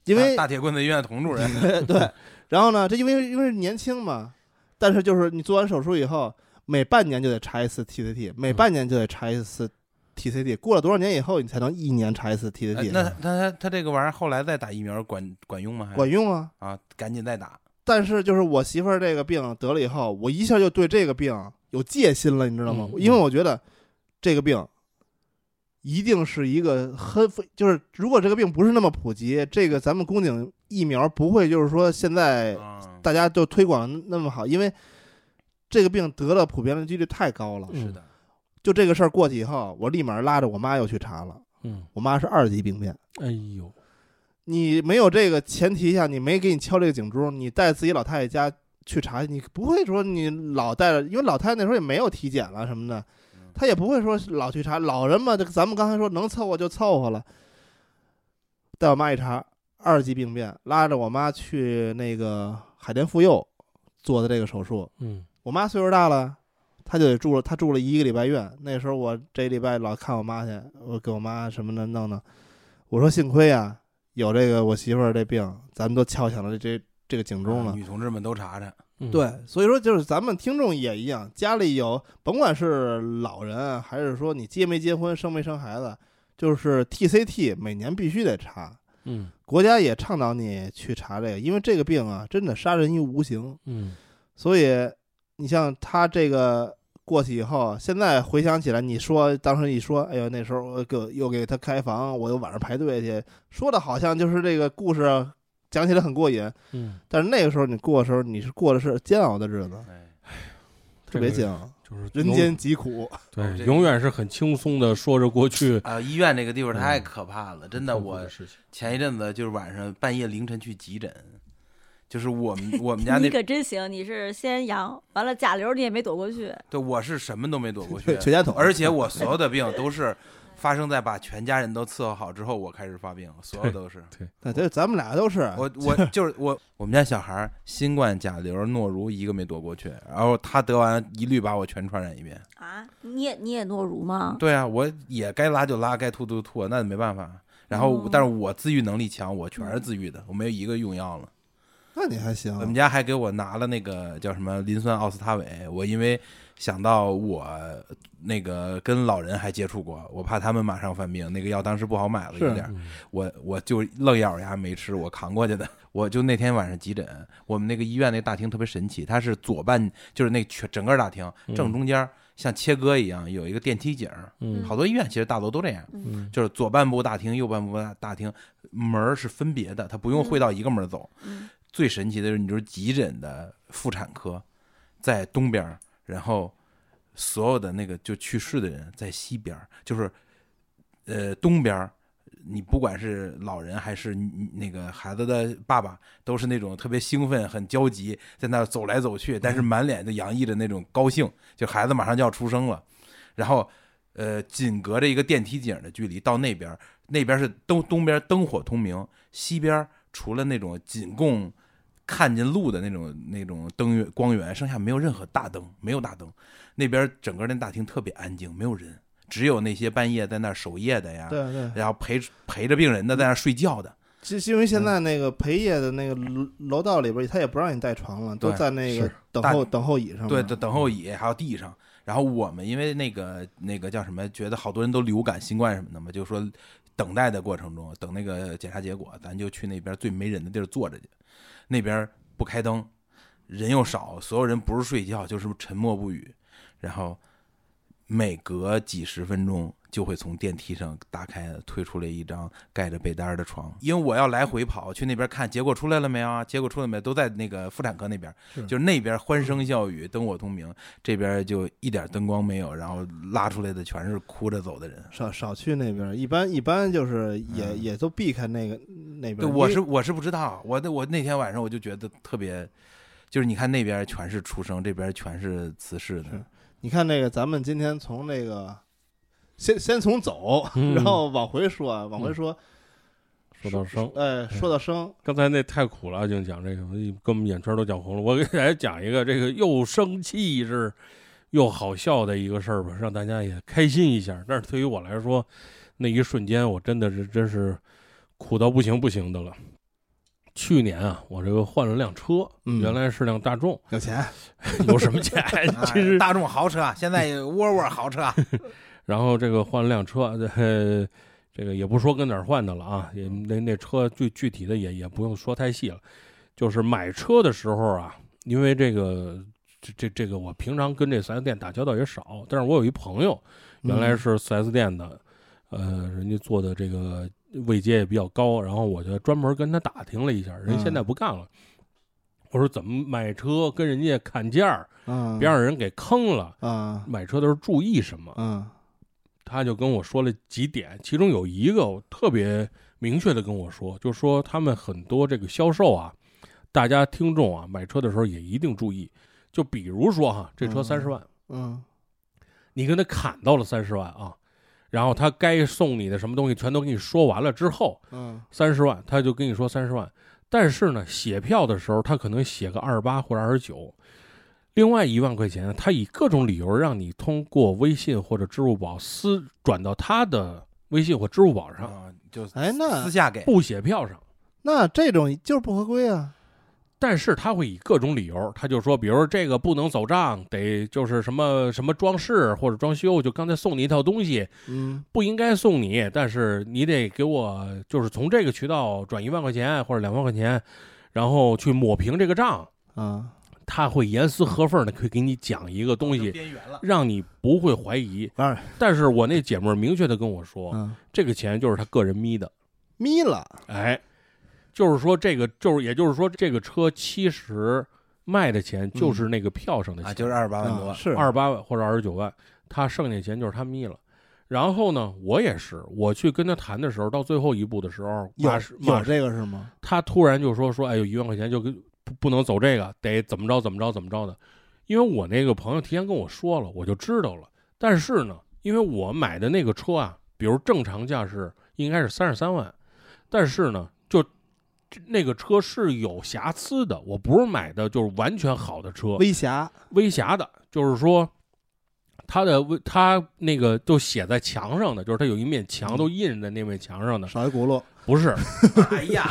F: 因为
H: 大大铁棍子医院同主任，
F: 对，然后呢，这因为因为年轻嘛，但是就是你做完手术以后，每半年就得查一次 TCT，每半年就得查一次 TCT，过了多少年以后，你才能一年查一次
H: 呃
F: TCT？、
H: 那他他他这个玩意儿后来再打疫苗管管用吗？还
F: 管用啊！
H: 啊，赶紧再打。
F: 但是就是我媳妇儿这个病得了以后，我一下就对这个病有戒心了，你知道吗？
E: 嗯
F: 因为我觉得这个病一定是一个很，就是如果这个病不是那么普及，这个咱们宫颈疫苗不会就是说现在
H: 啊，
F: 大家就推广那么好，因为这个病得了普遍的几率太高了。
E: 是
H: 的，
F: 就这个事儿过去以后，我立马拉着我妈又去查了，
E: 嗯，
F: 我妈是二级病变。
E: 哎呦，
F: 你没有这个前提下，你没给你敲这个警钟，你带自己老太太家去查，你不会说你老带着，因为老太太那时候也没有体检了什么的，她也不会说是老去查。老人嘛，这个咱们刚才说能凑合就凑合了。带我妈一查，二级病变，拉着我妈去那个海淀妇幼做的这个手术，
E: 嗯
F: 我妈岁数大了，她就得住了，她住了一个礼拜院。那时候我这礼拜老看我妈去，我给我妈什么的弄弄。我说幸亏啊，有这个我媳妇儿这病，咱们都敲响了这这这个警钟了。
H: 啊女同志们都查查，
E: 嗯，
F: 对，所以说就是咱们听众也一样，家里有甭管是老人啊还是说你结没结婚、生没生孩子，就是 TCT 每年必须得查。
E: 嗯
F: 国家也倡导你去查这个，因为这个病啊，真的杀人于无形。
E: 嗯
F: 所以你像他这个过去以后，现在回想起来，你说当时一说，哎呦，那时候我给我又给他开房，我又晚上排队去，说的好像就是这个故事讲起来很过瘾，
E: 嗯，
F: 但是那个时候你过的时候，你是过的是煎熬的日子，
H: 哎，
F: 特别
E: 这
F: 煎
E: 个
F: 熬，
E: 就是
F: 人间疾 苦。
E: 对
H: 这，个
E: 永远是很轻松的说着过去
H: 啊，医院这个地方太可怕了，真的，
E: 嗯痛苦
H: 我
E: 的事情，
H: 前一阵子就是晚上半夜凌晨去急诊，就是我们我们家
G: 你
H: 那
G: 可真行，你是先阳，完了甲流你也没躲过去，
H: 对我是什么都没躲过去
F: 对，，全家桶，
H: 而且我所有的病都是发生在把全家人都伺候好之后，我开始发病，所有都是。
F: 对对，咱们俩都是，
H: 我我就是我，我们家小孩儿新冠、甲流、诺如一个没躲过去，然后他得完一律把我全传染一遍。
G: 啊，你也你也诺如吗？
H: 对啊，我也该拉就拉，该吐就吐，那没办法。然后，但是我自愈能力强，我全是自愈的，我没有一个用药了。
F: 那你还行
H: 我，们家还给我拿了那个叫什么磷酸奥司他韦，我因为想到我那个跟老人还接触过，我怕他们马上犯病，那个药当时不好买了，有
F: 是嗯
H: 点儿，
E: 嗯
H: 我我就愣咬着牙没吃，我扛过去的。我就那天晚上急诊，我们那个医院那大厅特别神奇，它是左半就是那全整个大厅正中间儿像切割一样有一个电梯井儿，
E: 嗯
H: 好多医院其实大楼都这样，
E: 嗯
H: 就是左半部大厅、右半部大大厅门儿是分别的，它不用汇到一个门儿走。
G: 嗯？
H: 最神奇的是，你就是急诊的妇产科在东边儿，然后所有的那个就去世的人在西边儿，就是呃东边儿。你不管是老人还是你那个孩子的爸爸，都是那种特别兴奋、很焦急，在那儿走来走去，但是满脸就洋溢着那种高兴，就孩子马上就要出生了。然后，呃，仅隔着一个电梯井的距离到那边儿，那边儿是东东边儿灯火通明，西边儿除了那种仅供看见路的那种那种灯源光源，剩下没有任何大灯，没有大灯。那边儿整个那大厅特别安静，没有人，只有那些半夜在那儿守夜的呀，
F: 对对。
H: 然后陪陪着病人的在那儿睡觉的，
F: 其实因为
E: 嗯
F: 现在那个陪夜的那个楼楼道里边，他也不让你带床了，都
H: 对
F: 在那个
E: 是
F: 等
H: 大
F: 候等候椅上。
H: 对，等等候椅还有地上。然后我们因为那个那个叫什么，觉得好多人都流感、新冠什么的嘛，就说等待的过程中，等那个检查结果，咱就去那边最没人的地儿坐着去。那边不开灯，人又少，所有人不是睡觉就是沉默不语，然后每隔几十分钟就会从电梯上打开推出来一张盖着被单的床，因为我要来回跑去那边看结果出来了没有啊，结果出来没有，都在那个妇产科那边，
F: 是
H: 就是那边欢声笑语，灯火通明，这边就一点灯光没有，然后拉出来的全是哭着走的人。嗯
F: 少少去那边儿，一般一般就是也、也都避开那个那边儿。
H: 对，我
F: 因
H: 是
F: 为
H: 我是不知道，我那我那天晚上我就觉得特别，就是你看那边全是出生，这边全是辞世的
F: 是，你看那个，咱们今天从那个先先从走，
E: 嗯
F: 然后往回说，啊，往回说，
E: 说到生，
F: 哎，说到生，
E: 刚才那太苦了，阿静讲这个，我跟我们眼圈都讲红了。我给大家讲一个这个又生气是又好笑的一个事儿吧，让大家也开心一下。但是对于我来说，那一瞬间我真的是真是苦到不行不行的了。去年啊，我这个换了辆车，
F: 嗯
E: 原来是辆大众，
F: 有钱，
E: 有什么钱？其实
H: 哎大众豪车，现在沃尔沃豪车，啊
E: 然后这个换了辆车，呃，这个也不说跟哪儿换的了啊，也那那车具具体的也也不用说太细了，就是买车的时候啊，因为这个这这这个我平常跟这 4S 店打交道也少，但是我有一朋友原来是 4S 店的，呃，人家做的这个位阶也比较高，然后我就专门跟他打听了一下，人家现在不干了。我说怎么买车跟人家砍价儿，
F: 嗯，
E: 别让人给坑了。
F: 啊，
E: 买车的时候注意什么？
F: 嗯
E: 他就跟我说了几点，其中有一个我特别明确的跟我说，就说他们很多这个销售啊，大家听众啊，买车的时候也一定注意，就比如说哈，这车
F: 嗯
E: 三十万，
F: 嗯
E: 你跟他砍到了三十万啊，然
H: 嗯
E: 后他该送你的什么东西全都跟你说完了之后，
F: 嗯
E: 三十万他就跟你说三十万，但是呢，写票的时候他可能写个二十八或者二十九。另外一万块钱，他以各种理由让你通过微信或者支付宝私转到他的微信或支付宝上，
H: 啊，就
F: 哎那
H: 私下给，
E: 不写票上。
F: 那这种就是不合规啊，
E: 但是他会以各种理由，他就说，比如说这个不能走账，得就是什么什么装饰或者装修，就刚才送你一套东西，
F: 嗯
E: 不应该送你，但是你得给我就是从这个渠道转一万块钱或者两万块钱，然后去抹平这个账。
F: 啊，
E: 他会严丝合缝的，会给你讲一个东
H: 就
E: 西，
H: 边缘了，
E: 让你不会怀疑。
F: 当然，
E: 但是我那姐们儿明确的跟我说，
F: 嗯，
E: 这个钱就是他个人眯的，
F: 眯了，
E: 哎，就是说这个就是也就是说这个车其实卖的钱就是那个票上的钱，
H: 啊，就是二十八万多
F: 嗯啊，是
E: 二十八万或者二十九万，他剩下钱就是他眯了。然后呢，我也是，我去跟他谈的时候，到最后一步的时候，
F: 有
E: 马是
F: 有
E: 马是
F: 这个是吗？
E: 他突然就说说，哎，有一万块钱就跟不不能走这个，得怎么着怎么着怎么着的。因为我那个朋友提前跟我说了，我就知道了。但是呢，因为我买的那个车啊，比如正常价是应该是三十三万，但是呢，就这那个车是有瑕疵的，我不是买的就是完全好的车，
F: 微瑕，
E: 微瑕的，就是说它的微它那个都写在墙上的，就是它有一面墙都印在那面墙上的，
F: 嗯少一轱辘，
E: 不 是，
H: 哎 呀，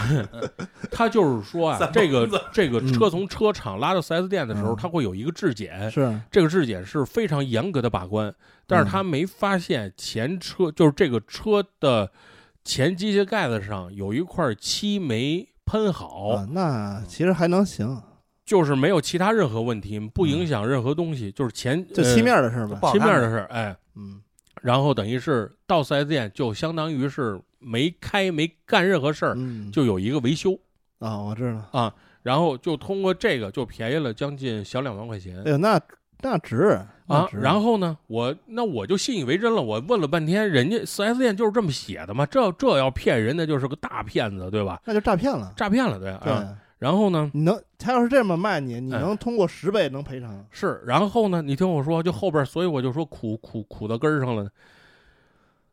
E: 他就是说啊，这个这个
F: 嗯
E: 车从车厂拉到 4S 店的时候，
F: 嗯
E: 他会有一个质检，
F: 是
E: 这个质检是非常严格的把关，但是他没发现前车就是这个车的前机械盖子上有一块漆没喷好，
F: 啊，那
E: 嗯
F: 其实还能行，
E: 就是没有其他任何问题，不影响任何东西，就是前
F: 嗯就
E: 呃
F: 漆面的事
H: 就
F: 吧
H: 不，好
E: 漆
H: 看
E: 面
H: 呗
E: 的事儿，哎，
F: 嗯
E: 然后等于是到 4S 店就相当于是没开没干任何事儿，
F: 嗯，
E: 就有一个维修。
F: 啊，我知道，
E: 然后就通过这个就便宜了将近小两万块钱
F: 哎呦，那那值那
E: 嗯啊。
F: 值
E: 然后呢，我那我就信以为真了。我问了半天，人家四 S 店就是这么写的嘛，这这要骗人，那就是个大骗子，对吧？
F: 那就诈骗了，
E: 诈骗了，对啊。
F: 对。
E: 然后呢，
F: 你能，他要是这么卖你，你
E: 哎
F: 能通过十倍能赔偿？
E: 是，然后呢，你听我说，就后边，所以我就说苦苦苦到根儿上了。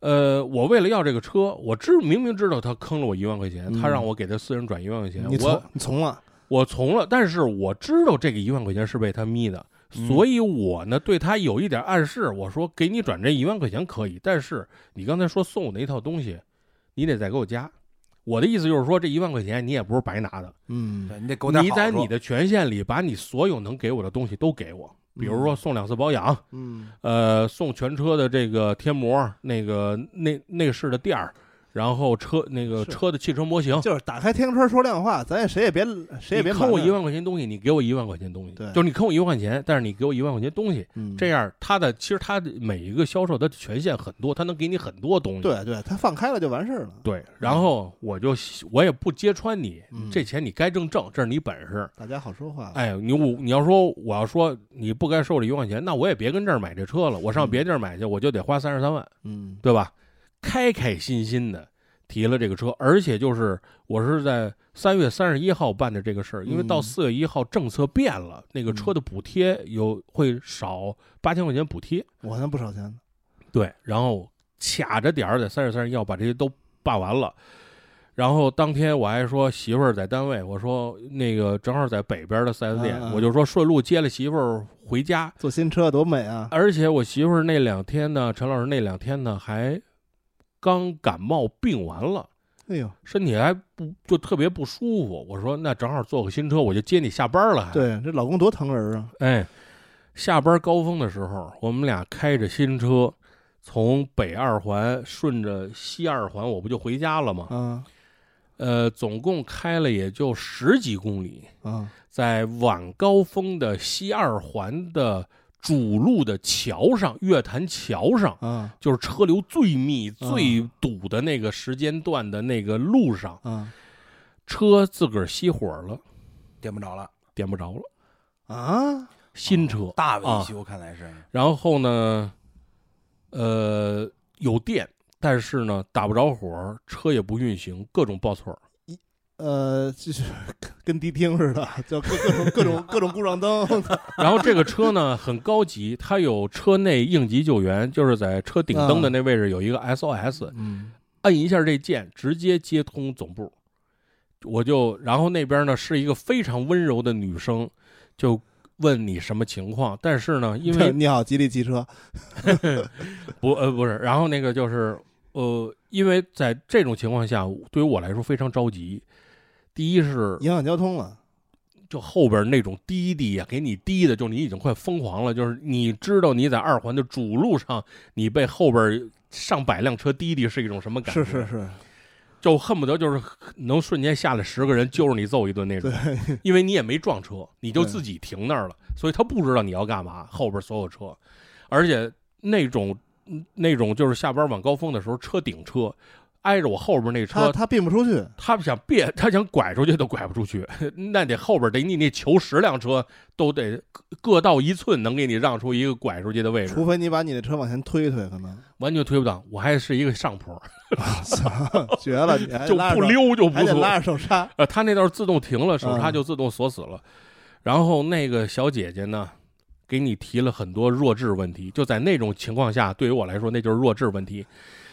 E: 呃，我为了要这个车，我知明明知道他坑了我一万块钱，他
F: 嗯
E: 让我给他私人转一万块钱，
F: 你
E: 我
F: 从你从了，
E: 我从了，但是我知道这个一万块钱是被他眯的，
H: 嗯
E: 所以我呢对他有一点暗示，我说给你转这一万块钱可以，但是你刚才说送我那一套东西，你得再给我加。我的意思就是说，这一万块钱你也不是白拿的，
F: 嗯，
H: 对你得给我点
E: 你
H: 好
E: 在
H: 处
E: 你的权限里把你所有能给我的东西都给我，比如说送两次保养，
F: 嗯，
E: 呃，送全车的这个贴膜，那个内内饰的垫儿，然后车那个
F: 是
E: 车的汽车模型，
F: 就是打开天窗说亮话，咱也谁也别谁也别
E: 你坑我
F: 瞒
E: 一
F: 着，
E: 万块钱东西，你给我一万块钱东西，
F: 对
E: 就是你坑我一万块钱，但是你给我一万块钱东西，
F: 嗯
E: 这样他的其实他的每一个销售他的权限很多，他能给你很多东西。
F: 对对，他放开了就完事儿了。
E: 对然后我就我也不揭穿你，
F: 嗯
E: 这钱你该挣挣，这是你本事。
F: 大家好说话。
E: 哎，你我你要说我要说你不该收我这一万块钱，那我也别跟这儿买这车了，我上别地儿买去，我就得花三十三万，
F: 嗯，
E: 对吧？开开心心的提了这个车，而且就是我是在三月三十一号办的这个事儿，因为到
F: 嗯
E: 四月一号政策变了，那个车的补贴有会少八千块钱补贴，
F: 我那不少钱呢。
E: 对，然后卡着点儿在三月三十一号把这些都办完了。然后当天我还说媳妇儿在单位，我说那个正好在北边的 4S 店，
F: 嗯嗯
E: 我就说顺路接了媳妇儿回家。
F: 坐新车多美啊！
E: 而且我媳妇儿那两天呢，陈老师那两天呢还刚感冒病完了，
F: 哎呦，
E: 身体还不就特别不舒服。我说那正好坐个新车，我就接你下班了。，
F: 对，这老公多疼人啊！
E: 哎，下班高峰的时候，我们俩开着新车，从北二环顺着西二环，我不就回家了吗？
F: 啊
E: 呃，总共开了也就十几公里，
F: 啊，
E: 在晚高峰的西二环的主路的桥上，月坛桥上，
F: 啊
E: 就是车流最密、
F: 啊
E: 最堵的那个时间段的那个路上，
F: 啊
E: 车自个儿熄火了，
H: 点不着了，哦
E: 点不着了，
F: 啊！
E: 新车
H: 大
E: 啊
H: 维修看来是，
E: 然后呢，呃，有电，但是呢打不着火，车也不运行，各种报错儿。
F: 呃，就是跟跟迪厅似的， 就各各种各 种各种故障灯。
E: 然后这个车呢很高级，它有车内应急救援，就是在车顶灯
H: 嗯
E: 的那位置有一个 SOS，
F: 嗯
E: 按一下这键直接接通总部。我就然后那边呢是一个非常温柔的女生，就问你什么情况，但是呢，因 为
F: 你好，吉利汽车。
E: 不呃不是，然后那个就是呃，因为在这种情况下，对于我来说非常着急。第一是
F: 影响交通了。
E: 就后边那种滴滴呀、给你滴的，就你已经快疯狂了。就是你知道你在二环的主路上，你被后边上百辆车滴滴是一种什么感觉？
F: 是是，是，
E: 就恨不得就是能瞬间下来十个人揪着你揍一顿那种
F: 对。，
E: 因为你也没撞车，你就
F: 对
E: 自己停那儿了，所以他不知道你要干嘛，后边所有车，而且那种嗯那种就是下班晚高峰的时候，车顶车挨着我后边那
F: 他
E: 车，
F: 他并不出去。
E: 他想别他想拐出去都拐不出去， 那得后边得你那求十辆车都得各各到一寸，能给你让出一个拐出去的位置，
F: 除非你把你的车往前推一推，可 能
E: 完全推不到。我还是一个上坡，
F: 操绝了，你还
E: 就
F: 拉着
E: 不
F: 手，
E: 溜就不
F: 还得
E: 错，
F: 拉着手刹。
E: 呃，他那道自动停了，手刹
F: 嗯
E: 就自动锁死了。然后那个小姐姐呢，给你提了很多弱智问题，就在那种情况下，对于我来说，那就是弱智问题。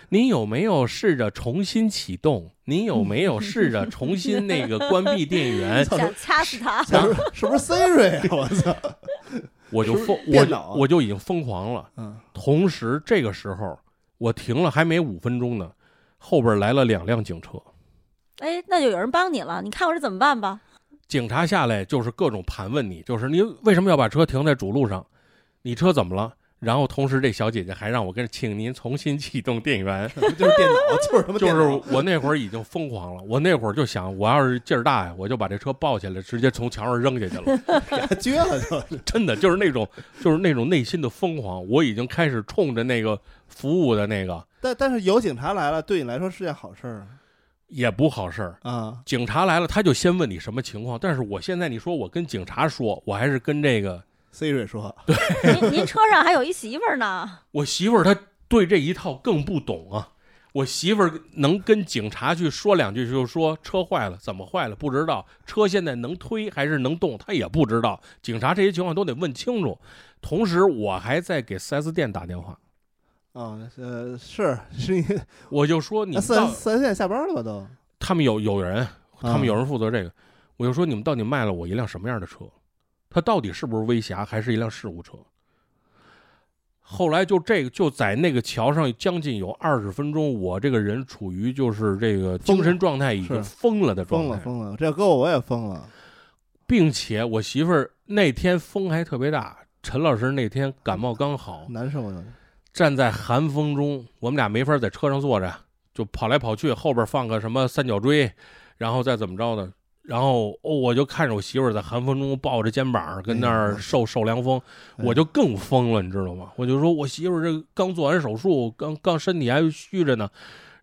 E: 您有没有试着重新启动？您有没有试着重新那个关闭电源
G: 想掐死他。
F: 是不是是不是 Siri 啊？我操！
E: 我就疯，我
F: 电
E: 就
F: 脑啊
E: 我就已经疯狂了。
F: 嗯，
E: 同时，这个时候我停了还没五分钟呢，后边来了两辆警车。
G: 哎，那就有人帮你了，你看我这怎么办吧？
E: 警察下来就是各种盘问你，就是你为什么要把车停在主路上？你车怎么了？然后同时这小姐姐还让我跟，请您重新启动电源。
F: 就是电脑，就是他妈
E: 就
F: 电
E: 是
F: 脑。
E: 我那会儿已经疯狂了，我那会儿就想，我要是劲儿大呀，我就把这车抱起来，直接从墙上扔下去了。
F: 他撅了就。
E: 真的就是那种，就是那种内心的疯狂，我已经开始冲着那个服务的那个
F: 但但是有警察来了，对你来说是件好事儿
E: 也不好事儿。
F: 啊。
E: 警察来了，他就先问你什么情况，但是我现在你说我跟警察说，我还是跟这个
F: Siri 说，
G: 您您车上还有一媳妇儿呢，
E: 我媳妇儿她对这一套更不懂啊。我媳妇儿能跟警察去说两句，就说车坏了，怎么坏了不知道，车现在能推还是能动，她也不知道。警察这些情况都得问清楚。同时，我还在给 4S 店打电话，
F: 啊，呃，是是你，
E: 我就说你
F: 那
E: 们
F: 四 S
E: 到
F: 四 S 店下班了吧都？
E: 他们有有人，他们有
F: 啊
E: 人负责这个，我就说你们到底卖了我一辆什么样的车？它到底是不是威侠，还是一辆事故车？后来就这个就在那个桥上将近有二十分钟，我这个人处于就是这个精神状态已经
F: 是
E: 疯了的状
F: 疯了
E: 态，
F: 疯了，这搁我我也疯了。
E: 并且我媳妇儿那天风还特别大，陈老师那天感冒刚好，
F: 难受的。啊
E: 站在寒风中，我们俩没法在车上坐着，就跑来跑去，后边放个什么三角锥，然后再怎么着的。然后哦，我就看着我媳妇儿在寒风中抱着肩膀跟那儿受受凉风，
F: 哎
E: 我就更疯了，你知道吗？我就说我媳妇儿这刚做完手术，刚刚身体还虚着呢，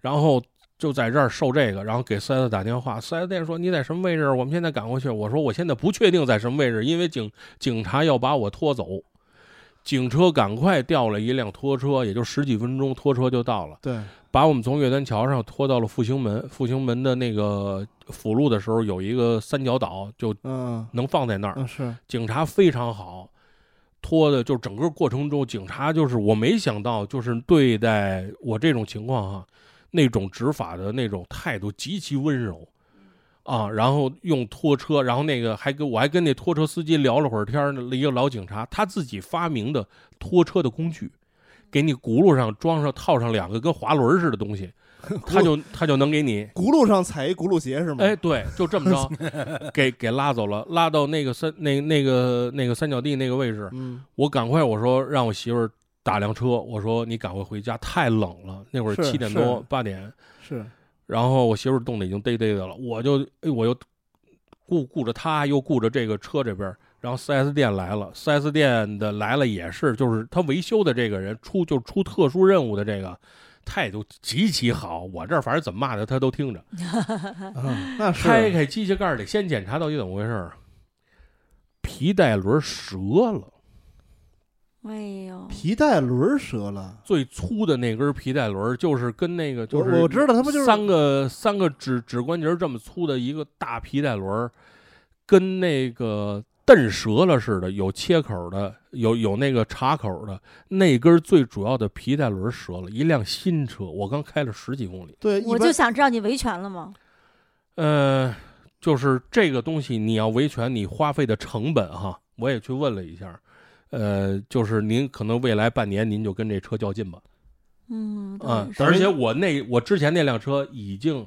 E: 然后就在这儿受这个，然后给四 S 打电话，四 S 店说你在什么位置？我们现在赶过去。我说我现在不确定在什么位置，因为警警察要把我拖走。警车赶快调了一辆拖车，也就十几分钟，拖车就到了。
F: 对，
E: 把我们从月丹桥上拖到了复兴门。复兴门的那个辅路的时候，有一个三角岛，就
F: 嗯
E: 能放在那儿。
F: 嗯是，
E: 警察非常好，拖的就整个过程中，警察就是我没想到，就是对待我这种情况哈，那种执法的那种态度极其温柔啊。然后用拖车，然后那个还跟我还跟那拖车司机聊了会儿天儿，一个老警察，他自己发明的拖车的工具。给你轱辘上装上套上两个跟滑轮似的东 西，他就他就能给你
F: 轱辘上踩一轱辘鞋是吗？
E: 哎，，对，就这 么着，给给拉走了，拉到那个三那那个那个三角地那个位置，
F: 嗯，
E: 我赶快我说让我媳妇儿打辆车，我说你赶快回家，太冷了，那会儿
F: 是
E: 七点
F: 是
E: 多八点，
F: 是，
E: 然后我媳妇儿冻得已经嘚嘚的了，我就哎我又顾顾着她，又顾着这个车这边儿。然后 4S 店来了，4S 店的来了也是，就是他维修的这个人出就是出特殊任务的这个态度极其好，我这儿反正怎么骂他他都听着。
F: 嗯那
E: 拆
F: 是
E: 开机械盖儿得先检查到底怎么回事儿。啊皮带轮儿折了，
G: 哎呦，
F: 皮带轮儿折了，
E: 最粗的那根儿皮带轮儿就是跟那个就是
F: 我我知道他不就是
E: 三个三个指指关节儿这么粗的一个大皮带轮儿，跟那个蹬折了似的，有切口的，有有那个插口的，那根儿最主要的皮带轮儿折了，一辆新车，我刚开了十几公里。
F: 对，一
G: 我
F: 般
G: 就想知道你维权了吗？
E: 呃，就是这个东西你要维权，你花费的成本哈，我也去问了一下，呃，就是您可能未来半年您就跟这车较劲吧，
G: 嗯，
E: 啊、
G: 对
E: 而且我那我之前那辆车已经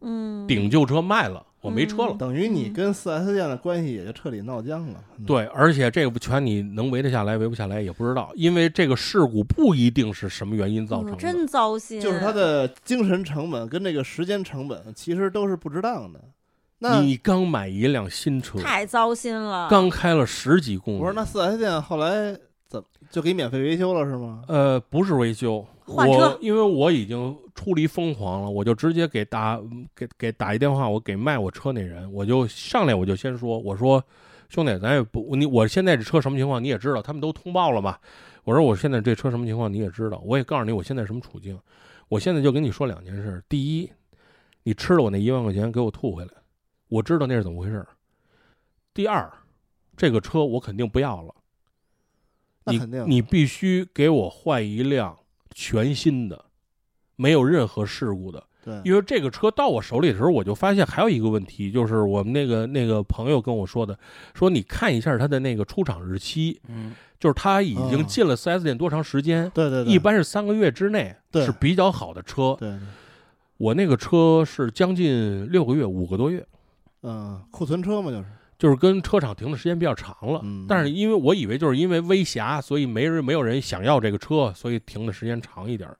G: 嗯，
E: 顶旧车卖了，我没车了。
F: 等于你跟四 S 店的关系也就彻底闹僵了。嗯，
E: 对，而且这个权你能围得下来，围不下来也不知道，因为这个事故不一定是什么原因造
G: 嗯
E: 成的。
G: 真糟心，
F: 就是他的精神成本跟这个时间成本其实都是不值当的。那
E: 你刚买一辆新车，
G: 太嗯糟心了。
E: 刚开了十几公里，
F: 我说那四 S 店后来怎么就给免费维修了是吗？
E: 呃，不是维修，
G: 换车
E: 我因为我已经出离疯狂了，我就直接给打给给打一电话，我给卖我车那人，我就上来我就先说，我说兄弟，咱也不你我现在这车什么情况你也知道，他们都通报了嘛。我说我现在这车什么情况你也知道，我也告诉你我现在什么处境。我现在就跟你说两件事，第一，你吃了我那一万块钱给我吐回来，我知道那是怎么回事儿。第二，这个车我肯定不要了。
F: 那
E: 你
F: 肯定啊
E: 你必须给我换一辆全新的，没有任何事故的。
F: 对，
E: 因为这个车到我手里的时候，我就发现还有一个问题，就是我们那个那个朋友跟我说的，说你看一下它的那个出厂日期，
H: 嗯，
E: 就是它已
F: 哦
E: 经进了 4S 店多长时间。
F: 对对对，
E: 一般是三个月之内
F: 对
E: 是比较好的车，
F: 对，对
E: 我那个车是将近六个月，五个多月，
F: 嗯，库存车嘛就是，
E: 就是跟车厂停的时间比较长了。
F: 嗯
E: 但是因为我以为就是因为微瑕，所以没人没有人想要这个车，所以停的时间长一点儿。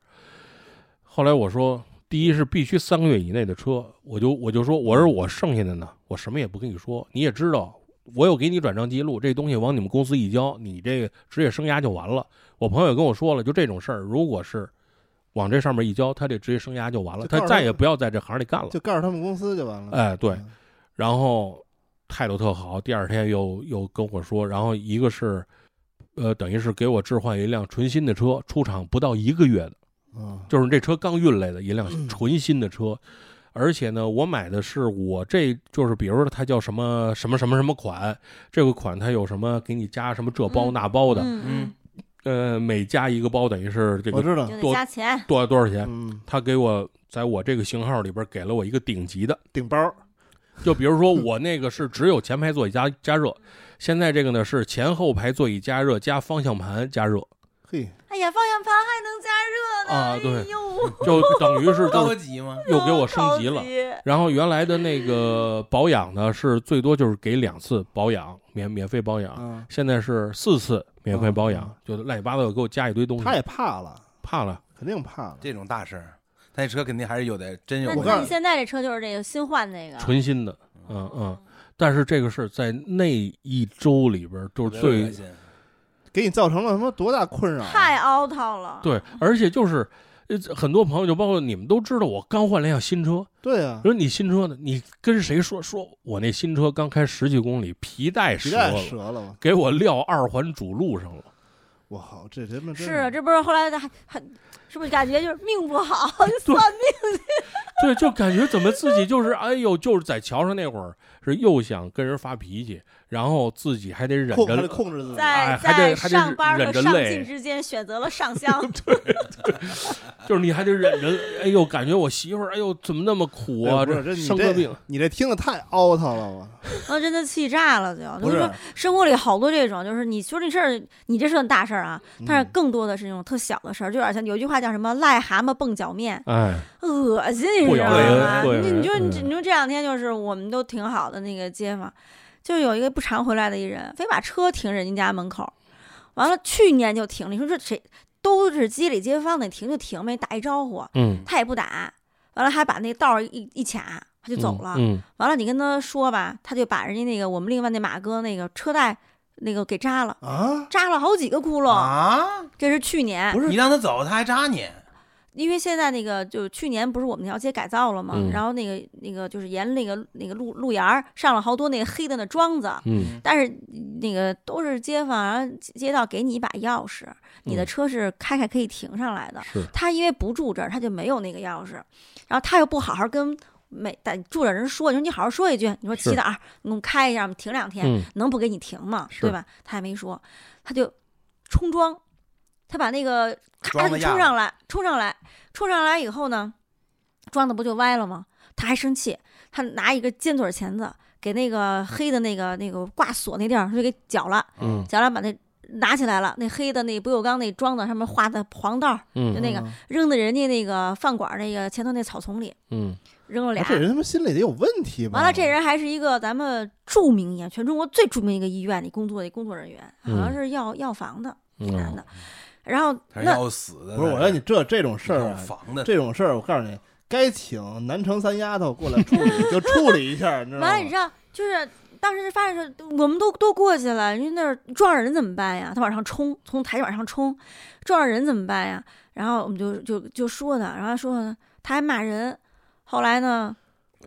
E: 后来我说，第一是必须三个月以内的车，我就我就说，我说我剩下的呢，我什么也不跟你说，你也知道，我有给你转账记录，这东西往你们公司一交，你这个职业生涯就完了。我朋友也跟我说了，就这种事儿，如果是往这上面一交，他这职业生涯就完了，
F: 就告
E: 他
F: 诉
E: 再
F: 他
E: 也不要在这行里干了。
F: 就告诉他们公司就完了。
E: 哎，对，
F: 嗯，
E: 然后态度特好，第二天又又跟我说，然后一个是，呃，等于是给我置换一辆纯新的车，出厂不到一个月的，
F: 嗯，
E: 就是这车刚运来的一辆纯新的车，而且呢，我买的是我这就是比如说它叫什么什么什么什么款，这个款它有什么给你加什么这包
G: 嗯
E: 那包的，
G: 嗯，
E: 呃，每加一个包等于是这
F: 我
E: 个
F: 知道
G: 嗯，就，得
E: 多
G: 加钱，
E: 多少多少钱，
F: 嗯，
E: 他给我在我这个型号里边给了我一个顶级的。
F: 顶包，
E: 就比如说我那个是只有前排座椅加加热，现在这个呢是前后排座椅加热加方向盘加热，
F: 嘿，
G: 哎呀，方向盘还能加热呢，
E: 啊对
G: 哎呦，
E: 就等于是就
H: 高
E: 是
H: 级吗？
E: 又给我升级了
G: 高。级
E: 然后原来的那个保养呢是最多就是给两次保养，免免费保养，
F: 嗯，
E: 现在是四次免费保
F: 嗯啊
E: 养，就乱七八糟给我加一堆东西
F: 他，也怕了，
E: 怕了。
F: 肯定怕了。
H: 这种大事儿，他那车肯定还是有的，真有
G: 那
H: 问
G: 你
H: 题。
G: 那你现在这车就是这个新换那个，
E: 纯新的，嗯嗯。但是这个是在那一周里边儿就是
H: 特别
E: 最
H: 恶心
F: 给你造成了他妈多大困扰啊？
G: 太 out 了。，
E: 对，而且就是呃很多朋友就包括你们都知道，我刚换了一辆新车。
F: 对啊
E: 比，如你新车呢，你跟谁说说我那新车刚开十几公里，皮带
F: 皮
E: 折
F: 带
E: 了，
F: 折了吗？
E: 给我撂二环主路上了。
F: 我靠，这他妈真
G: 是这不是后来还还是不是感觉就是命不 好算命？
E: 对，就感觉怎么自己就是，哎呦，就是在桥上那会儿是又想跟人发脾气，然后自己还得忍
F: 控还得
E: 着，
F: 控制自己。
G: 在
E: 哎还
G: 在
E: 得还得
G: 上班
E: 忍
G: 和
E: 着
G: 上
E: 累
G: 进之间选择了 上香，
E: 就是你还得忍着，哎呦，感觉我媳妇儿，哎呦，怎么那么苦
F: 哎
E: 啊？
F: 不是这你
E: 生个
F: 这
E: 病，
F: 你这听的太 out 了，我
G: 我真的气炸了就。
F: 不
G: 就是说生活里好多这种，就是你说这事儿，你这算大事儿啊，但是
F: 嗯
G: 更多的是那种特小的事儿，就有点像有一句话叫什么“癞蛤蟆蹦脚面”，
E: 哎，
G: 恶心，你
E: 不
G: 知
E: 咬
G: 道
H: 人
G: 吗？
E: 不咬
G: 你你就
E: 人
G: 你
E: 嗯
G: 你说这两天就是我们都挺好的那个街坊，就有一个不常回来的一人，非把车停人家家门口，完了去年就停了，你说这谁都是街里街坊的，停就停呗，打一招呼
E: 嗯，
G: 他也不打，完了还把那道儿一一卡他就走了，
E: 嗯，
G: 完了你跟他说吧，他就把人家那个我们另外那马哥那个车带那个给扎了，
F: 啊，
G: 扎了哎好几个窟窿，
H: 啊！
G: 这是去年，
H: 你让他走，他还扎你，
G: 因为现在那个就是去年不是我们那条街改造了嘛，
E: 嗯
G: 然后那个那个就是沿那个那个路路沿儿上了好多那个黑的那桩子，
E: 嗯，
G: 但是那个都是街坊，然后街街道给你一把钥匙，你的车是开开可以停上来的。
E: 嗯是，
G: 他因为不住这儿，他就没有那个钥匙，然后他又不好好跟每但住的人说，你说你好好说一句，你说
E: 是
G: 骑的啊，你给我开一下，我们停两天，
E: 嗯
G: 能不给你停吗？
E: 是
G: 对吧？他也没说，他就冲撞，他把那个
H: 装
G: 咔
H: 得
G: 就
H: 压
G: 冲上来，冲上来，冲上来以后呢，撞的不就歪了吗？他还生气，他拿一个尖嘴钳子给那个黑的那个那个挂锁那地儿就给绞了，
E: 嗯
G: 绞了把那拿起来了，那黑的那不锈钢那桩子上面画的黄道儿就
E: 嗯
G: 那个扔到人家那个饭馆那个前头那草丛里，
E: 嗯，
G: 扔了俩
F: 那。啊哎这人他妈心里得有问题吧？
G: 完了，这人还是一个咱们著名医院，全中国最著名一个医院里工作的工作人员，好像
E: 嗯
G: 是药药房的
E: 嗯
G: 男的。然后
H: 他是
G: 那
H: 要死的。
F: 不是我
H: 让
F: 说你这这种事儿啊，
H: 防的，
F: 这种事儿我告诉你，该请南城三丫头过 来处理就处理一下，你知道
G: 完了，你知
F: 吗？
G: 道，就是当时发现说，我们都都过去了，人家那儿撞上人怎么办呀？他往上冲，从台阶往上冲，撞上人怎么办呀？然后我们就就就说他，然后说呢，他还骂人。后来呢，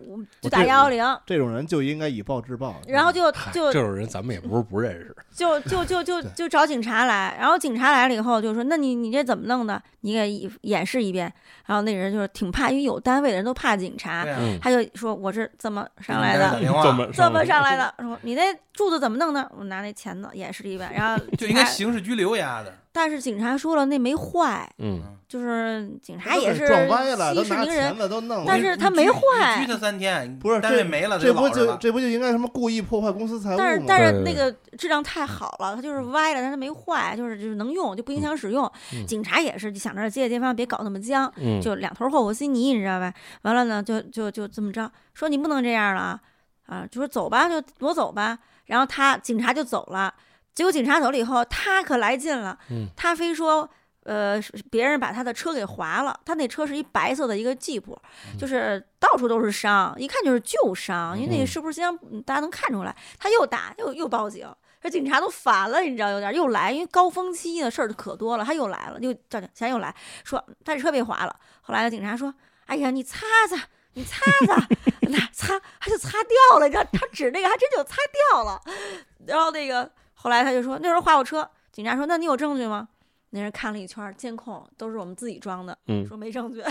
G: 我们就
F: 我
G: 打
F: 这
G: 幺幺零，
F: 这种人就应该以暴制暴。
G: 然后就就
E: 这种人咱们也不是不 认识，
G: 就就就就
F: 对
G: 就找警察来，然后警察来了以后就说：“那你你这怎么弄的？你给演演示一遍。”然后那人就是挺怕，因为有单位的人都怕警察
H: 对，啊
E: 嗯，
G: 他就说：“我是这么上来
H: 打
G: 的，
H: 电话
E: 这么
G: 啊这么上来的。”说：“你那柱子怎么弄的？”我拿那钳子演示了一遍， 然后
H: 就应该
G: 警察
H: 刑事拘留丫的。
G: 但是警察说了那没坏，
E: 嗯
G: 就是警察
F: 都
G: 也
F: 给
G: 是
F: 撞歪了，都
G: 息事
F: 拿
G: 宁
F: 钳
G: 人。
F: 子都弄了
G: 但是他没坏
H: 你拘他三天，
F: 不是
H: 单
F: 这
H: 位没了，
F: 这
H: 他
F: 不
H: 老实
F: 就
H: 了
F: 这不就应该什么故意破坏公司财
G: 但
F: 物
G: 是
F: 吗？
G: 但
E: 对
G: 是
E: 对
G: 那个质量太好了，它就是歪了，但是没坏，就是就是能用，就不影响使用。
E: 嗯
G: 警察也是就想着街街坊别搞那么僵，
E: 嗯，
G: 就两头霍霍稀泥，你知道吧？完了呢，就就就这么着，说你不能这样了啊，啊，就说走吧，就我走吧。然后他警察就走了，结果警察走了以后，他可来劲了，
E: 嗯
G: 他非说。呃，是别人把他的车给划了，他那车是一白色的一个吉普，就是到处都是伤，一看就是旧伤，因为那
E: 嗯
G: 个是不是箱嗯大家能看出来，他又打又又报警，这警察都烦了，你知道有点又来，因为高峰期的事儿可多了，他又来了，又叫警察又来说他这车被划了，后来警察说，哎呀，你擦擦。你擦擦，那擦，他就擦掉了，你知道，他指那个还真就擦掉了。然后那个后来他就说，那时候划我车，警察说，那你有证据吗？那人看了一圈儿监控，都是我们自己装的，
E: 嗯
G: 说没证据。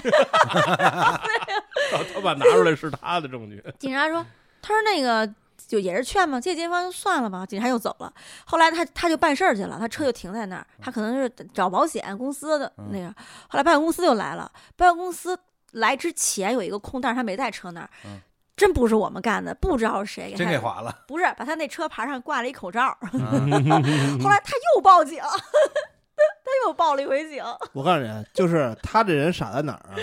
E: 他把拿出来是他的证据，
G: 警察说，他说那个就也是劝嘛，借街坊就算了吧。警察又走了。后来他他就办事儿去了，他车就停在那儿，他可能是找保险公司的
H: 嗯
G: 那个。后来保险公司就来了，保险公司来之前有一个空，但是他没在车那儿。
H: 嗯
G: 真不是我们干的，不知道是谁给他
H: 真给划了。
G: 不是把他那车牌上挂了一口罩 儿。
H: 啊
G: 后来他又报警，他又报了一回警。
F: 啊我告诉你，就是他这人傻在哪儿啊？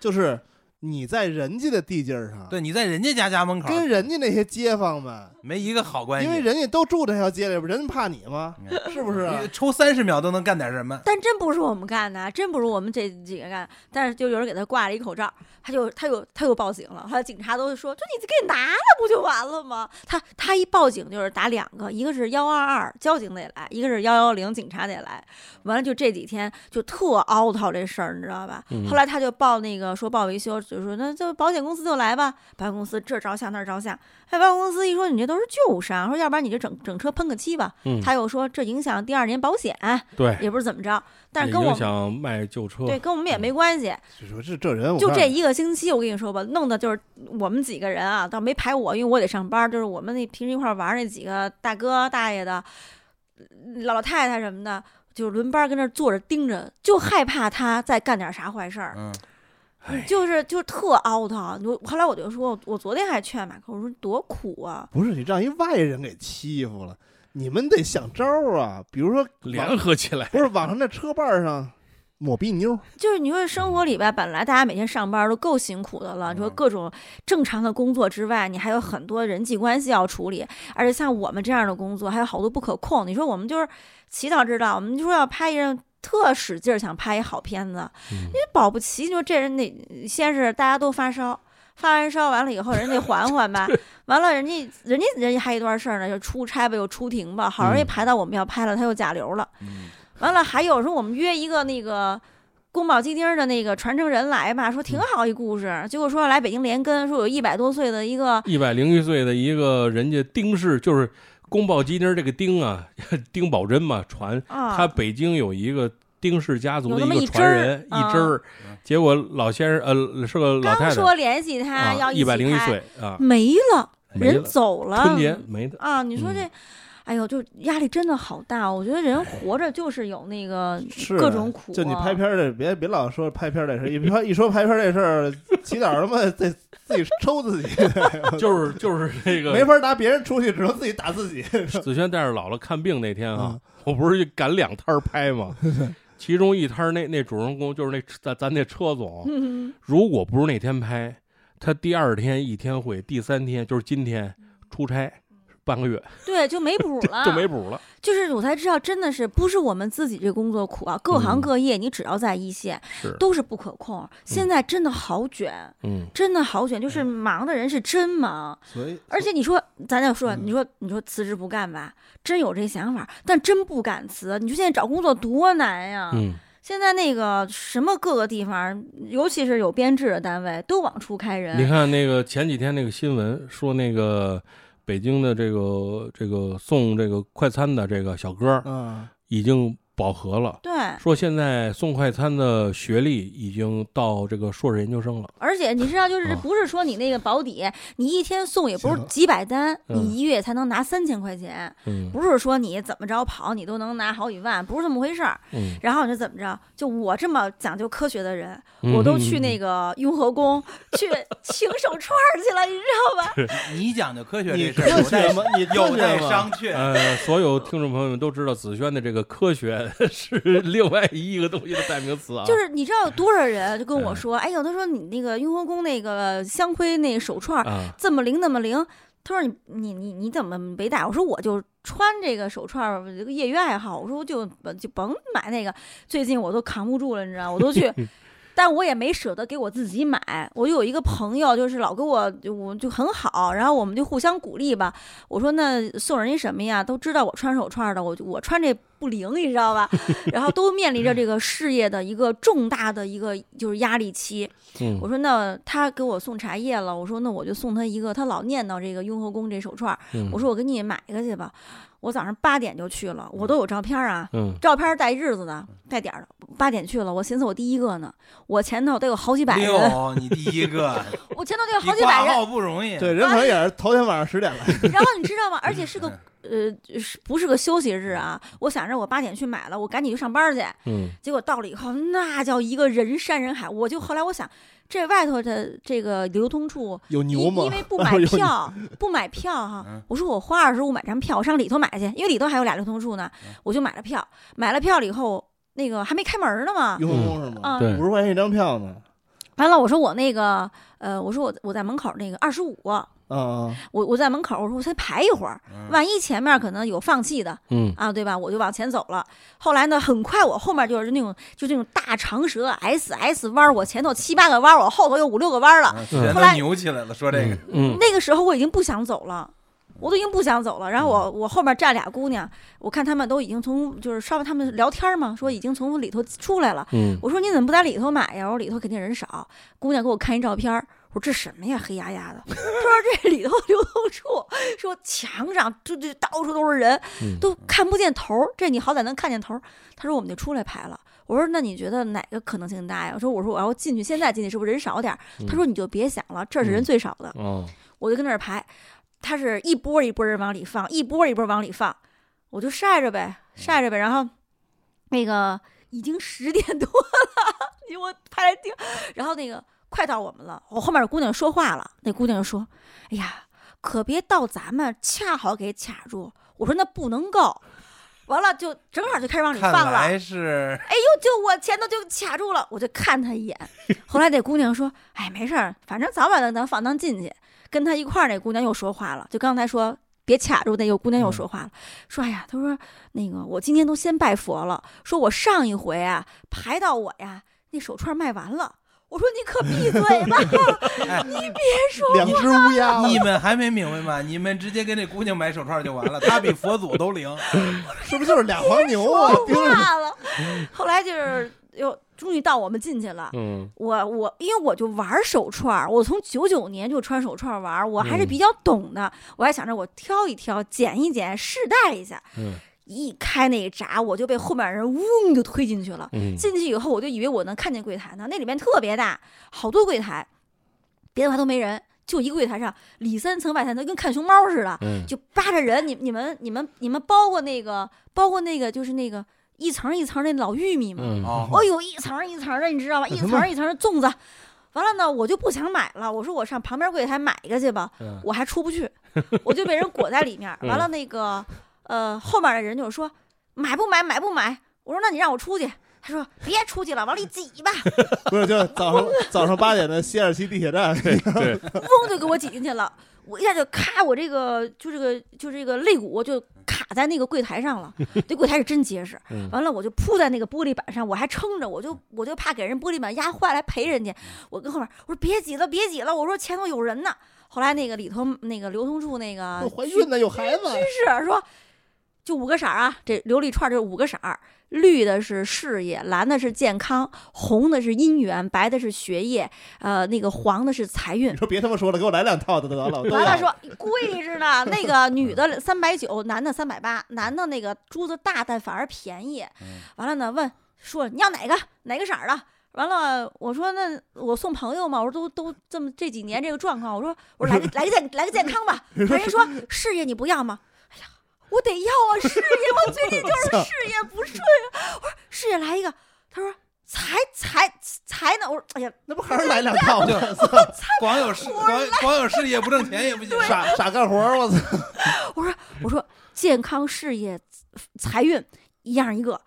F: 就是你在人家的地界儿上，
H: 对，你在人家家家门口，
F: 跟人家那些街坊们，
H: 没一个好关系，
F: 因为人家都住这条街里边，人家怕你吗？
E: 嗯
F: 是不是啊？
H: 抽三十秒都能干点什么。
G: 但真不是我们干的啊，真不是我们这几个干的。但是就有人给他挂了一口罩，他就他又他又报警了，还有警察都说，就你给拿了不就完了吗？他他一报警就是打两个，一个是幺二二交警得来，一个是幺幺零警察得来。完了就这几天就特凹槽这事儿，你知道吧？
E: 嗯
G: 后来他就报那个说报维修，就说那就保险公司就来吧，保险公司这着相那儿着相。哎，保险公司一说你这都是旧伤，说要不然你就整整车喷个漆吧。
E: 嗯，
G: 他又说这影响第二年保险，
E: 对，
G: 也不是怎么着，但是
E: 也
G: 跟我
E: 影
G: 们
E: 响卖旧车，
G: 对跟我们
E: 嗯
G: 也没关系。
F: 就说这这人，我
G: 就
F: 看
G: 这一个星期，我跟你说吧，弄的就是我们几个人啊，倒没排我，因为我得上班，就是我们那平时一块儿玩儿那几个大哥大爷的老老太太什么的，就轮班跟那儿坐着盯着，就害怕他再干点啥坏事儿。
H: 嗯，
E: 哎
G: 就是就是特凹他，我后来我就说，我昨天还劝马克，我说多苦啊，
F: 不是你让一外人给欺负了，你们得想招儿啊，比如说
E: 联合起来，
F: 不是网上那车把儿上抹壁妞儿，
G: 就是你说生活里边，本来大家每天上班都够辛苦的了，你说
H: 嗯
G: 各种正常的工作之外，你还有很多人际关系要处理，而且像我们这样的工作还有好多不可控。你说我们就是祈祷知道，我们就说要拍一人。特使劲儿想拍一好片子，
E: 嗯
G: 那保不齐你说这人得先是大家都发烧，发完烧完了以后，人得缓缓吧，完了人家人家人家还一段事儿呢，就出差吧，又出庭吧，好容易
E: 嗯
G: 排到我们要拍了，他又甲流了，
H: 嗯
G: 完了，还有时候我们约一个那个宫保鸡丁儿的那个传承人来吧，说
E: 嗯
G: 挺好一故事，结果说要来北京连根，说有一百多岁的一个，
E: 一百零一岁的一个人家丁氏，就是宫保鸡丁儿这个丁啊， 丁宝桢嘛，传
G: 啊
E: 他北京有一个丁氏家族的
G: 有那么
E: 个
G: 一
E: 传
G: 支儿
E: 人，
G: 啊
E: 一支儿，结果老先生呃是个老
G: 刚
E: 太
G: 说
E: 太，
G: 联系他、
E: 啊，
G: 要
E: 一百零一
G: 起拍，
E: 岁啊，
G: 没了，
E: 没
G: 人
E: 了，
G: 走了，
E: 春节没的，
G: 啊，你说
E: 嗯
G: 这。哎呦，就压力真的好大。我觉得人活着就是有那个
F: 是
G: 各种苦、啊。
F: 就你拍片儿的，别别老说拍片儿这事儿，一 说一说拍片儿这事儿，起早他妈得自己抽自己，
E: 就是就是那个
F: 没法拿别人出去，只能自己打 自己。
E: 子轩带着姥姥看病那天啊
F: 嗯，
E: 我不是赶两摊儿 拍吗？其中一摊儿那那主人公就是那咱咱那车总，
G: 嗯，
E: 如果不是那天拍，他第二天一天会，第三天就是今天出差半个月
G: 对，就没谱嗯了，
E: 就没谱了。
G: 就是我才知道，真的是不是我们自己这工作苦啊？各行
E: 嗯
G: 各业，你只要在一线，
E: 是
G: 都是不可控。现在真的好卷，
E: 嗯，
G: 真的好卷，就是忙的人是真忙。
F: 所以，
G: 而且你说，咱再说，
F: 嗯
G: 你说你说辞职不干吧，真有这想法，但真不敢辞。你说现在找工作多难呀！
E: 嗯，
G: 现在那个什么各个地方，尤其是有编制的单位，都往出开
E: 你
G: 人。
E: 看那个前几天那个新闻说那个北京的这个这个送这个快餐的这个小哥儿
F: 嗯，
E: 已经饱和了。
G: 对，
E: 说现在送快餐的学历已经到这个硕士研究生了，
G: 而且你知道，就是
E: 啊
G: 不是说你那个保底，你一天送也不是
F: 行
G: 几百单，
E: 嗯
G: 你一月才能拿三千块钱，
E: 嗯
G: 不是说你怎么着跑你都能拿好几万，不是这么回事儿。
E: 嗯，
G: 然后你就怎么着，就我这么讲究科学的人，
E: 嗯
G: 我都去那
E: 个，
G: 个雍和宫 去请手串儿去了，你知道吧？
H: 你讲究科学
F: 你
H: 这事
F: 科
H: 儿，有
F: 学
H: 待
F: 吗？你科
H: 有
F: 学
H: 待
F: 吗？
H: 商榷。
E: 呃，所有听众朋友们都知道，子轩的这个科学 是另外一个东西的代名词啊，嗯
G: 就是你知道有多少人就跟我说，哎，有的说你那个雍和宫那个香灰那手串儿
E: 啊，
G: 这么灵那么灵。他说你你你你怎么没戴？我说我就穿这个手串儿，这个业余爱好。我说我就就甭买那个，最近我都扛不住了，你知道，我都去，但我也没舍得给我自己买。我有一个朋友，就是老跟我我就很好，然后我们就互相鼓励吧。我说那送人家什么呀？都知道我穿手串的，我就我穿这不灵，你知道吧？ 然后都面临着这个事业的一个重大的一个就是压力期。
E: 嗯
G: 我说那他给我送茶叶了，我说那我就送他一个，他老念叨这个雍和宫这手串儿，
E: 嗯
G: 我说我给你买一个去吧。我早上八点就去了，我都有照片儿啊。
E: 嗯，
G: 照片儿带日子的，带点儿的，八点去了。我寻思我第一个呢，我前头得有好几百人，
H: 六，你第一个，
G: 我前头得有
H: 哎你
G: 好几
H: 挂
G: 百人。
H: 号不容易。
F: 对，人可能也是头天晚上十点来，
G: 然后你知道吗？而且是
H: 哎
G: 个呃，是不是个休息日啊？我想着我八点去买了，我赶紧去上班去。
E: 嗯
G: 结果到了以后，那叫一个人山人海。我就后来我想，这外头的这个流通处。
F: 有
G: 因
F: 牛吗
G: 因？为 不
F: 有
G: 买
F: 牛
G: 票，不买票哈、
H: 嗯
G: 我说我花二十五买张票，我上里头买去，因为里头还有俩流通处呢，我就买了票。买了票了以后，那个还没开门呢嘛，
F: 嗯雍和宫是吗？
G: 啊、
E: 对
F: 五十块钱一张票呢，
G: 完了，我说我那个，呃，我说我我在门口那个二十五，我
F: 嗯
G: 我在门口，我说我先排一会儿，
H: 嗯
G: 万一前面可能有放弃的
E: 嗯
G: 啊，对吧？我就往前走了。后来呢，很快我后面就是那种就那种大长蛇 S S 弯儿，我前头七八个弯儿，我后头有五六个弯儿了。
H: 啊全
G: 后
H: 都
G: 来
H: 扭起来了。说这个，
E: 嗯
G: 那个时候我已经不想走了，我都已经不想走了。然后我
E: 嗯
G: 我后面站俩姑娘，我看她们都已经从就是稍微她们聊天嘛，说已经从里头出来了。
E: 嗯
G: 我说你怎么不在里头买呀？我说里头肯定人少。姑娘给我看一照片儿，我说这什么呀，黑压压的。她 说这里头流动处，说墙上就就到处都是人，
E: 嗯
G: 都看不见头儿。这你好歹能看见头儿。她说我们就出来排了。我说那你觉得哪个可能性大呀？我说我说我要进去，现在进去是不是人少点儿？
E: 嗯
G: 她说你就别想了，这是人最少的。
E: 哦，
G: 我就跟那儿排，他是一波一波人往里放，一波一波往里放，我就晒着呗，晒着呗。然后那个已经十点多了，你我拍了定，然后那个快到我们了，我后面有姑娘说话了，那姑娘就说：“哎呀，可别到咱们恰好给卡住。”我说：“那不能够。”完了就正好就开始往里
H: 看
G: 放了，
H: 来是
G: 哎呦，就我前头就卡住了，我就看他一眼。后来那姑娘说：“哎，没事儿，反正早晚能能放能进去。”跟他一块儿那姑娘又说话了，就刚才说别卡住那个姑娘又说话了，说：“哎呀，她说那个我今天都先拜佛了，说我上一回啊排到我呀那手串卖完了。”我说：“你可闭嘴吧，你 别说
F: 两只乌鸦，
H: 哎你们还没明白吗？你们直接跟这姑娘买手串就完了，她比佛祖 都灵。
F: 是不是就是俩黄牛啊？盯
G: 说
F: 着
G: 话了。” 后来就是又终于到我们进去了，
E: 嗯
G: 我我因为我就玩手串儿，我从九九年就穿手串儿玩儿，我还是
E: 嗯
G: 比较懂的。我还想着我挑一挑，捡一捡，试戴一下。
E: 嗯
G: 一开那闸，我就被后面人嗡就推进去了。
E: 嗯
G: 进去以后，我就以为我能看见柜台呢，那里面特别大，好多柜台，别的还都没人，就一个柜台上里三层外三层，跟看熊猫似的。
E: 嗯，
G: 就扒着人，你你们你们你们包过那个包过那个就是那个一层一层那老玉米吗？
E: 嗯
H: 哦，
G: 哦呦，一层儿一层儿的，你知道吧？一层儿一层儿的粽子。完了呢，我就不想买了，我说我上旁边柜台买一个去吧，
E: 嗯
G: 我还出不去，我就被人裹在里面儿。完了那个，呃，后面的人就说买不买买不买，我说那你让我出去，他说别出去了，往里挤吧，
F: 不是，就是早上早上八点的西二旗地铁站，
E: 对，
G: 嗡就给我挤进去了，我一下就咔，我这个就这个就这个肋骨就卡在那个柜台上了，这柜台是真结实。
F: 嗯
E: 嗯
G: 完了，我就扑在那个玻璃板上，我还撑着，我就我就怕给人玻璃板压坏来赔人家。
F: 嗯
G: 我跟后面我说别挤了，别挤了，我说前头有人呢。后来那个里头那个流通处那个
F: 我怀孕了有孩子，
G: 是说，就五个色儿啊，这琉璃串儿就五个色儿，绿的是事业，蓝的是健康，红的是姻缘，白的是学业，呃，那个黄的是财运
F: 你。 说别他妈说了，给我来两套的得了，我都
G: 完
F: 要
G: 了 说贵着呢，那个女的三百九，男的三百八，男的那个珠子大，但反而便宜。
F: 嗯
E: 嗯
G: 完了呢，问说你要哪个哪个色儿的？完了，我说那我送朋友嘛，我说都都这么这几年这个状况，我说我 说来个来个健来个健康吧。人家说事业你不要吗？哎呀，我得要啊，事业我最近就是事业不顺啊。我说事业来一个，他说才才才呢，我说哎呀，
F: 那不还是来 两套吗？
H: 光有事，光光有事业不挣钱也不行。
F: 傻傻干活儿，我操！
G: 我说我说健康、事业、财运一样一个，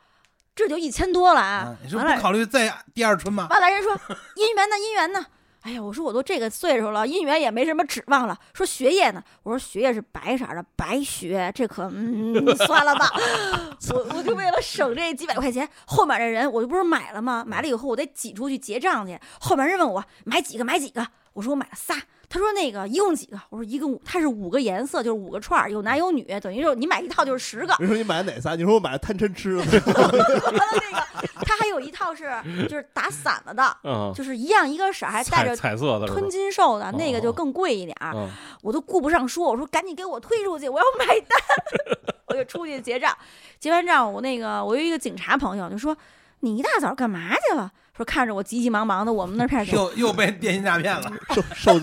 G: 这就一千多了啊
H: 啊！你说
G: 完
H: 不
G: 了，
H: 考虑再第二春吗？
G: 完了，人说姻缘呢，姻缘呢。哎呀，我说我都这个岁数了，姻缘也没什么指望了。说学业呢，我说学业是白色儿的，白学，这可嗯，算了吧。 我我就为了省这几百块钱，后面的人我不是买了吗？买了以后我得挤出去结账去。后面人问我买几个买几个，我说我买了仨。他说那个一共几个？我说一共五，它是五个颜色，就是五个串儿，有男有女，等于就是你买一套就是十个。
F: 人说你买哪仨？你说我买贪嗔痴的，
G: 完了那个，它还有一套 是就是打散了的，
E: 嗯，
G: 就是一样一个色儿，还带
E: 彩
G: 着
E: 彩色的是吧
G: 吞金兽的那个
E: 哦
G: 就
E: 哦
G: 更贵一点儿，
E: 嗯
G: 我都顾不上说，我说赶紧给我推出去，我要买单， 我就出去结账。结完账，我那个我有一个警察朋友就说：“你一大早干嘛去了？”说看着我急急忙忙的，我们那片儿人
H: 又又被电信诈骗了，
F: 受受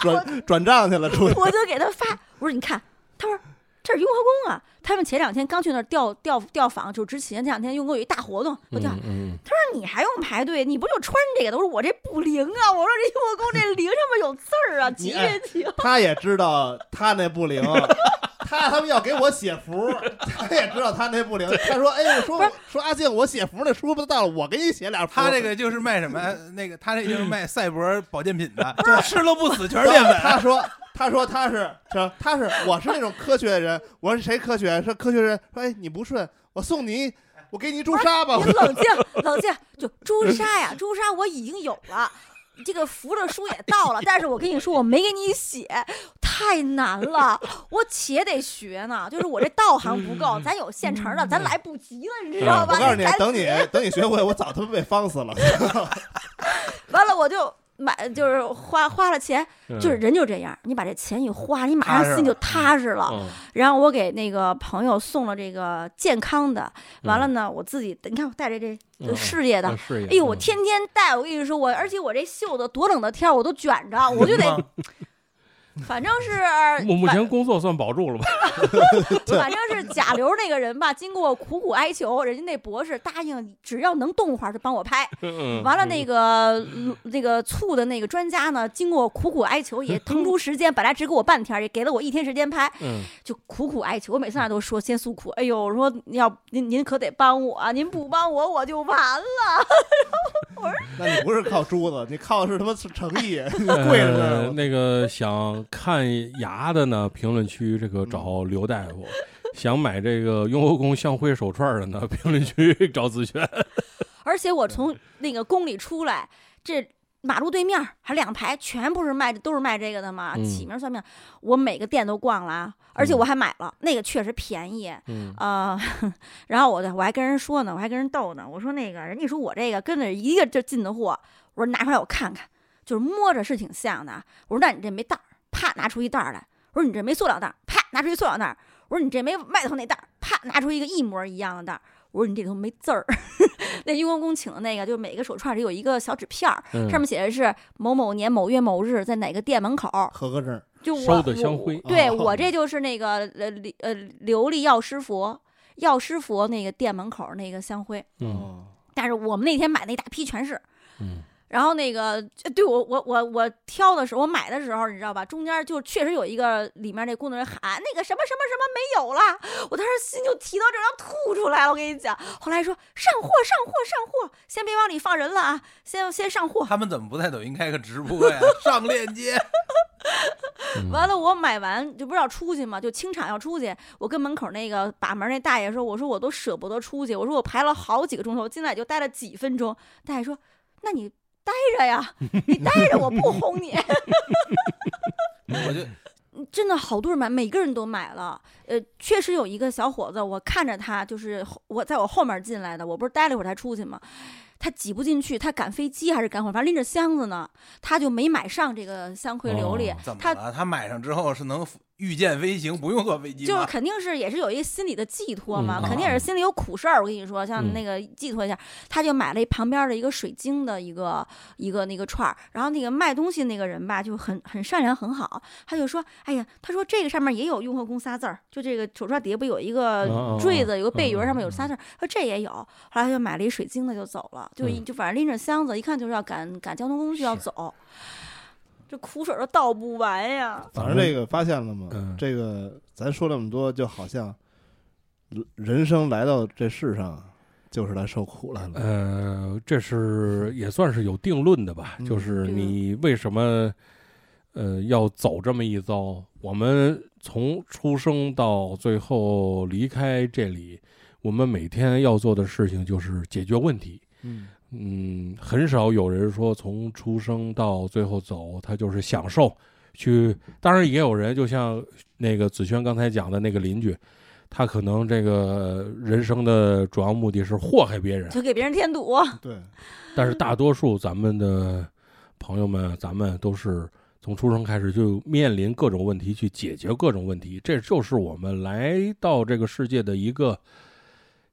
F: 转转账去了，出去
G: 我就给他发，我说你看，他说这是雍和宫啊，他们前两天刚去那儿调调调访，就之前这两天雍和宫有一大活动，我调
E: 嗯嗯
G: 他说你还用排队？你不就穿这个的？我说我这不灵啊！我说这雍 和宫这铃上面有字儿啊，吉
F: 你哎
G: 月亭。
F: 他也知道他那不灵，他他们要给我写符，他也知道他那不灵。他说：“哎，我说说阿静，我写符那书不到了，我给你写俩符。”
H: 他这个就是卖什么？那个他这就是卖赛博保健品 的， 吃了不死全是淀粉。
F: 他说：“他说他是，他他是，我是那种科学人。我说谁科学？说科学人说，哎，你不顺，我送你，我嗯给你一朱砂吧。
G: 你冷静，冷静，就朱砂 呀，朱砂我已经有了。这个符的书也到了，但是我跟你说，我没给你写，太难了，我且得学呢。就是我这道行不
F: 嗯
G: 够，咱有现成的，咱来不及了，你知道吧？
F: 我告诉你
G: 赶，紧
F: 等你等你学会，我早他妈被方死了。
G: 完了我就买，就是花花了钱，
E: 嗯
G: 就是人就这样，你把这钱一花，你马
H: 踏实
G: 上心就
H: 了
G: 踏实了。
E: 嗯
G: 然后我给那个朋友送了这个健康的，完了呢，我自己你看我带着这
E: 嗯嗯
G: 事业的
E: 嗯，事业
G: 哎呦，
E: 嗯
G: 我天天带，我跟你说，我而且我这袖子多冷的天儿我都卷着，我就得，反正是
E: 嗯目目前
G: 反
E: 工作算保住了吧？
G: 反正是甲流那个人吧，经过苦苦哀求，人家那博士答应，只要能动会儿就帮我拍。
E: 嗯
G: 完了，那个嗯那个醋的那个专家呢，经过苦苦哀求，也腾出时间，本来只给我半天儿，也给了我一天时间拍，
E: 嗯，
G: 就苦苦哀求。我每次那都说先诉苦，哎呦，我说要您您可得帮我，啊您不帮我我就完了。
F: 那你不是靠珠子，你靠的是他妈诚意，你
E: 呃
F: 跪着呢。
E: 那个想看牙的呢，评论区这个找
H: 嗯
E: 刘大夫；想买这个雍和宫象徽手串的呢，评论区 找子轩。
G: 而且我
E: 嗯
G: 从那个宫里出来，这。马路对面儿还两排全部是卖都是卖这个的嘛，
E: 嗯
G: 起名算命，我每个店都逛了啊，而且我还买了，那个确实便宜，
E: 嗯
G: 呃， 然后我的我还跟人说呢，我还跟人逗呢，我说那个人家说我这个跟着一个劲儿进的货，我说拿出来我看看，就是摸着是挺像的啊，我说那你这没袋儿，啪拿出一袋儿来，我说你这没塑料袋儿，啪拿出一塑料袋儿，我说你这没外头那袋儿，啪拿出一个一模一样的袋儿。我说你这里头没字儿，那雍和宫请的那个，就是每个手串里有一个小纸片儿，
E: 嗯
G: 上面写的是某某年某月某日在哪个店门口，
F: 合格证，
G: 就我
E: 烧的香灰
G: 我对
F: 哦
G: 我这就是那个呃琉呃琉璃药师佛，药师佛那个店门口那个香灰，
E: 嗯
F: 哦
G: 但是我们那天买那大批全是，
E: 嗯，
G: 然后那个呃对我我我我挑的时候，我买的时候你知道吧，中间就确实有一个里面那工作人员喊那个什么什么什么没有了，我当时心就提到这儿要吐出来了，我跟你讲，后来说上货上货上货，先别往里放人了啊，先先上货，
H: 他们怎么不在抖音开个直播 呀？啊上链接，
G: 完了，我买完就不是要出去嘛，就清场要出去。我跟门口那个把门那大爷说：“我说我都舍不得出去，我说我排了好几个钟头，进来也就待了几分钟。”大爷说：“那你待着呀，你待着，我不哄你。
H: 我就”
G: 真的好多人买，每个人都买了。呃，确实有一个小伙子，我看着他，就是后我在我后面进来的，我不是待了一会儿才出去嘛。他挤不进去，他赶飞机还是赶火，反正拎着箱子呢，他就没买上这个香葵琉璃。
E: 哦
H: 怎么
G: 他
H: 了？他买上之后是能御剑飞行，不用坐飞机
G: 就是
H: 吗？
G: 肯定是也是有一个心理的寄托嘛，
E: 嗯
G: 肯定也是心里有苦事儿。我跟你说，像
E: 嗯
G: 那个寄托一下，他就买了一旁边的一个水晶的一个一个那个串儿，然后那个卖东西那个人吧，就很很善良很好，他就说，哎呀，他说这个上面也有雍和宫仨字儿，就这个手串底下不有一
E: 哦
G: 个
E: 哦
G: 坠子，有个贝
E: 嗯
G: 鱼儿，
E: 嗯
G: 上面有仨字儿，他说这也有，后来他就买了一水晶的就走了，就一
E: 嗯
G: 就反正拎着箱子，一看就是要赶赶交通工具要走，这苦水儿都倒不完呀。
F: 早上这个发现了吗？
E: 嗯
F: 这个咱说那么多，就好像人人生来到这世上就是来受苦来了。
E: 呃，这是也算是有定论的吧，
F: 嗯
E: 就是
G: 对
E: 你为什么呃要走这么一遭？我们从出生到最后离开这里，我们每天要做的事情就是解决问题。
F: 嗯
E: 嗯，很少有人说从出生到最后走，他就是享受去。当然也有人，就像那个子轩刚才讲的那个邻居，他可能这个人生的主要目的是祸害别人。
G: 就给别人添堵，
F: 对，
E: 但是大多数咱们的朋友们，咱们都是从出生开始就面临各种问题，去解决各种问题，这就是我们来到这个世界的一个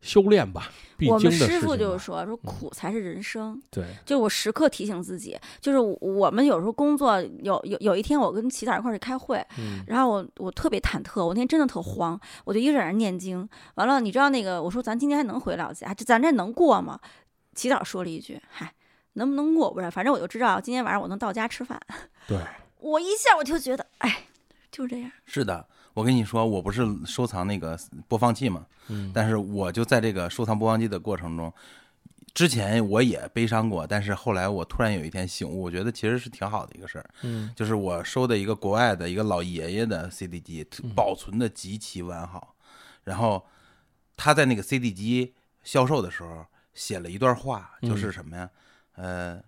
E: 修炼吧，必
G: 我
E: 经
G: 们
E: 的事
G: 师
E: 情吧。嗯
G: 傅就说说苦才是人生，
E: 对，
G: 就是我时刻提醒自己，就是我我们有时候工作有有有一天我跟齐导一块儿去开会，
E: 嗯
G: 然后我我特别忐忑，我那天真的特慌，我就一直在那儿念经。完了，你知道那个我说咱今天还能回老家，这咱这能过吗？齐导说了一句：“嗨，能不能过我不知道，反正我就知道今天晚上我能到家吃饭。
E: 对，”
G: 我一下我就觉得，哎，就这样。
H: 是的，我跟你说，我不是收藏那个播放器嘛，
E: 嗯
H: 但是我就在这个收藏播放器的过程中，之前我也悲伤过，但是后来我突然有一天醒悟，我觉得其实是挺好的一个事儿。
E: 嗯
H: 就是我收的一个国外的一个老爷爷的 CD 机，
E: 嗯
H: 保存的极其完好。然后他在那个 CD 机销售的时候写了一段话，
E: 嗯
H: 就是什么呀？呃，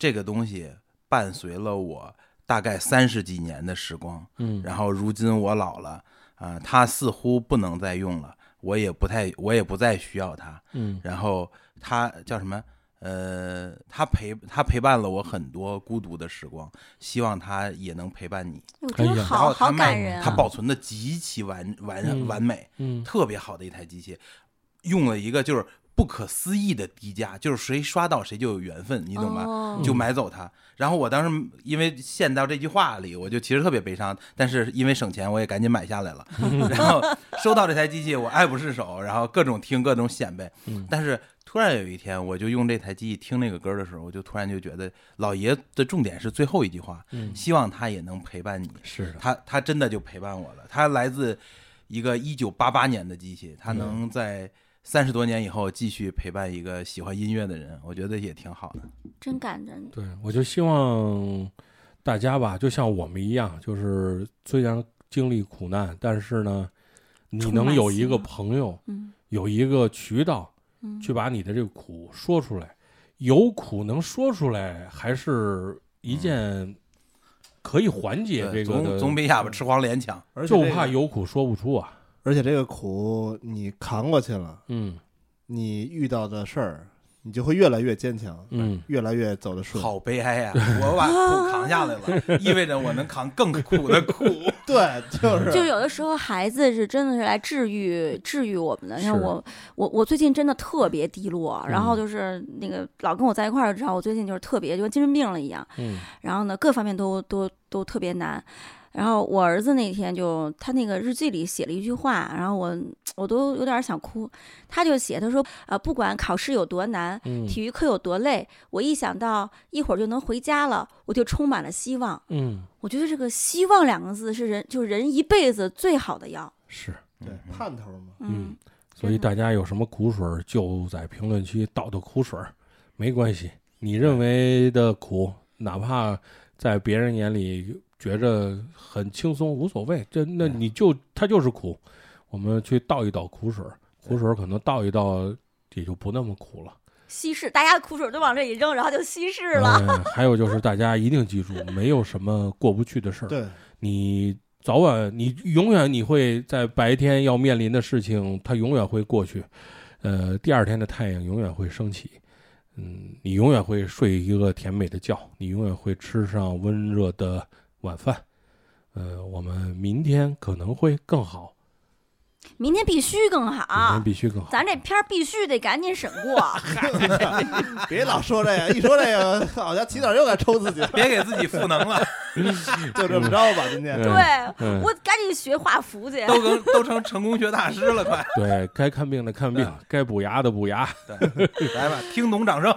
H: 这个东西伴随了我大概三十几年的时光，
E: 嗯，
H: 然后如今我老了，啊、它似乎不能再用了，我也不太，我也不再需要它。
E: 嗯
H: 然后他叫什么？呃，他陪他陪伴了我很多孤独的时光，希望他也能陪伴你。
G: 我
E: 哎
G: 真
E: 呀
H: 然
G: 好
H: 后他
G: 好
H: 卖
G: 感人啊！
H: 他保存的极其完完、
E: 嗯
H: 完美，
E: 嗯
H: 特别好的一台机器，用了一个就是不可思议的低价，就是谁刷到谁就有缘分，你懂吧？
G: 哦
H: 就买走它。然后我当时因为陷到这句话里，我就其实特别悲伤，但是因为省钱，我也赶紧买下来 了。然后收到这台机器，我爱不释手，然后各种听各种显摆
E: 嗯。
H: 但是突然有一天，我就用这台机器听那个歌的时候，我就突然就觉得老爷的重点是最后一句话，
E: 嗯，
H: 希望他也能陪伴你。
E: 是的，
H: 他他真的就陪伴我了。他来自一个一九八八年的机器，
E: 嗯
H: 他能在三十多年以后继续陪伴一个喜欢音乐的人，我觉得也挺好的。
G: 真感人，
E: 对，我就希望大家吧，就像我们一样，就是虽然经历苦难，但是呢，你
G: 充
E: 能
G: 满
E: 有一
G: 希
E: 个
G: 望
E: 朋友，
G: 嗯
E: 有一个渠道
G: 嗯，
E: 去把你的这个苦说出来，有苦能说出来，还是一件可以缓解这
H: 嗯对
E: 个
H: 总
E: 的
H: 总比哑巴吃黄连强。
F: 而且
E: 就
F: 这个
E: 怕，有苦说不出啊。
F: 而且这个苦你扛过去了，
E: 嗯
F: 你遇到的事儿，你就会越来越坚强，
E: 嗯，
F: 越来越走得顺。
H: 好悲 哀呀、我
E: 啊
H: 把苦扛下来了，意味着我能扛更苦的 苦。
F: 对，就是
G: 就有的时候孩子是真的是来治愈治愈我们的。像
E: 是
G: 我我我最近真的特别低落，然后
E: 嗯
G: 就是那个老跟我在一块儿，知道我最近就是特别就跟精神病了一样，
E: 嗯
G: 然后呢各方面都都都特别难。然后我儿子那天就他那个日记里写了一句话，然后我我都有点想哭。他就写他说呃不管考试有多难，
E: 嗯
G: 体育课有多累，我一想到一会儿就能回家了，我就充满了希望。
E: 嗯，
G: 我觉得这个“希望”两个字是人，就是人一辈子最好的药。
E: 是。
F: 对盼头嘛。
E: 嗯
G: 嗯，
E: 所以
G: 真的
E: 大家有什么苦水儿就在评论区倒倒苦水儿，没关系。你认为的苦，哪怕在别人眼里觉着很轻松，无所谓。这那你就它就是苦，我们去倒一倒苦水儿，苦水儿可能倒一倒也就不那么苦了。
G: 稀释，大家的苦水都往这一扔，然后就稀释了。
E: 嗯，还有就是大家一定记住，没有什么过不去的事儿。
F: 对，
E: 你早晚你永远你会在白天要面临的事情，它永远会过去，呃，第二天的太阳永远会升起，嗯，你永远会睡一个甜美的觉，你永远会吃上温热的晚饭，呃，我们明天可能会更好，
G: 明天必须更
E: 明
G: 好
E: 天，必须更好。
G: 咱这片儿必须得赶紧审过。
F: 别老说这个，一说这个，好像起早又该抽自己，
H: 别给自己赋能 了，
F: 就这么着吧。今天
E: 嗯
G: 对，
E: 嗯
G: 我赶紧学画符去。
H: 都成都成成功学大师了，快！
E: 对该看病的看病，该补牙的补牙。
H: 来吧，听懂 掌声。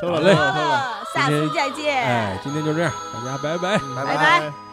F: 收了
E: 好
F: 收
E: 嘞
F: 了，
G: 啊下次再见。
H: 嗯
E: 哎，今天就这样，大家拜拜。
G: 拜拜。